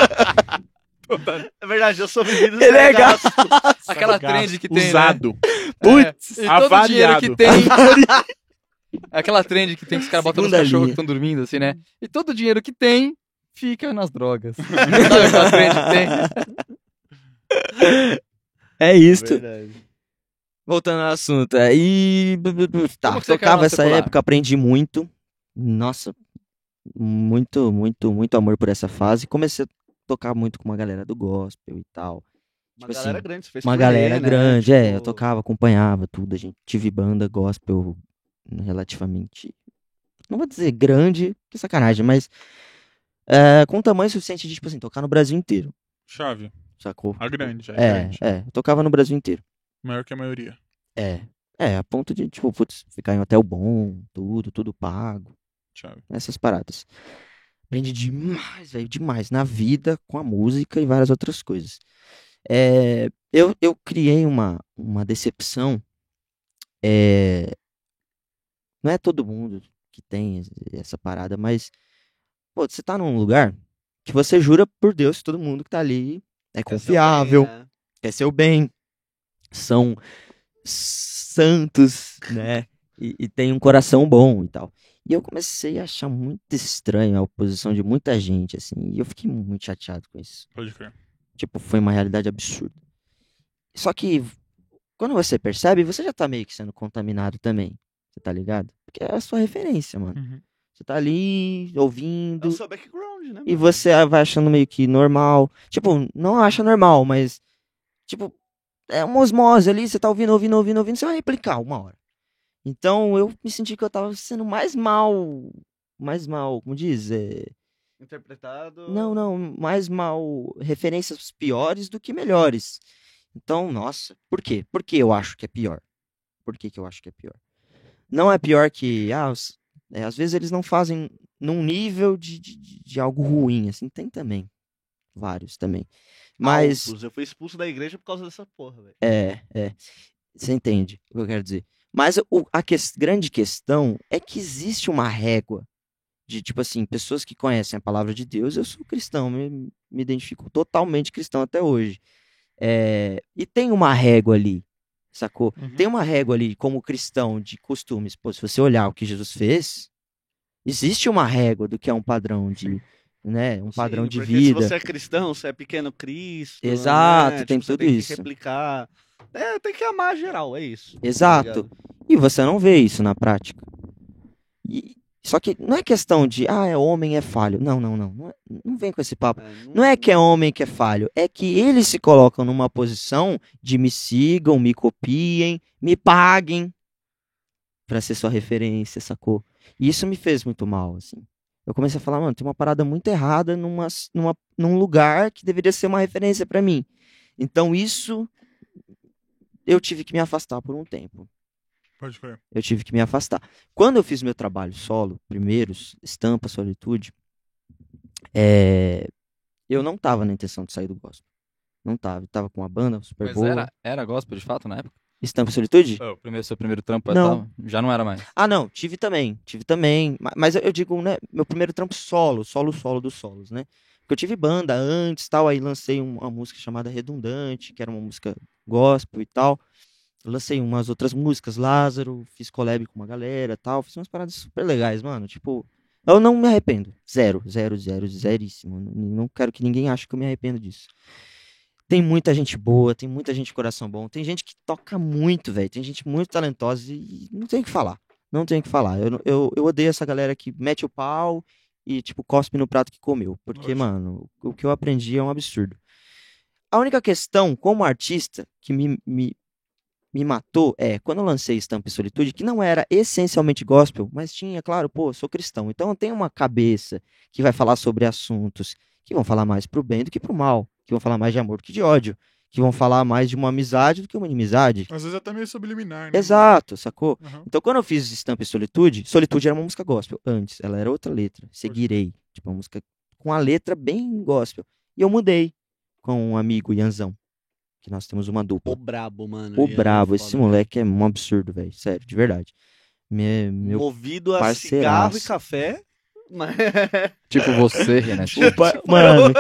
Speaker 4: É verdade, eu sou vivido. né,
Speaker 3: Ele é
Speaker 4: gasto.
Speaker 1: [laughs] Aquela
Speaker 2: Gasto.
Speaker 1: trend que tem. Né?
Speaker 2: Usado.
Speaker 1: Putz, e todo o
Speaker 2: avariado.
Speaker 1: dinheiro que tem. [laughs] Aquela trend que tem que os caras botam nos
Speaker 3: Segunda
Speaker 1: cachorros que
Speaker 3: linha.
Speaker 1: estão dormindo, assim, né? E todo o dinheiro que tem fica nas drogas. Sabe aquela trend que tem?
Speaker 3: [laughs] É isto.
Speaker 4: Verdade.
Speaker 3: Voltando ao assunto, é, e bu- bu- bu- tá,
Speaker 1: Como que você caiu
Speaker 3: tocava
Speaker 1: na
Speaker 3: essa
Speaker 1: secular?
Speaker 3: época, aprendi muito. Nossa, muito, muito, muito amor por essa fase. Comecei a tocar muito com uma galera do gospel e tal.
Speaker 4: Uma
Speaker 3: Tipo assim,
Speaker 4: galera grande. você fez
Speaker 3: uma
Speaker 4: turnê,
Speaker 3: galera
Speaker 4: né?
Speaker 3: grande, é, eu
Speaker 4: Tipo,
Speaker 3: tocava, acompanhava tudo, a gente tive banda gospel relativamente não vou dizer grande, que sacanagem, mas é, com tamanho suficiente de tipo assim, tocar no Brasil inteiro,
Speaker 2: Chave.
Speaker 3: sacou?
Speaker 2: A grande. A
Speaker 3: É,
Speaker 2: grande.
Speaker 3: é, eu tocava no Brasil inteiro.
Speaker 2: Maior que a maioria.
Speaker 3: É. É, a ponto de, tipo, putz, ficar em hotel bom, tudo, tudo pago,
Speaker 2: Chave.
Speaker 3: essas paradas. Aprendi demais, velho, demais, na vida, com a música e várias outras coisas. É, eu, eu criei uma, uma decepção. É, não é todo mundo que tem es- essa parada, mas, pô, você tá num lugar que você jura por Deus que todo mundo que tá ali é
Speaker 4: quer ser
Speaker 3: confiável,
Speaker 4: alguém, né?
Speaker 3: quer seu bem, são santos, né? E, e tem um coração bom e tal. E eu comecei a achar muito estranho a oposição de muita gente, assim, e eu fiquei muito chateado com isso.
Speaker 2: Pode crer.
Speaker 3: Tipo, foi uma realidade absurda. Só que quando você percebe, você já tá meio que sendo contaminado também. Você tá ligado? Porque é a sua referência, mano.
Speaker 2: Uhum.
Speaker 3: Você tá ali
Speaker 4: É o
Speaker 3: ouvindo
Speaker 4: seu background, né?
Speaker 3: e
Speaker 4: mano?
Speaker 3: você a- vai achando meio que normal. Tipo, não acha normal, mas. Tipo, é uma osmose ali, você tá ouvindo, ouvindo, ouvindo, ouvindo, você vai replicar uma hora. Então eu me senti que eu tava sendo mais mal. Mais mal, como diz? É...
Speaker 4: Interpretado.
Speaker 3: Não, não, mais mal. Referências piores do que melhores. Então, nossa, por quê? Por que eu acho que é pior? Por que, que eu acho que é pior? Não é pior que. Ah, os- é, às vezes eles não fazem num nível de, de, de- de algo ruim, assim, tem também. Vários também. Mas.
Speaker 4: Altos, Eu fui expulso da igreja por causa dessa porra, velho.
Speaker 3: É, é. Você entende o que eu quero dizer. Mas o- a ques- grande questão é que existe uma régua de, tipo assim, pessoas que conhecem a palavra de Deus. Eu sou cristão, me, me identifico totalmente cristão até hoje. É, e tem uma régua ali, sacou?
Speaker 2: Uhum.
Speaker 3: Tem uma régua ali, como cristão, de costumes. Pô, se você olhar o que Jesus fez, existe uma régua do que é um padrão de, né, um padrão
Speaker 4: Sim,
Speaker 3: de
Speaker 4: porque
Speaker 3: vida.
Speaker 4: Se você é cristão, você é pequeno Cristo.
Speaker 3: Exato,
Speaker 4: né?
Speaker 3: tem
Speaker 4: Tipo, você
Speaker 3: tudo
Speaker 4: tem
Speaker 3: isso.
Speaker 4: Que replicar. É, tem que amar geral, é isso. tá
Speaker 3: Exato.
Speaker 4: ligado?
Speaker 3: E você não vê isso na prática. E- só que não é questão de, ah, é homem, é falho. Não, não, não. Não, é- não vem com esse papo.
Speaker 4: É,
Speaker 3: Não é que é homem que é falho. É que eles se colocam numa posição de me sigam, me copiem, me paguem pra ser sua referência, sacou? E isso me fez muito mal, assim. Eu comecei a falar, mano, tem uma parada muito errada numa, numa, num lugar que deveria ser uma referência pra mim. Então isso eu tive que me afastar por um tempo
Speaker 2: Pode crer.
Speaker 3: eu tive que me afastar. Quando eu fiz meu trabalho solo, primeiros, Estampa, Solitude, é, eu não tava na intenção de sair do gospel. Não tava. Eu tava com uma banda um super
Speaker 1: Mas
Speaker 3: boa.
Speaker 1: era, era gospel de fato na época?
Speaker 3: Estampa, Solitude?
Speaker 2: É,
Speaker 1: O primeiro, seu primeiro trampo e
Speaker 3: Não.
Speaker 1: tal? Já não era mais.
Speaker 3: Ah, não. Tive também. Tive também. Ma- Mas eu, eu digo, né? Meu primeiro trampo solo. Solo, solo dos solos, né? Porque eu tive banda antes tal. Aí lancei um- uma música chamada Redundante, que era uma música gospel e tal. Lancei umas outras músicas, Lázaro. Fiz collab com uma galera tal. Fiz umas paradas super legais, mano. Tipo, eu não me arrependo. Zero, zero, zero, zeríssimo. N- Não quero que ninguém ache que eu me arrependo disso. Tem muita gente boa, tem muita gente de coração bom, tem gente que toca muito, velho. Tem gente muito talentosa e e não tem o que falar. Não tenho o que falar. Eu, não- eu, eu odeio essa galera que mete o pau e, tipo, cospe no prato que comeu. Porque,
Speaker 2: Lógico.
Speaker 3: mano, o que eu aprendi é um absurdo. A única questão, como artista, que me, me, me matou é quando eu lancei Estampa e Solitude, que não era essencialmente gospel, mas tinha, claro, pô, eu sou cristão. Então eu tenho uma cabeça que vai falar sobre assuntos que vão falar mais pro bem do que pro mal, que vão falar mais de amor do que de ódio, que vão falar mais de uma amizade do que uma inimizade.
Speaker 2: Às vezes é até meio subliminar, né?
Speaker 3: Exato, sacou?
Speaker 2: Aham.
Speaker 3: Então, quando eu fiz Estampa e Solitude, Solitude era uma música gospel antes, ela era outra letra, Seguirei, tipo, uma música com a letra bem gospel. E eu mudei com um amigo, Ianzão, que nós temos uma
Speaker 4: O
Speaker 3: dupla.
Speaker 4: brabo, mano.
Speaker 3: O
Speaker 4: ele é
Speaker 3: brabo,
Speaker 4: foda,
Speaker 3: esse
Speaker 4: velho.
Speaker 3: moleque é um absurdo, velho, sério, de verdade. Me- meu
Speaker 4: Movido a cigarro
Speaker 3: parceiraço. Então
Speaker 4: e café. Mas...
Speaker 1: Tipo você, Renatinho.
Speaker 3: Opa, mano.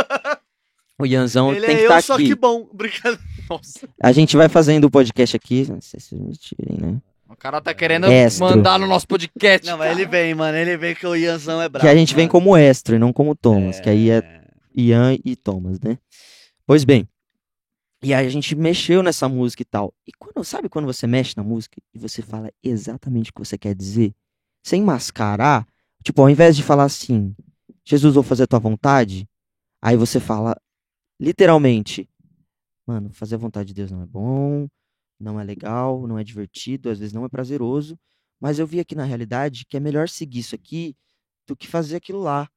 Speaker 3: O
Speaker 4: [laughs]
Speaker 3: Ianzão
Speaker 4: ele
Speaker 3: tem
Speaker 4: é
Speaker 3: que
Speaker 4: eu,
Speaker 3: estar
Speaker 4: só
Speaker 3: aqui.
Speaker 4: que bom. [laughs] Obrigado. Nossa.
Speaker 3: A gente vai fazendo o podcast aqui. Não sei se vocês me tirem, né?
Speaker 1: O cara tá querendo
Speaker 3: Extra.
Speaker 1: mandar no nosso podcast.
Speaker 4: Não, mas ele vem, mano. Ele vem que o Ianzão é brabo.
Speaker 3: que a gente vem
Speaker 4: mano.
Speaker 3: como extra e não como Thomas. Que aí é
Speaker 4: É.
Speaker 3: Ian e Thomas, né? Pois bem. E aí a gente mexeu nessa música e tal. E quando, sabe quando você mexe na música e você fala exatamente o que você quer dizer? Sem mascarar? Tipo, ao invés de falar assim, Jesus, vou fazer a tua vontade. Aí você fala, literalmente, mano, fazer a vontade de Deus não é bom, não é legal, não é divertido, às vezes não é prazeroso. Mas eu vi aqui na realidade que é melhor seguir isso aqui do que fazer aquilo lá.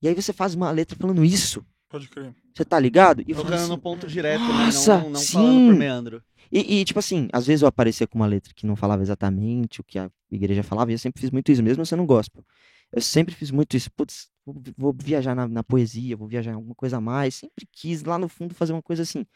Speaker 3: E aí você faz uma letra falando isso.
Speaker 2: Pode crer.
Speaker 3: Você tá ligado? E, eu falo
Speaker 4: Jogando
Speaker 3: assim-
Speaker 4: no ponto direto,
Speaker 3: Nossa,
Speaker 4: né? Não, não
Speaker 3: sim.
Speaker 4: falando pro Meandro.
Speaker 3: e, e, tipo assim, às vezes eu aparecia com uma letra que não falava exatamente o que a igreja falava, e eu sempre fiz muito isso, mesmo sendo gospel. Eu sempre fiz muito isso. Putz, vou, vou viajar na, na poesia, vou viajar em alguma coisa a mais. Sempre quis, lá no fundo, fazer uma coisa assim.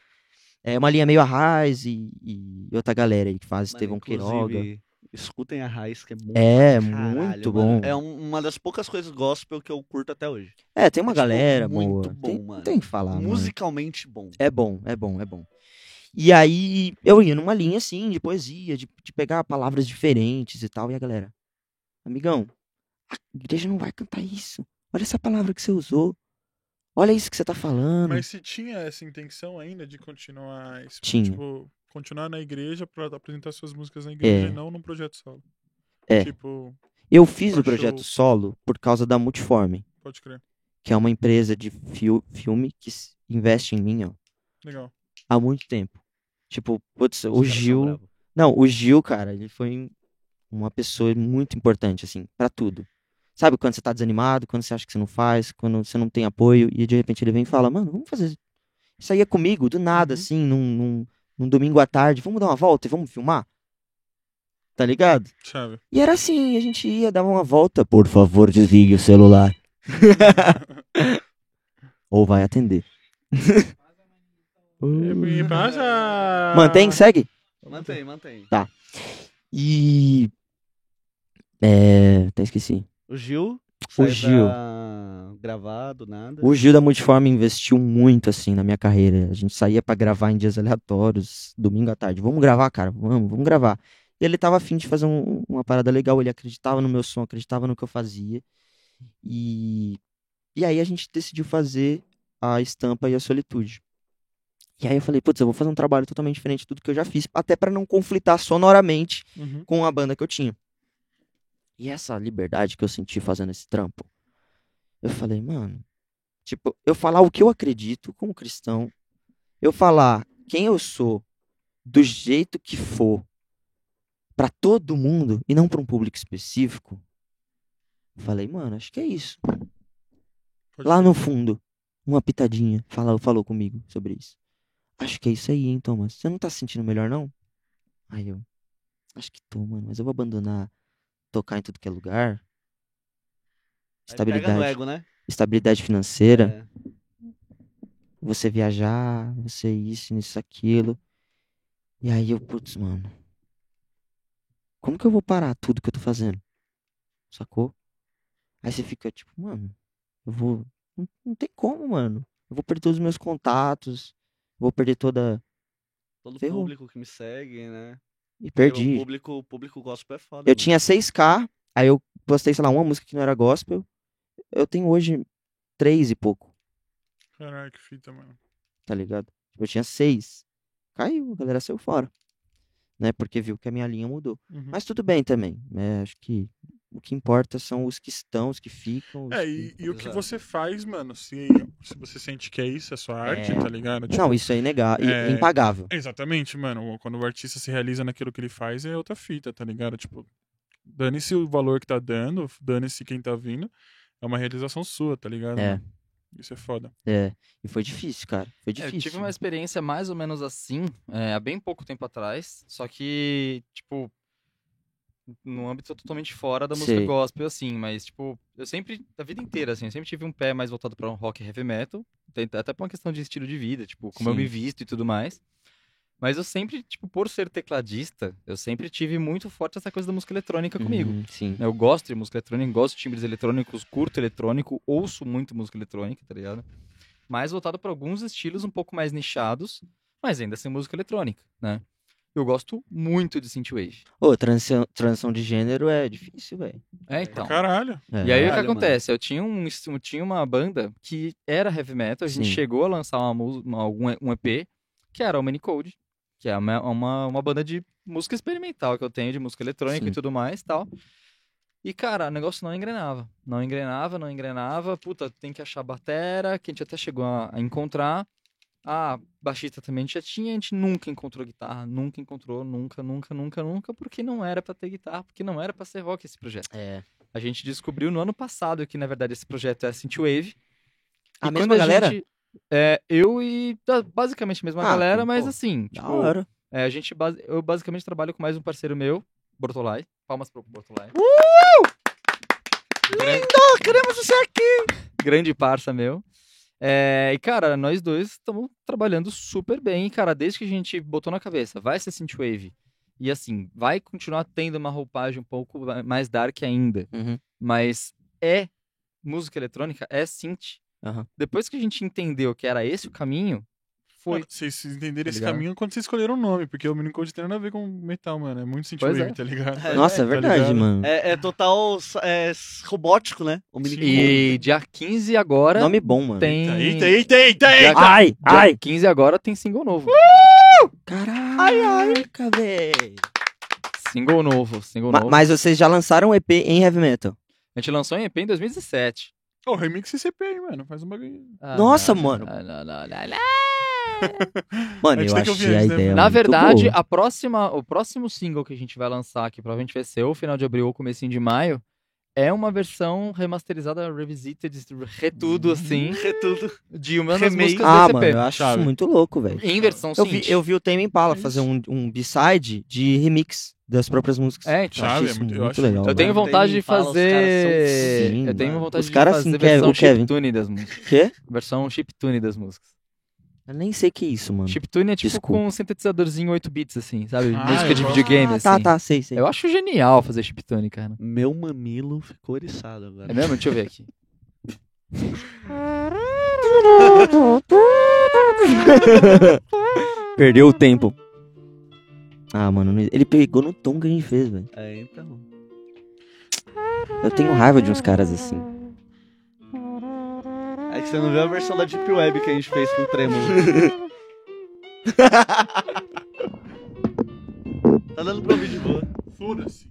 Speaker 3: É uma linha meio arraiz e, e outra galera aí que faz
Speaker 4: Mano,
Speaker 3: Estevão Queiroga.
Speaker 4: inclusive, Escutem a raiz, que é muito.
Speaker 3: É,
Speaker 4: caralho,
Speaker 3: muito
Speaker 4: mano.
Speaker 3: bom.
Speaker 4: É um- uma das poucas coisas gospel que eu curto até hoje.
Speaker 3: É, tem uma
Speaker 4: tipo,
Speaker 3: galera
Speaker 4: muito
Speaker 3: boa.
Speaker 4: bom,
Speaker 3: tem,
Speaker 4: mano.
Speaker 3: tem que falar. mano.
Speaker 4: Musicalmente bom.
Speaker 3: É bom, é bom, é bom. E aí eu ia numa linha assim de poesia, de, de pegar palavras diferentes e tal, e a galera, amigão, a igreja não vai cantar isso. Olha essa palavra que você usou. Olha isso que você tá falando.
Speaker 2: Mas se tinha essa intenção ainda de continuar. es-
Speaker 3: Tinha.
Speaker 2: Tipo, continuar na igreja pra apresentar suas músicas na igreja
Speaker 3: É.
Speaker 2: e não num projeto solo.
Speaker 3: É.
Speaker 2: Tipo,
Speaker 3: Eu fiz o
Speaker 2: Achou.
Speaker 3: projeto solo por causa da Multiforme,
Speaker 2: pode crer.
Speaker 3: que é uma empresa de fio- filme que s- investe em mim, ó,
Speaker 2: Legal.
Speaker 3: há muito tempo. Tipo,
Speaker 4: Os
Speaker 3: putz, o
Speaker 4: caras são
Speaker 3: Gil.
Speaker 4: bravos.
Speaker 3: Não, o Gil, cara, ele foi um, uma pessoa muito importante, assim, pra tudo. Sabe quando você tá desanimado, quando você acha que você não faz, quando você não tem apoio, e de repente ele vem e fala, mano, vamos fazer. Isso aí é comigo, do nada,
Speaker 2: Uhum.
Speaker 3: assim, num, num- num domingo à tarde, vamos dar uma volta e vamos filmar? Tá ligado?
Speaker 2: Chave.
Speaker 3: E era assim, a gente ia, dava uma volta. Por favor, desligue o [laughs] celular. Ou vai atender. Hum.
Speaker 2: E passa.
Speaker 3: Mantém, segue.
Speaker 4: Mantém, mantém.
Speaker 3: E. É. Até esqueci.
Speaker 4: O Gil.
Speaker 3: O
Speaker 4: sai
Speaker 3: Gil.
Speaker 4: pra Gravar do nada.
Speaker 3: O Gil da Multiforma investiu muito, assim, na minha carreira. A gente saía pra gravar em dias aleatórios, domingo à tarde. Vamos gravar, cara, vamos, vamos gravar. E ele tava afim de fazer um- uma parada legal, ele acreditava no meu som, acreditava no que eu fazia. E, e aí a gente decidiu fazer a estampa e a solitude. E aí eu falei, putz, eu vou fazer um trabalho totalmente diferente de tudo que eu já fiz, até pra não conflitar sonoramente
Speaker 2: Uhum.
Speaker 3: com a banda que eu tinha. E essa liberdade que eu senti fazendo esse trampo, eu falei, mano, tipo, eu falar o que eu acredito como cristão, eu falar quem eu sou, do jeito que for, pra todo mundo e não pra um público específico. eu Falei, mano, acho que é isso.
Speaker 2: Pode
Speaker 3: Lá
Speaker 2: crer.
Speaker 3: no fundo, uma pitadinha falou, falou comigo sobre isso. Acho que é isso aí, hein, Thomas? Você não tá se sentindo melhor, não? Aí eu, acho que tô, mano, mas eu vou abandonar tocar em tudo que é lugar.
Speaker 4: Aí Pega no
Speaker 3: Estabilidade,
Speaker 4: ego, né?
Speaker 3: estabilidade financeira,
Speaker 4: É.
Speaker 3: você viajar, você isso, isso, aquilo. E aí eu, putz, mano, como que eu vou parar tudo que eu tô fazendo? Sacou? Aí você fica tipo, mano, eu vou. Não, não tem como, mano. Eu vou perder todos os meus contatos, vou perder toda.
Speaker 4: Todo o
Speaker 3: Ferrou.
Speaker 4: público que me segue, né?
Speaker 3: E
Speaker 4: Porque O
Speaker 3: perdi.
Speaker 4: público, o público gospel é foda.
Speaker 3: Eu
Speaker 4: mano.
Speaker 3: tinha 6k, aí eu postei, sei lá, uma música que não era gospel. Eu tenho hoje três e pouco,
Speaker 2: Caraca, que fita, mano.
Speaker 3: tá ligado? Eu tinha seis. Caiu, a galera saiu fora. Né? Porque viu que a minha linha mudou.
Speaker 1: Hum.
Speaker 2: Uhum.
Speaker 3: Mas tudo bem também, né? Acho que o que importa são os que estão, os que ficam. os
Speaker 2: É,
Speaker 3: que-
Speaker 2: e, e o que
Speaker 4: Exato.
Speaker 2: você faz, mano, se, se você sente que é isso, é sua arte,
Speaker 3: É.
Speaker 2: tá ligado? Tipo,
Speaker 3: Não, isso é inegável,
Speaker 2: É.
Speaker 3: impagável.
Speaker 2: Exatamente, mano. Quando o artista se realiza naquilo que ele faz, é outra fita, tá ligado? Tipo, dane-se o valor que tá dando, dane-se quem tá vindo. É uma realização sua, tá ligado?
Speaker 3: É.
Speaker 2: mano? Isso é foda.
Speaker 3: É. E foi difícil, cara. Foi
Speaker 1: É,
Speaker 3: difícil.
Speaker 1: Eu tive uma experiência mais ou menos assim, é, há bem pouco tempo atrás, só que, tipo, num âmbito totalmente fora da música
Speaker 3: Sei.
Speaker 1: gospel, assim, mas, tipo, eu sempre, a vida inteira, assim, eu sempre tive um pé mais voltado pra um rock e heavy metal, tem- até por uma questão de estilo de vida, tipo, como eu
Speaker 3: Sim.
Speaker 1: me visto e tudo mais. Mas eu sempre, tipo, por ser tecladista, eu sempre tive muito forte essa coisa da música eletrônica comigo.
Speaker 3: Uhum, sim.
Speaker 1: Eu gosto de música eletrônica, gosto de timbres eletrônicos, curto eletrônico, ouço muito música eletrônica, tá ligado? Mas voltado para alguns estilos um pouco mais nichados, mas ainda sem música eletrônica, né? Eu gosto muito de synthwave.
Speaker 3: Ô, transição, transição de gênero é difícil, velho.
Speaker 1: É, então.
Speaker 2: Caralho.
Speaker 3: É.
Speaker 1: E aí o que
Speaker 4: Caralho, mano.
Speaker 1: acontece? Eu tinha, um, est- eu tinha uma banda que era heavy metal, a gente
Speaker 3: Sim.
Speaker 1: chegou a lançar uma, mu- uma, algum- um EP, que era o Manicode, que é uma, uma, uma banda de música experimental que eu tenho, de música eletrônica
Speaker 3: Sim.
Speaker 1: e tudo mais e tal. E, cara, o negócio não engrenava. Não engrenava, não engrenava. Puta, tem que achar batera, que a gente até chegou a, a encontrar. A baixista também a gente já tinha, a gente nunca encontrou guitarra, nunca encontrou, nunca, nunca, nunca, nunca, porque não era pra ter guitarra, porque não era pra ser rock esse projeto.
Speaker 3: É.
Speaker 1: A gente descobriu no ano passado que, na verdade, esse projeto é a Synthwave.
Speaker 3: A
Speaker 1: E
Speaker 3: mesma
Speaker 1: quando
Speaker 3: galera?
Speaker 1: gente- é, eu e tá, basicamente a mesma
Speaker 3: Ah,
Speaker 1: galera,
Speaker 3: pô,
Speaker 1: mas
Speaker 3: pô,
Speaker 1: assim,
Speaker 3: Da
Speaker 1: tipo,
Speaker 3: hora.
Speaker 1: é, a gente base- eu basicamente trabalho com mais um parceiro meu, Bortolai. Palmas pro Bortolai.
Speaker 3: Uh!
Speaker 1: Lindo! Queremos você aqui! Grande parça meu. É, e, cara, nós dois estamos trabalhando super bem, cara, desde que a gente botou na cabeça, vai ser Synthwave. E assim, vai continuar tendo uma roupagem um pouco mais dark ainda
Speaker 3: Uhum.
Speaker 1: mas é música eletrônica, é synth.
Speaker 3: Aham.
Speaker 1: Depois que a gente entendeu que era esse o caminho, foi.
Speaker 2: Mano, Vocês vocês entenderam
Speaker 3: Tá
Speaker 2: esse
Speaker 1: ligado?
Speaker 2: caminho quando vocês escolheram o nome, porque o Minicode tem nada a ver com metal, mano. É muito
Speaker 1: Pois
Speaker 2: synthwave,
Speaker 1: é.
Speaker 2: tá ligado?
Speaker 4: [laughs]
Speaker 3: Nossa, é
Speaker 2: Tá
Speaker 3: verdade,
Speaker 2: ligado?
Speaker 3: mano.
Speaker 4: É, é total é, robótico, né? O mini
Speaker 1: E dia 15 agora
Speaker 3: Nome bom, mano.
Speaker 1: tem.
Speaker 2: Eita, eita, eita,
Speaker 1: Dia-
Speaker 2: eita!
Speaker 3: Ai,
Speaker 1: dia
Speaker 3: ai.
Speaker 1: 15 agora tem single novo.
Speaker 3: Caraca, velho.
Speaker 1: Single novo, single
Speaker 3: Ma-
Speaker 1: novo.
Speaker 3: Mas vocês já lançaram um EP em heavy metal.
Speaker 1: A gente lançou em EP em 2017.
Speaker 2: Ô, remix CCP aí, mano. Faz um bagulho.
Speaker 1: Ah,
Speaker 3: Nossa,
Speaker 1: não,
Speaker 3: mano.
Speaker 1: não, não, não, não, não.
Speaker 3: Mano,
Speaker 2: A gente
Speaker 3: eu
Speaker 2: tem que
Speaker 3: achei
Speaker 2: ouvir
Speaker 3: a
Speaker 2: antes, né?
Speaker 3: ideia.
Speaker 2: É
Speaker 1: Na
Speaker 3: muito
Speaker 1: verdade,
Speaker 3: boa.
Speaker 1: a próxima, o próximo single que a gente vai lançar, que provavelmente vai ser ou final de abril ou comecinho de maio, é uma versão remasterizada, revisited, retudo, assim,
Speaker 4: É tudo.
Speaker 1: de uma das
Speaker 4: Remake.
Speaker 1: músicas
Speaker 3: Ah,
Speaker 1: do Então,
Speaker 3: mano,
Speaker 1: ECP.
Speaker 3: eu acho isso
Speaker 2: sabe?
Speaker 3: muito louco, velho.
Speaker 1: Em versão
Speaker 3: Eu
Speaker 1: synth.
Speaker 3: vi, eu vi o
Speaker 1: É
Speaker 3: Tame Impala
Speaker 2: Isso.
Speaker 3: fazer um, um B-side de remix das próprias músicas.
Speaker 1: É,
Speaker 3: Eu
Speaker 1: então.
Speaker 2: Sabe,
Speaker 3: achei
Speaker 2: é
Speaker 3: isso
Speaker 2: muito- eu
Speaker 3: muito,
Speaker 2: acho
Speaker 3: legal.
Speaker 1: Eu
Speaker 4: Mano,
Speaker 1: tenho
Speaker 4: tem
Speaker 1: vontade de
Speaker 4: Impala, os caras
Speaker 1: fazer.
Speaker 3: são- Sim,
Speaker 1: eu tenho
Speaker 3: mano.
Speaker 1: vontade
Speaker 3: Os
Speaker 1: de
Speaker 3: caras,
Speaker 1: fazer
Speaker 3: assim, Kevin-
Speaker 1: versão
Speaker 3: o Kevin.
Speaker 1: chiptune das músicas.
Speaker 3: mano. Quê?
Speaker 1: Versão chiptune das músicas.
Speaker 3: Eu nem sei que é isso, mano.
Speaker 1: Chiptune é tipo
Speaker 3: Desculpa.
Speaker 1: com um sintetizadorzinho 8 bits, assim, sabe?
Speaker 2: Ah,
Speaker 1: Música
Speaker 2: eu
Speaker 1: de
Speaker 2: gosto.
Speaker 1: videogame,
Speaker 3: ah,
Speaker 1: assim.
Speaker 3: tá, tá, sei, sei.
Speaker 1: Eu acho genial fazer chiptune, cara.
Speaker 4: Meu mamilo ficou eriçado agora.
Speaker 1: É mesmo? Deixa eu ver aqui.
Speaker 3: Perdeu o tempo. Ah, mano, não- ele pegou no tom que a gente fez, velho.
Speaker 4: É, então.
Speaker 3: Eu tenho raiva de uns caras assim.
Speaker 4: É que você não viu a versão da Deep Web que a gente fez com o
Speaker 3: [laughs]
Speaker 4: Trêmulo. tá dando pra ouvir de boa.
Speaker 2: Foda-se.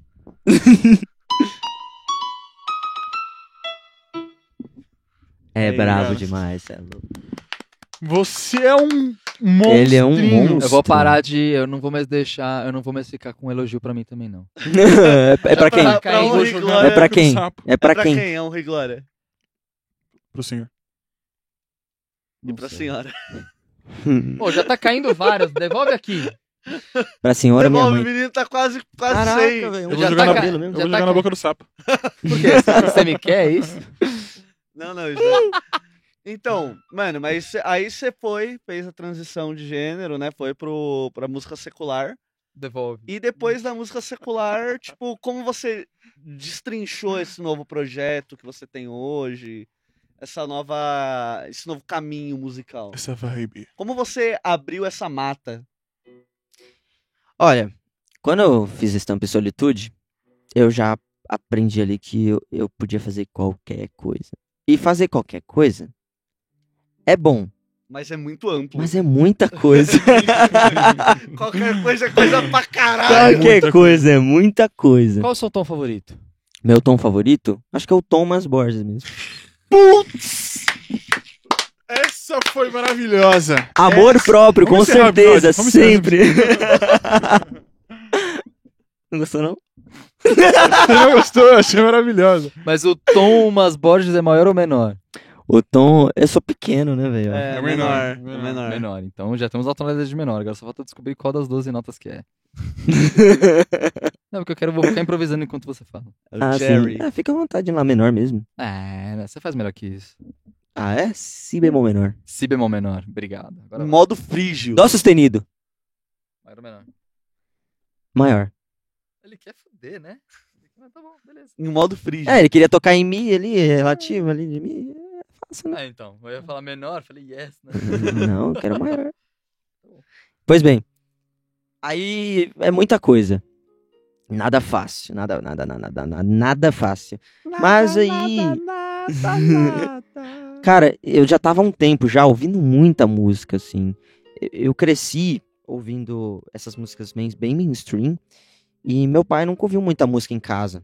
Speaker 3: É,
Speaker 4: Ei,
Speaker 3: bravo
Speaker 2: né?
Speaker 4: cara.
Speaker 3: demais, cê é louco.
Speaker 2: Você é um monstro.
Speaker 3: Ele é um monstro.
Speaker 1: Eu vou parar de. Eu não vou mais deixar. Eu não vou mais ficar com um elogio pra mim também, não.
Speaker 3: [laughs] é, é pra quem?
Speaker 4: Pra, pra
Speaker 1: Quem?
Speaker 4: honra e
Speaker 2: Jogar
Speaker 4: glória.
Speaker 3: É pra
Speaker 2: com
Speaker 3: quem?
Speaker 2: sapo.
Speaker 3: É
Speaker 4: É
Speaker 3: pra quem?
Speaker 4: É honra e glória.
Speaker 2: Pro senhor.
Speaker 4: E
Speaker 1: Não
Speaker 4: pra
Speaker 1: sei.
Speaker 4: senhora.
Speaker 1: Pô, já tá caindo vários. Devolve aqui.
Speaker 3: [laughs] Pra senhora, é minha
Speaker 4: Devolve,
Speaker 3: mãe.
Speaker 4: o menino tá quase, quase sem.
Speaker 3: velho.
Speaker 2: Eu vou
Speaker 1: Já
Speaker 2: jogar,
Speaker 1: tá
Speaker 2: na... né?
Speaker 1: ca-
Speaker 2: eu vou
Speaker 1: já tá
Speaker 2: jogar na
Speaker 1: ca-
Speaker 2: boca do sapo.
Speaker 1: Por quê? Você me quer é isso?
Speaker 4: Não, não, isso não. Então, mano, mas cê- aí você foi, fez a transição de gênero, né? Foi pro, pra música secular.
Speaker 1: Devolve.
Speaker 4: E depois da música secular, tipo, como você destrinchou esse novo projeto que você tem hoje? Essa nova. Esse novo caminho musical.
Speaker 2: Essa vibe.
Speaker 4: Como você abriu essa mata?
Speaker 3: Olha, quando eu fiz estampa e solitude, eu já aprendi ali que eu, eu podia fazer qualquer coisa. E fazer qualquer coisa é bom,
Speaker 4: Mas é muito amplo. [laughs]
Speaker 3: mas é muita coisa.
Speaker 4: Qualquer coisa é coisa pra caralho.
Speaker 3: qualquer coisa é muita coisa.
Speaker 1: Qual o seu tom favorito?
Speaker 3: Meu tom favorito? Acho que é o Thomas Borges mesmo.
Speaker 2: Essa foi [laughs] maravilhosa.
Speaker 3: Amor próprio,
Speaker 2: Vamos
Speaker 3: com
Speaker 2: encerrar o
Speaker 3: certeza,
Speaker 2: episódio, vamos encerrar
Speaker 3: sempre. não gostou, não?
Speaker 2: Você não gostou? Eu achei maravilhosa.
Speaker 1: Mas o Thomas Borges é maior ou menor?
Speaker 3: O tom. Eu sou pequeno, né, velho?
Speaker 4: É,
Speaker 2: É menor,
Speaker 4: menor,
Speaker 2: menor.
Speaker 4: menor.
Speaker 1: Menor. Então já temos a tonalidade de menor. Agora só falta descobrir qual das 12 notas que [laughs] é. Não, porque eu quero vou ficar improvisando enquanto você fala.
Speaker 4: É o
Speaker 3: Ah,
Speaker 4: Jerry.
Speaker 3: sim. Ah, fica à vontade em lá menor mesmo.
Speaker 1: É, né, você faz melhor que isso.
Speaker 3: Ah, é? Si bemol menor.
Speaker 1: Si bemol menor. Obrigado. Agora vai.
Speaker 4: Modo frígio.
Speaker 3: Dó sustenido.
Speaker 1: Agora menor.
Speaker 3: Maior.
Speaker 1: Ele quer foder, né? Mas tá bom, beleza.
Speaker 4: Em modo frígio.
Speaker 3: É, ele queria tocar em mi ali, relativo ali de mi. É fácil, né?
Speaker 1: Ah, então. Eu ia falar menor, falei yes, né?
Speaker 3: Não, eu quero maior. Pois bem. Aí é muita coisa. Nada fácil, nada, nada, nada, nada, nada fácil. Mas aí. [laughs] Cara, eu já tava há um tempo já ouvindo muita música, assim. Eu- Eu cresci ouvindo essas músicas bem, bem mainstream. E meu pai nunca ouviu muita música em casa.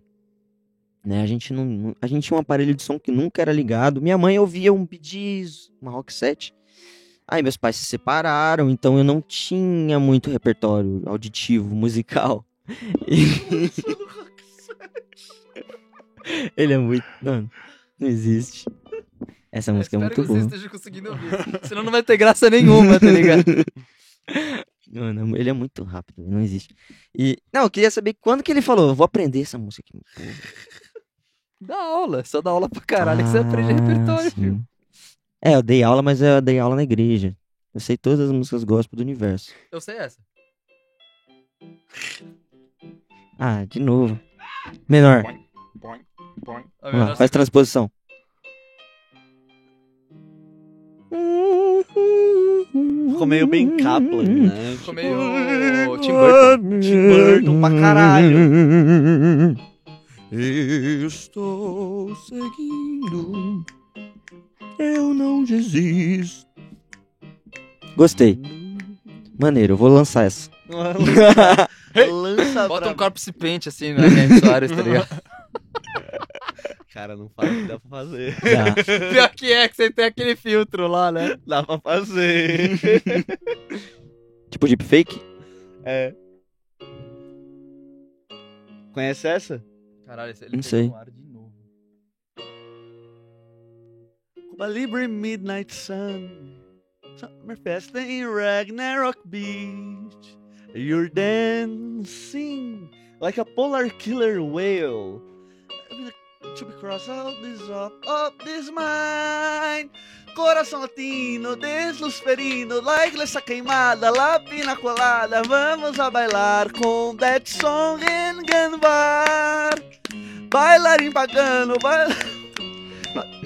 Speaker 3: Né? A, gente não- não, a gente tinha um aparelho de som que nunca era ligado. Minha mãe ouvia um Bidis, uma rock set. Aí meus pais se separaram, então eu não tinha muito repertório auditivo, musical.
Speaker 1: [laughs]
Speaker 3: E- Ele é muito. Mano, não existe. Essa música é
Speaker 1: espero
Speaker 3: muito
Speaker 1: que você
Speaker 3: boa.
Speaker 1: esteja conseguindo ouvir. [laughs] Senão não vai ter graça nenhuma, tá ligado?
Speaker 3: [laughs] Mano, ele é muito rápido, não existe. E, não, eu queria saber quando que ele falou, eu vou aprender essa música aqui. Pô,
Speaker 1: Dá aula, só dá aula pra caralho é que você aprende
Speaker 3: ah,
Speaker 1: repertório,
Speaker 3: sim.
Speaker 1: filho.
Speaker 3: É, eu dei aula, mas eu dei aula na igreja. Eu sei todas as músicas gospel do universo.
Speaker 1: Eu sei essa.
Speaker 3: Ah, de novo. Menor,
Speaker 2: Boing, boing.
Speaker 1: A
Speaker 3: vamos
Speaker 1: menor
Speaker 3: lá, faz transposição.
Speaker 4: Ficou meio bem Kaplan, né?
Speaker 1: ficou meio Tim Burton.
Speaker 4: Tim Burton pra
Speaker 2: [laughs]
Speaker 4: caralho.
Speaker 3: Estou seguindo. Eu não desisto. Gostei. Maneiro, eu vou lançar essa.
Speaker 4: Lança
Speaker 1: Bota
Speaker 4: pra...
Speaker 1: um corpse paint assim na Guilherme Soares, tá ligado?
Speaker 4: Cara, não fala que dá pra fazer. [laughs]
Speaker 3: Já.
Speaker 1: Pior que é que você tem aquele filtro lá, né?
Speaker 4: Dá pra fazer.
Speaker 3: [laughs] tipo deepfake?
Speaker 4: É. Conhece essa?
Speaker 1: Caralho, ele
Speaker 3: Não
Speaker 1: pegou
Speaker 3: sei.
Speaker 1: no ar de novo.
Speaker 4: Cuba Libre Midnight Sun. Summerfest in Ragnarok Beach. You're dancing like a polar killer whale. To be cross out this up, up this mine. Coração latino, desluferino, like essa queimada, la pina colada. Vamos a bailar com that song in Ganvar. Bailarim pagano, baila. [laughs]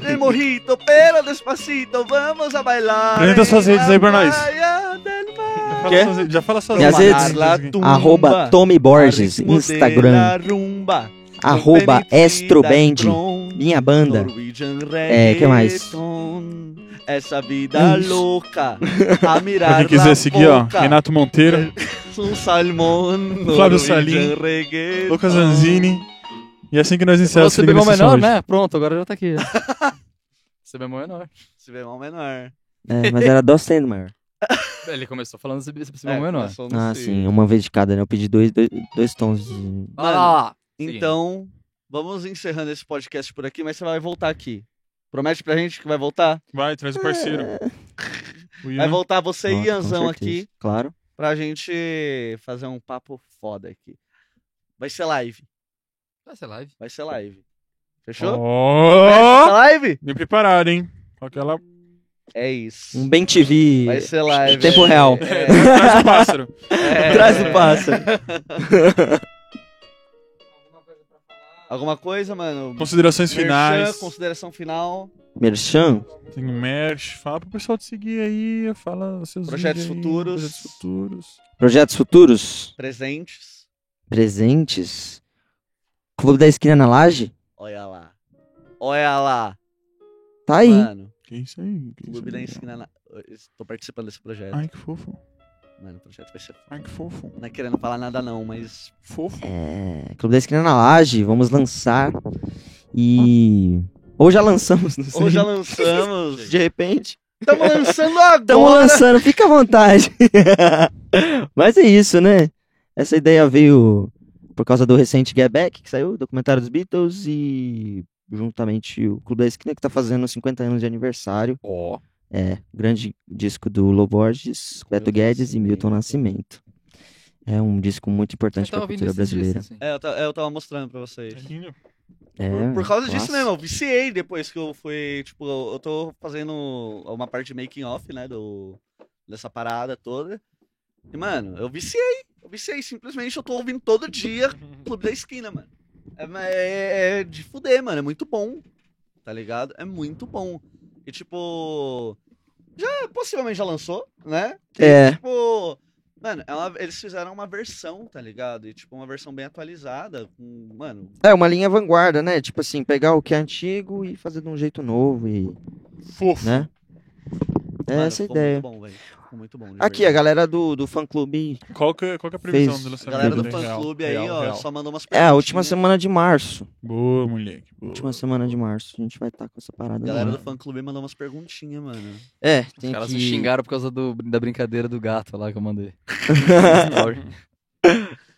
Speaker 4: De mojito, pero despacito, vamos a bailar.
Speaker 2: Apresenta
Speaker 4: em
Speaker 2: suas redes
Speaker 4: la
Speaker 2: aí pra nós.
Speaker 4: Praia del Mar.
Speaker 2: Fala
Speaker 3: Quê?
Speaker 2: sozinho, Já fala sozinho.
Speaker 3: Minhas
Speaker 2: Fala
Speaker 3: redes?
Speaker 2: sozinho.
Speaker 4: Arlatum.
Speaker 3: Arroba
Speaker 4: Rumba.
Speaker 3: Tommy Borges,
Speaker 4: Ritmo de
Speaker 3: Instagram.
Speaker 4: la rumba. é
Speaker 3: Arroba
Speaker 4: Benefit
Speaker 3: Estroband,
Speaker 4: Tron,
Speaker 3: minha banda.
Speaker 4: Norwegian
Speaker 3: É, que mais?
Speaker 4: Reggaeton, Essa vida
Speaker 3: É isso.
Speaker 4: louca.
Speaker 3: [laughs]
Speaker 4: A mirar
Speaker 2: Pra quem
Speaker 4: la
Speaker 2: quiser seguir, ó,
Speaker 4: boca.
Speaker 2: Renato Monteiro,
Speaker 4: [laughs] Um salmão.
Speaker 2: Flávio
Speaker 4: Norwegian
Speaker 2: Salim,
Speaker 4: Reggaeton.
Speaker 2: Lucas Zanzini. E é assim que nós encerramos
Speaker 1: Você bemol menor, né? Pronto, agora já tá aqui. Você bemol menor.
Speaker 4: Se bemol menor.
Speaker 3: É, mas era Dó sustenido maior.
Speaker 1: Ele começou falando se bemol
Speaker 4: É,
Speaker 1: menor.
Speaker 4: começou no
Speaker 3: Ah,
Speaker 4: si.
Speaker 3: sim, uma vez de cada, né? Eu pedi dois, dois, dois tons. de-
Speaker 1: Olha lá.
Speaker 4: Então, vamos encerrando esse podcast por aqui, mas você vai voltar aqui. Promete pra gente que vai voltar?
Speaker 2: Vai, traz o parceiro.
Speaker 3: É.
Speaker 2: O
Speaker 4: Vai
Speaker 2: Ian.
Speaker 4: voltar você
Speaker 3: Nossa,
Speaker 4: e
Speaker 3: com
Speaker 4: Ianzão
Speaker 3: certeza.
Speaker 4: aqui.
Speaker 3: Claro.
Speaker 4: pra gente fazer um papo foda aqui. Vai ser live.
Speaker 1: Vai ser live.
Speaker 4: Vai ser live. Fechou? Vai ser
Speaker 2: Ó,
Speaker 4: live?
Speaker 2: Bem preparado, hein? Com Aquela.
Speaker 4: É isso.
Speaker 3: Um Bem TV.
Speaker 4: Vai ser live.
Speaker 3: Tempo real.
Speaker 4: É,
Speaker 2: Traz o pássaro.
Speaker 4: é.
Speaker 3: [laughs] [laughs] Traz o pássaro.
Speaker 4: Alguma coisa, mano?
Speaker 2: Considerações
Speaker 4: Merchan,
Speaker 2: finais.
Speaker 4: consideração final.
Speaker 3: Merchan.
Speaker 2: Tem o merch. Fala pro pessoal te seguir aí. Fala seus
Speaker 4: Projetos
Speaker 2: vídeos aí,
Speaker 4: futuros.
Speaker 2: Projetos futuros.
Speaker 3: Projetos futuros.
Speaker 4: Presentes.
Speaker 3: Presentes. Clube da Esquina na Laje.
Speaker 4: Olha lá. Olha lá.
Speaker 3: Tá aí.
Speaker 4: Mano,
Speaker 2: Que isso aí? Que isso
Speaker 4: Clube da
Speaker 2: aí?
Speaker 4: Esquina na... Eu Tô participando desse projeto.
Speaker 2: Ai, que fofo.
Speaker 4: Mano, o projeto vai ser... foda.
Speaker 2: Ai, que fofo.
Speaker 4: Não é querendo falar nada não, mas...
Speaker 2: Fofo.
Speaker 3: É, Clube da Esquina na Laje. Vamos lançar. E. Ou já lançamos, não sei.
Speaker 4: Ou já
Speaker 2: [laughs]
Speaker 4: lançamos.
Speaker 3: De repente.
Speaker 4: Estamos lançando agora.
Speaker 3: Tamo lançando, fica à vontade. [laughs] Mas é isso, né? Essa ideia veio por causa do recente Get Back, que saiu, documentário dos Beatles, e juntamente o Clube da Esquina, que tá fazendo 50 anos de aniversário.
Speaker 1: Ó.
Speaker 3: É, grande disco do Loborges,
Speaker 4: Com
Speaker 3: Beto
Speaker 4: Milton
Speaker 3: Guedes e Milton Nascimento. É um disco muito
Speaker 4: tá
Speaker 3: importante para a cultura brasileira.
Speaker 1: assim.
Speaker 4: É, eu, ta- é, eu tava mostrando pra vocês.
Speaker 3: É,
Speaker 4: Por, por causa disso né,
Speaker 3: clássico.
Speaker 4: mesmo, eu viciei depois que eu fui, tipo, eu, eu tô fazendo uma parte de making off, né, do, dessa parada toda. E, mano, eu viciei, eu viciei, simplesmente eu tô ouvindo todo dia Clube da Esquina, mano. É, ma- é- é de fuder, mano, é muito bom, tá ligado? É muito bom. E, tipo, já, possivelmente já lançou, né? E,
Speaker 3: É.
Speaker 4: Tipo, mano, é uma- eles fizeram uma versão, tá ligado? E, tipo, uma versão bem atualizada, com, mano,
Speaker 3: É uma linha vanguarda, né? Tipo assim, pegar o que é antigo e fazer de um jeito novo e,
Speaker 2: Fofo.
Speaker 3: né? É
Speaker 4: Mano,
Speaker 3: essa a
Speaker 4: ficou
Speaker 3: ideia.
Speaker 4: Muito bom, velho. Ficou muito bom. de
Speaker 3: Aqui, a
Speaker 4: verdade.
Speaker 3: galera do, do fã clube.
Speaker 2: Qual que, qual que é a previsão
Speaker 3: Fez.
Speaker 2: do
Speaker 4: A
Speaker 2: lançamento?
Speaker 4: galera do
Speaker 2: dele?
Speaker 4: fã
Speaker 2: é Real,
Speaker 4: clube aí,
Speaker 2: real,
Speaker 4: ó,
Speaker 2: real.
Speaker 4: só mandou umas
Speaker 3: É, a última
Speaker 4: perguntinhas.
Speaker 3: semana de março.
Speaker 2: Boa, moleque. Boa.
Speaker 3: Última semana de março. A gente vai estar com essa parada.
Speaker 4: A galera
Speaker 3: no
Speaker 4: do
Speaker 3: ar.
Speaker 4: fã clube mandou umas perguntinhas, mano.
Speaker 3: É, tem
Speaker 1: Os caras
Speaker 3: que
Speaker 1: me xingaram por causa do- da brincadeira do gato lá que eu
Speaker 3: [laughs]
Speaker 1: mandei.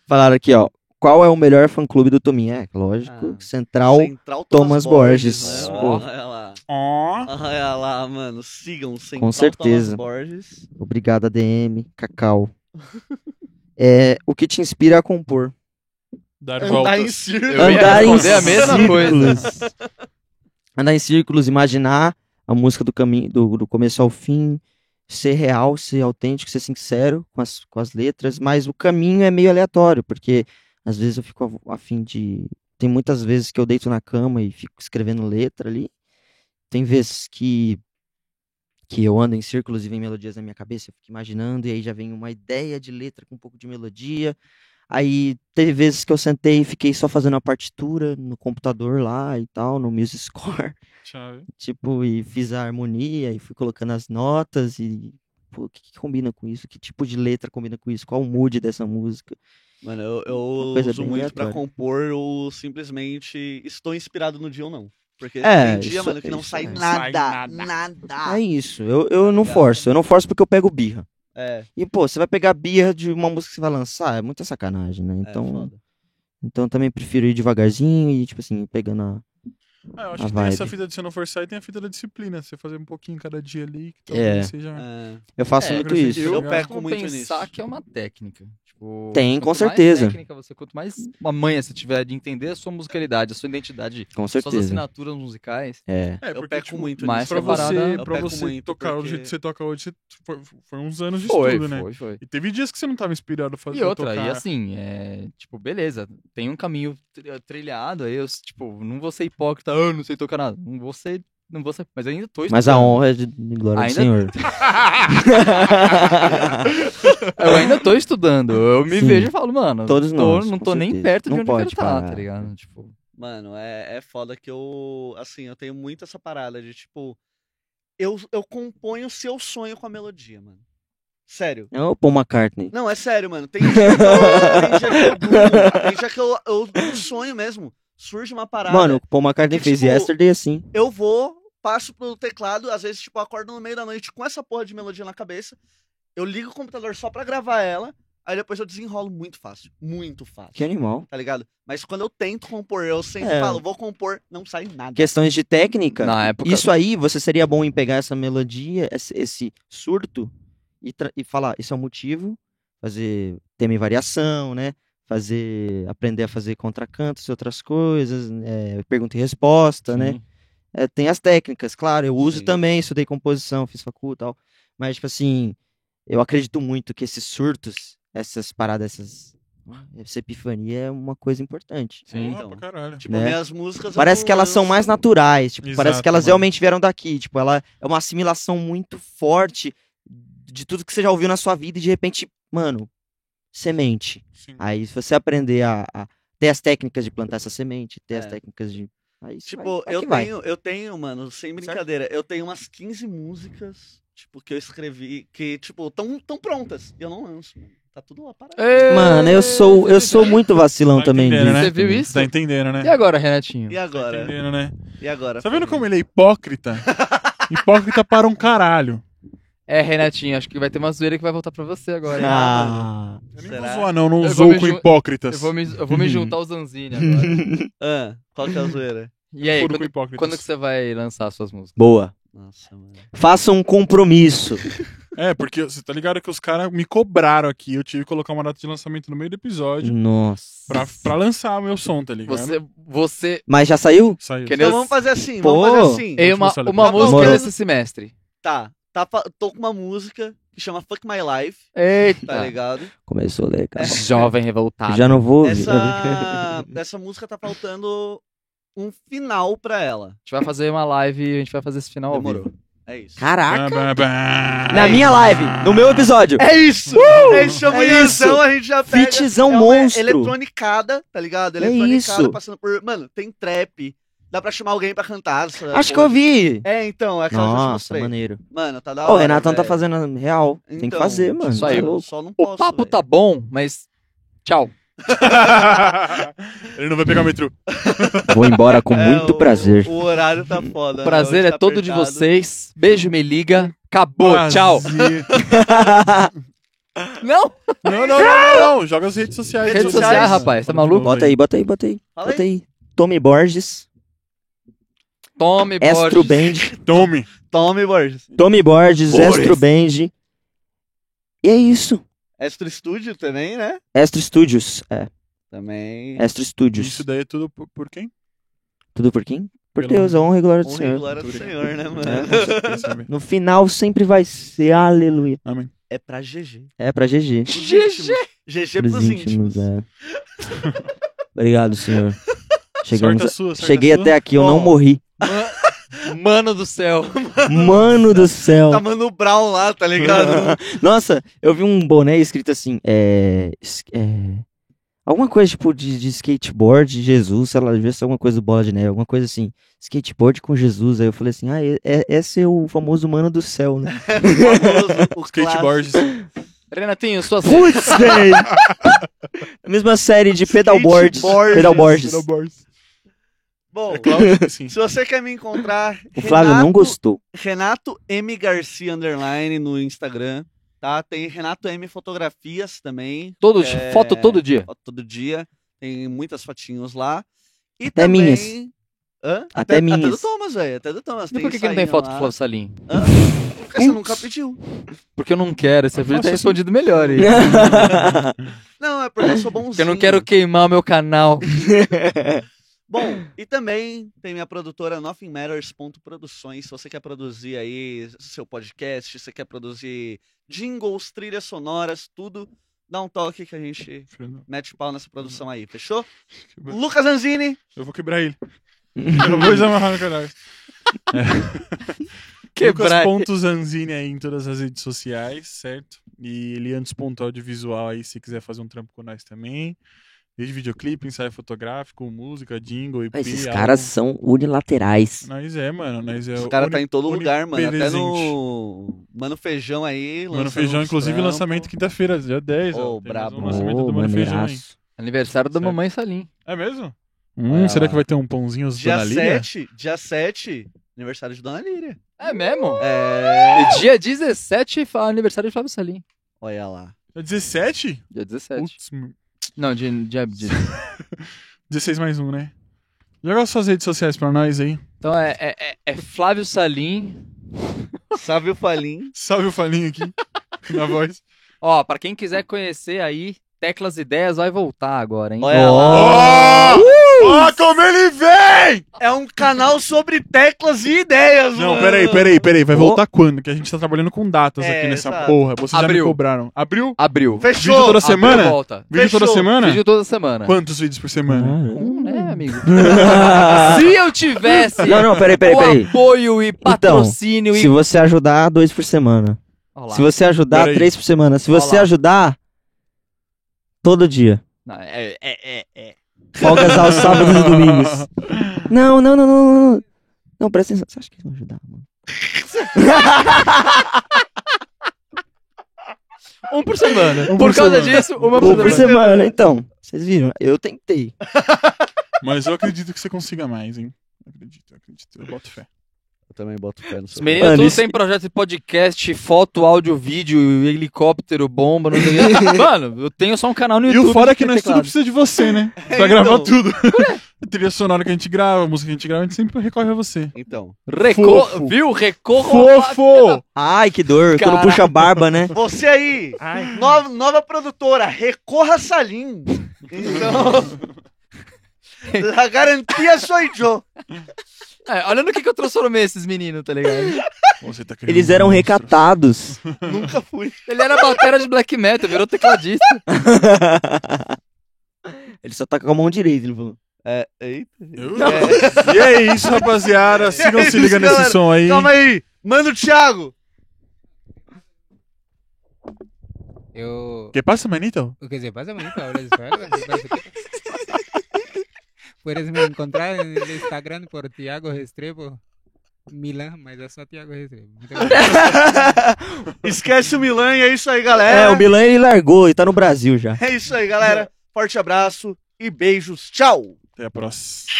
Speaker 3: Falaram aqui, ó. Qual é o melhor fã clube do Tominho? É, lógico.
Speaker 4: Ah.
Speaker 3: Central.
Speaker 4: Central
Speaker 3: Thomas Borges,
Speaker 4: né?
Speaker 1: pô.
Speaker 4: Olha lá.
Speaker 2: Ó.
Speaker 4: Olha lá, mano. Sigam Central
Speaker 3: certeza.
Speaker 4: Thomas Borges.
Speaker 3: Obrigado, ADM. Cacau. [laughs] é, o que te inspira a compor?
Speaker 2: Dar
Speaker 4: Andar em
Speaker 2: voltas.
Speaker 4: círculo.
Speaker 1: Eu ia
Speaker 3: Andar em
Speaker 1: responder a
Speaker 3: [laughs]
Speaker 1: mesma
Speaker 3: círculos. Andar em círculos, imaginar a música do caminho do, do começo ao fim, ser real, ser autêntico, ser sincero com as, com as letras, mas o caminho é meio aleatório, porque às vezes eu fico a, a fim de. Tem muitas vezes que eu deito na cama e fico escrevendo letra ali. Tem vezes que que eu ando em círculos e vem melodias na minha cabeça, eu fico imaginando, e aí já vem uma ideia de letra com um pouco de melodia. Aí teve vezes que eu sentei e fiquei só fazendo a partitura no computador lá e tal, no Music Score, [laughs]
Speaker 2: Chave.
Speaker 3: tipo, e fiz a harmonia e fui colocando as notas e pô, o que, que combina com isso? Que tipo de letra combina com isso? Qual o mood dessa música?
Speaker 4: Mano, eu, eu
Speaker 3: Uma coisa
Speaker 4: uso
Speaker 3: bem
Speaker 4: muito pra
Speaker 3: aleatória.
Speaker 4: compor eu simplesmente estou inspirado no dia ou não. Porque
Speaker 3: É,
Speaker 4: tem dia,
Speaker 3: isso-
Speaker 4: mano, que não
Speaker 3: isso
Speaker 4: sai
Speaker 3: é.
Speaker 4: nada.
Speaker 2: Sai nada.
Speaker 4: nada.
Speaker 3: É isso, eu, eu não
Speaker 4: Ah, Tá.
Speaker 3: forço, eu não forço porque eu pego birra.
Speaker 4: É,
Speaker 3: E pô, você vai pegar birra de uma música que você vai lançar, é muita sacanagem, né?
Speaker 4: é
Speaker 3: Então,
Speaker 4: foda.
Speaker 3: então eu também prefiro ir devagarzinho e tipo assim, pegando a
Speaker 2: Ah, eu acho
Speaker 3: A
Speaker 2: que tem essa
Speaker 3: vibe.
Speaker 2: fita de você não forçar e tem a fita da disciplina. Você fazer um pouquinho cada dia ali. Que
Speaker 3: É.
Speaker 2: talvez seja...
Speaker 4: É.
Speaker 3: Eu faço
Speaker 1: É,
Speaker 3: muito
Speaker 2: prefiro-
Speaker 3: isso.
Speaker 4: Eu,
Speaker 2: Eu
Speaker 4: peco
Speaker 1: Vamos
Speaker 4: muito
Speaker 1: pensar
Speaker 4: nisso.
Speaker 1: que é uma técnica. Tipo,
Speaker 3: Tem,
Speaker 1: quanto
Speaker 3: com
Speaker 1: mais
Speaker 3: certeza.
Speaker 1: técnica você, quanto mais amanha você tiver de entender a sua musicalidade, a sua identidade,
Speaker 3: Com
Speaker 1: suas
Speaker 4: assim
Speaker 3: certeza.
Speaker 1: assinaturas musicais,
Speaker 3: É.
Speaker 2: É,
Speaker 4: eu peco
Speaker 2: tipo,
Speaker 4: muito
Speaker 1: mas
Speaker 4: nisso.
Speaker 2: Pra
Speaker 1: Essa parada-
Speaker 2: você,
Speaker 4: Eu
Speaker 2: pra
Speaker 4: peco
Speaker 2: você
Speaker 4: muito,
Speaker 2: tocar do
Speaker 4: porque-
Speaker 2: jeito que você toca hoje, você- foi, foi uns anos de
Speaker 1: foi,
Speaker 2: estudo, né?
Speaker 1: foi, foi.
Speaker 2: E teve dias que você não tava inspirado a fazer
Speaker 1: E outra,
Speaker 2: tocar.
Speaker 1: e assim, é, tipo, beleza, tem um caminho tri- trilhado, aí eu, tipo, não vou ser hipócrita, ah, eu não sei tocar nada, não vou ser, não vou ser, mas ainda tô
Speaker 3: Mas a
Speaker 1: estudando.
Speaker 3: honra é de de glória do
Speaker 1: Ainda-
Speaker 3: Senhor.
Speaker 1: [laughs] Eu ainda tô estudando, eu me
Speaker 3: Sim.
Speaker 1: vejo e falo, mano,
Speaker 3: Todos
Speaker 1: tô-
Speaker 3: nós,
Speaker 1: não
Speaker 3: com
Speaker 1: tô nem
Speaker 3: certeza.
Speaker 1: perto de
Speaker 3: Não
Speaker 1: onde eu quero
Speaker 3: pode
Speaker 1: estar, tá
Speaker 3: parar.
Speaker 1: ligado? Tipo,
Speaker 4: Mano, é, é foda que eu. Assim, eu tenho muito essa parada de tipo. Eu, eu componho se eu sonho com a melodia, mano. Sério.
Speaker 3: É o Paul McCartney.
Speaker 4: Não, é sério, mano. Tem dia que eu, tem dia que eu, durmo, tem dia que eu, eu sonho mesmo. Surge uma parada.
Speaker 3: Mano, o Paul McCartney
Speaker 4: Que,
Speaker 3: fez
Speaker 4: tipo,
Speaker 3: Yesterday assim.
Speaker 4: eu vou, passo pro teclado, às vezes, tipo, eu acordo no meio da noite com essa porra de melodia na cabeça. Eu ligo o computador só pra gravar ela. Aí depois eu desenrolo muito fácil. Muito fácil.
Speaker 3: Que animal.
Speaker 4: Tá ligado? Mas quando eu tento compor, eu sempre
Speaker 3: É.
Speaker 4: falo, vou compor, não sai nada.
Speaker 3: Questões de técnica.
Speaker 1: na época,
Speaker 3: Isso aí, você seria bom em pegar essa melodia, esse, esse surto, e, tra- e falar, isso é o motivo, fazer tema e variação, né? Fazer, aprender a fazer contracantos e outras coisas, é, pergunta e resposta, né?
Speaker 1: sim.
Speaker 3: É, tem as técnicas, claro, eu uso
Speaker 4: Sim.
Speaker 3: também, estudei composição, fiz facul e tal. Mas, tipo assim, eu acredito muito que esses surtos, essas paradas, essas. ah, Essa epifania é uma coisa importante.
Speaker 1: Sim,
Speaker 2: Porra,
Speaker 4: então.
Speaker 2: pra caralho.
Speaker 4: Tipo,
Speaker 3: né?
Speaker 4: minhas músicas.
Speaker 3: Parece
Speaker 4: eu
Speaker 3: que elas são
Speaker 4: lanço-
Speaker 3: mais naturais, tipo, parece
Speaker 2: Exato,
Speaker 3: que elas
Speaker 2: mano.
Speaker 3: realmente vieram daqui. Tipo, ela é uma assimilação muito forte de tudo que você já ouviu na sua vida e de repente, mano, semente.
Speaker 2: Sim.
Speaker 3: Aí, se você aprender a, a ter as técnicas de plantar essa semente, ter as
Speaker 4: É.
Speaker 3: técnicas de. Aí, você
Speaker 4: Tipo,
Speaker 3: vai, vai
Speaker 4: eu
Speaker 3: que vai.
Speaker 4: tenho, eu tenho, mano, sem brincadeira, eu tenho umas 15 músicas, tipo, que eu escrevi, que, tipo, tão, tão prontas. E eu não lanço, mano. Tá tudo lá parado.
Speaker 3: Mano, eu sou, eu sou muito vacilão
Speaker 2: Tá
Speaker 3: também
Speaker 2: entendendo,
Speaker 3: disso.
Speaker 2: né?
Speaker 1: Você viu isso?
Speaker 2: Tá entendendo, né?
Speaker 1: E agora, Renatinho?
Speaker 4: E
Speaker 2: Tá
Speaker 4: agora?
Speaker 2: entendendo, né?
Speaker 4: E agora?
Speaker 2: Tá vendo como ele é hipócrita? hipócrita para um caralho.
Speaker 1: É, Renatinho, acho que vai ter uma zoeira que vai voltar pra você
Speaker 4: né?
Speaker 1: agora. hein?
Speaker 3: Ah,
Speaker 2: Eu nem
Speaker 4: Será?
Speaker 2: vou zoar, não. Não
Speaker 1: Eu
Speaker 2: zoou
Speaker 1: vou me
Speaker 2: com
Speaker 1: ju-
Speaker 2: hipócritas.
Speaker 1: Eu vou me, eu vou me juntar ao Zanzini agora.
Speaker 3: [laughs]
Speaker 4: Ah, qual que é a zoeira?
Speaker 1: E aí,
Speaker 2: Furo com
Speaker 1: quando,
Speaker 2: hipócritas.
Speaker 1: quando que você vai lançar suas músicas?
Speaker 3: Boa.
Speaker 4: Nossa, mano.
Speaker 3: Faça um compromisso.
Speaker 2: É, porque você tá ligado que os caras me cobraram aqui. Eu tive que colocar uma data de lançamento no meio do episódio
Speaker 3: Nossa.
Speaker 2: pra, pra lançar o meu som, tá ligado?
Speaker 1: Você, você
Speaker 3: Mas já saiu?
Speaker 2: Saiu.
Speaker 1: Que nem-
Speaker 4: Então
Speaker 1: Deus-
Speaker 4: vamos fazer assim,
Speaker 3: Pô.
Speaker 4: vamos fazer assim.
Speaker 1: É uma,
Speaker 2: Último
Speaker 1: uma
Speaker 4: celebrity.
Speaker 1: música
Speaker 3: Tá bom.
Speaker 1: desse semestre.
Speaker 4: Tá, tá, fa- tô com uma música que chama Fuck My Life,
Speaker 1: Eita.
Speaker 4: tá ligado?
Speaker 3: Começou legal.
Speaker 1: Jovem revoltado.
Speaker 3: Já não vou ouvir.
Speaker 4: Ah, Essa, [laughs] essa música tá faltando um final pra ela.
Speaker 1: A gente vai fazer uma live, a gente vai fazer esse final ao
Speaker 4: Demorou.
Speaker 1: vivo.
Speaker 4: É isso.
Speaker 3: Caraca.
Speaker 2: Bah, bah,
Speaker 4: Ah,
Speaker 2: bah.
Speaker 3: Na minha live, no meu episódio.
Speaker 4: É isso!
Speaker 2: Uh!
Speaker 4: É
Speaker 2: [laughs]
Speaker 4: isso,
Speaker 3: É
Speaker 4: amanhã
Speaker 3: isso!
Speaker 4: então a gente já pega.
Speaker 3: Fitzão
Speaker 4: Ela é
Speaker 3: monstro.
Speaker 4: Eletronicada, tá ligado?
Speaker 3: É
Speaker 4: Eletronicada,
Speaker 3: isso.
Speaker 4: passando por. Mano, tem trap. Dá pra chamar alguém pra cantar. essa
Speaker 3: Acho que
Speaker 4: porra.
Speaker 3: eu vi.
Speaker 4: É, então, é aquela que eu te
Speaker 3: Nossa,
Speaker 4: mostrei.
Speaker 3: maneiro.
Speaker 4: Mano, tá da
Speaker 3: Ô, o
Speaker 4: hora.
Speaker 3: Renatão tá
Speaker 4: velho.
Speaker 3: fazendo real. Tem que
Speaker 4: Então,
Speaker 3: fazer, mano.
Speaker 1: isso
Speaker 3: Tá
Speaker 1: aí.
Speaker 3: louco.
Speaker 4: Só não
Speaker 1: O
Speaker 4: posso.
Speaker 1: papo
Speaker 4: velho.
Speaker 1: tá bom, mas tchau.
Speaker 2: Ele não vai pegar o metrô.
Speaker 3: Vou embora
Speaker 4: [laughs]
Speaker 3: com
Speaker 4: É,
Speaker 3: muito
Speaker 4: o-
Speaker 3: prazer.
Speaker 4: O horário tá foda.
Speaker 1: O [laughs] prazer
Speaker 4: né?
Speaker 1: é
Speaker 4: Hoje tá
Speaker 1: todo de
Speaker 4: apertado.
Speaker 1: vocês. Beijo, me liga. Acabou, tchau.
Speaker 2: Prazer.
Speaker 1: Não,
Speaker 2: Não, não, não, não, não. Joga as redes sociais.
Speaker 1: redes
Speaker 4: sociais,
Speaker 1: sociais, rapaz. Tá maluco?
Speaker 3: Bota aí, bota aí, bota aí.
Speaker 4: Fala
Speaker 3: Bota aí. Tommy Borges,
Speaker 1: Tome,
Speaker 3: Estro
Speaker 1: Borges.
Speaker 3: Band.
Speaker 2: Tome.
Speaker 4: Tome, Borges.
Speaker 3: Tommy Borges,
Speaker 1: Borges.
Speaker 3: Estro Band. E é isso.
Speaker 4: Extra Studio também, né?
Speaker 3: Estro Studios. É,
Speaker 4: Também.
Speaker 3: Estro Studios.
Speaker 2: Isso daí é tudo por, por quem?
Speaker 3: Tudo por quem? Por
Speaker 2: Pelo
Speaker 3: Deus, a honra e glória do
Speaker 4: Honra e
Speaker 3: Senhor.
Speaker 4: glória do Senhor, né, mano? [laughs]
Speaker 3: É.
Speaker 2: Quer saber?
Speaker 3: No final sempre vai ser aleluia.
Speaker 2: Amém.
Speaker 4: É pra GG.
Speaker 3: É pra GG.
Speaker 4: Pros
Speaker 1: GG.
Speaker 4: íntimos. GG
Speaker 2: Tipo
Speaker 3: Pros
Speaker 2: assim,
Speaker 4: pros íntimos.
Speaker 3: é. [laughs] Obrigado, Senhor. Chegamos
Speaker 2: Sorte a
Speaker 3: a-
Speaker 2: sua, sorte a
Speaker 3: Cheguei
Speaker 2: sua.
Speaker 3: até aqui, eu não
Speaker 4: Bom.
Speaker 3: morri.
Speaker 1: Mano do céu.
Speaker 2: [laughs]
Speaker 3: Mano do céu.
Speaker 4: Tá mandando o Brown lá, tá ligado?
Speaker 3: [laughs] Nossa, eu vi um boné escrito assim, é... es- é, alguma coisa tipo de, de skateboard, de Jesus, sei lá, devia ser alguma coisa do Bola de Neve, alguma coisa assim. Skateboard com Jesus. Aí eu falei assim, ah, é, é- esse é o famoso Mano do Céu, né?
Speaker 4: [laughs] [laughs] o famoso,
Speaker 1: [laughs]
Speaker 4: o
Speaker 2: Skateboard.
Speaker 1: Renatinho, suas
Speaker 3: Putz, velho! A [laughs] mesma série de pedalboards.
Speaker 4: Skateboards.
Speaker 3: Pedalboards.
Speaker 4: Bom,
Speaker 2: É Cláudio? Sim.
Speaker 4: se você quer me encontrar,
Speaker 3: O Flávio
Speaker 4: Renato,
Speaker 3: não gostou.
Speaker 4: Renato M Garcia underline no Instagram, tá? Tem Renato M Fotografias também,
Speaker 1: todo,
Speaker 4: É.
Speaker 1: foto todo dia.
Speaker 4: ó, todo dia. Tem muitas fotinhos lá. E
Speaker 3: Até
Speaker 4: também...
Speaker 3: minhas.
Speaker 4: Hã?
Speaker 3: Até
Speaker 4: Até
Speaker 3: minhas.
Speaker 4: do Thomas, velho. Até do Thomas.
Speaker 1: E por que, que não tem
Speaker 4: sainha
Speaker 1: foto do
Speaker 4: lá.
Speaker 1: Flávio Salim?
Speaker 4: Hã? Porque você nunca pediu.
Speaker 1: Porque eu não quero, você podia ter
Speaker 2: Nossa,
Speaker 1: respondido melhor aí.
Speaker 4: Não, é porque eu sou bonzinho.
Speaker 1: Porque eu não quero queimar meu canal.
Speaker 4: Bom, e também tem minha produtora nothingmatters.produções. Se você quer produzir aí seu podcast, se você quer produzir jingles, trilhas sonoras, tudo, dá um toque que a gente
Speaker 3: [laughs]
Speaker 4: mete o pau nessa produção aí, fechou?
Speaker 2: Uhum.
Speaker 4: Lucas Anzini,
Speaker 2: Eu vou quebrar ele. Eu vou desamarrar no
Speaker 4: [laughs]
Speaker 2: canal.
Speaker 1: Quebrar.
Speaker 2: Lucas Zanzini aí em todas as redes sociais, certo? E Eliantos.audiovisual aí, se quiser fazer um trampo com nós também. Desde videoclipe, ensaio fotográfico, música, jingle, EP.
Speaker 3: Esses
Speaker 2: álbum.
Speaker 3: caras são unilaterais.
Speaker 2: Nós é, mano. Nós é
Speaker 4: esse
Speaker 2: o
Speaker 4: cara
Speaker 2: uni-
Speaker 4: tá em todo
Speaker 2: uni-
Speaker 4: lugar, mano. Até
Speaker 2: presente.
Speaker 4: no Mano Feijão aí.
Speaker 2: Mano
Speaker 4: lançando
Speaker 2: Feijão,
Speaker 4: uns
Speaker 2: inclusive,
Speaker 4: trampo.
Speaker 2: lançamento quinta-feira, dia 10.
Speaker 4: Ô,
Speaker 2: ó, tem mais
Speaker 4: brabo.
Speaker 2: um lançamento do
Speaker 3: Ô,
Speaker 2: Mano Feijão, hein?
Speaker 3: maneiraço.
Speaker 1: Aniversário da
Speaker 2: Certo.
Speaker 1: mamãe Salim.
Speaker 2: É mesmo?
Speaker 4: Olha
Speaker 2: Hum, será
Speaker 4: lá.
Speaker 2: que vai ter um pãozinho os
Speaker 4: Dia
Speaker 2: Dona Lília?
Speaker 4: 7, dia 7, aniversário de Dona Líria.
Speaker 1: É mesmo?
Speaker 4: É.
Speaker 1: E dia 17, fa- aniversário de Flávio Salim.
Speaker 4: Olha lá.
Speaker 2: Dia 17?
Speaker 1: Dia 17.
Speaker 2: É Putz, meu.
Speaker 1: Não, dia, dia, dia-
Speaker 2: 16 mais um, né? Joga suas redes sociais pra nós aí.
Speaker 1: Então é, é, é- é Flávio Salim.
Speaker 4: Salve o Falim.
Speaker 2: Salve o Falinho aqui, na voz.
Speaker 1: Ó, pra quem quiser conhecer aí, Teclas Ideias vai voltar agora, hein?
Speaker 4: Olha lá.
Speaker 2: Ó, ó, como ele vem!
Speaker 4: É um canal sobre teclas e ideias,
Speaker 2: Não,
Speaker 4: mano.
Speaker 2: peraí, peraí, peraí. Vai voltar quando? Que a gente tá trabalhando com datas
Speaker 4: É,
Speaker 2: aqui nessa
Speaker 4: exato.
Speaker 2: porra. Vocês já
Speaker 1: Abril.
Speaker 2: me cobraram. Abril?
Speaker 1: Abril.
Speaker 4: Fechou.
Speaker 2: Vídeo toda
Speaker 1: Abril
Speaker 2: semana?
Speaker 1: volta.
Speaker 2: Vídeo Uhum. toda
Speaker 4: Fechou.
Speaker 2: semana?
Speaker 1: Vídeo toda semana.
Speaker 2: Quantos vídeos por semana?
Speaker 1: Um, né, amigo?
Speaker 3: Ah.
Speaker 1: Se eu tivesse
Speaker 3: [laughs] Não, não, peraí, peraí,
Speaker 1: o
Speaker 3: peraí.
Speaker 1: apoio e patrocínio
Speaker 3: Se
Speaker 1: e...
Speaker 3: você ajudar, dois por semana.
Speaker 1: Ó lá.
Speaker 3: Se você ajudar,
Speaker 2: Peraí.
Speaker 3: três por semana. Se você
Speaker 1: Ó lá.
Speaker 3: ajudar, todo dia.
Speaker 1: Não, é, é, é, é.
Speaker 3: Folgas
Speaker 1: [laughs]
Speaker 3: aos sábados e domingos. Não, não, não, não, não, não. Não, presta atenção. Você acha que eles vão ajudar, mano?
Speaker 1: 1 por [laughs] semana.
Speaker 2: Um
Speaker 1: por,
Speaker 2: por
Speaker 1: causa
Speaker 2: semana.
Speaker 1: disso, uma
Speaker 3: Um
Speaker 1: por
Speaker 3: por
Speaker 1: semana.
Speaker 3: semana, então. Vocês viram? Eu tentei.
Speaker 2: Mas eu acredito que você consiga mais, hein? Acredito, acredito. Eu boto fé.
Speaker 4: Eu também boto fé no
Speaker 1: Os
Speaker 4: seu.
Speaker 1: meninos
Speaker 3: Mano,
Speaker 1: tudo
Speaker 3: isso-
Speaker 1: tem projeto de podcast, foto, áudio, vídeo, helicóptero, bomba, não sei o quê. Mano, eu tenho só um canal no
Speaker 2: E
Speaker 1: YouTube.
Speaker 2: o foda é que
Speaker 1: com
Speaker 2: nós tudo
Speaker 1: teclado.
Speaker 2: precisa de você, né? [laughs] Pra
Speaker 4: então.
Speaker 2: gravar tudo. A trilha sonora que a gente grava, a música que a gente grava, a gente sempre recorre a você.
Speaker 4: Então,
Speaker 1: Reco...
Speaker 2: Fofo.
Speaker 1: Viu? Recorro. ao-
Speaker 2: Fofo!
Speaker 3: Ai, que dor,
Speaker 1: Caraca.
Speaker 3: quando puxa a barba, né?
Speaker 4: você aí, nova, nova produtora, recorra a Salim. Então, a garantia sou eu.
Speaker 1: É, olha no que, que eu transformei esses meninos, tá ligado?
Speaker 2: Você tá criando
Speaker 3: Eles
Speaker 2: um
Speaker 3: eram
Speaker 2: monstro.
Speaker 3: recatados.
Speaker 4: Nunca fui.
Speaker 1: Ele era batera de black metal, virou tecladista.
Speaker 3: Ele só tá com a mão direita, ele falou.
Speaker 4: É, eita.
Speaker 2: E é isso, rapaziada. Sigam
Speaker 4: [laughs] É
Speaker 2: se
Speaker 4: isso,
Speaker 2: liga nesse
Speaker 4: galera.
Speaker 2: som aí.
Speaker 4: Calma aí, manda o Thiago. [laughs]
Speaker 6: Eu.
Speaker 2: Que passa, manito?
Speaker 6: O que se pasa, manito? Hablas español. así [laughs] parece que- Puedes Pues me encontrar en el Instagram por Tiago Restrepo. Milán, mas é só Tiago Restrepo. Muito obrigado.
Speaker 4: Esquece o Milan e é isso aí,
Speaker 3: É,
Speaker 4: galera.
Speaker 3: o Milan ele largou e tá no Brasil já.
Speaker 4: É isso aí, galera. Forte abraço e beijos. Tchau.
Speaker 2: Até a próxima.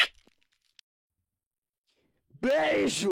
Speaker 3: Beijo!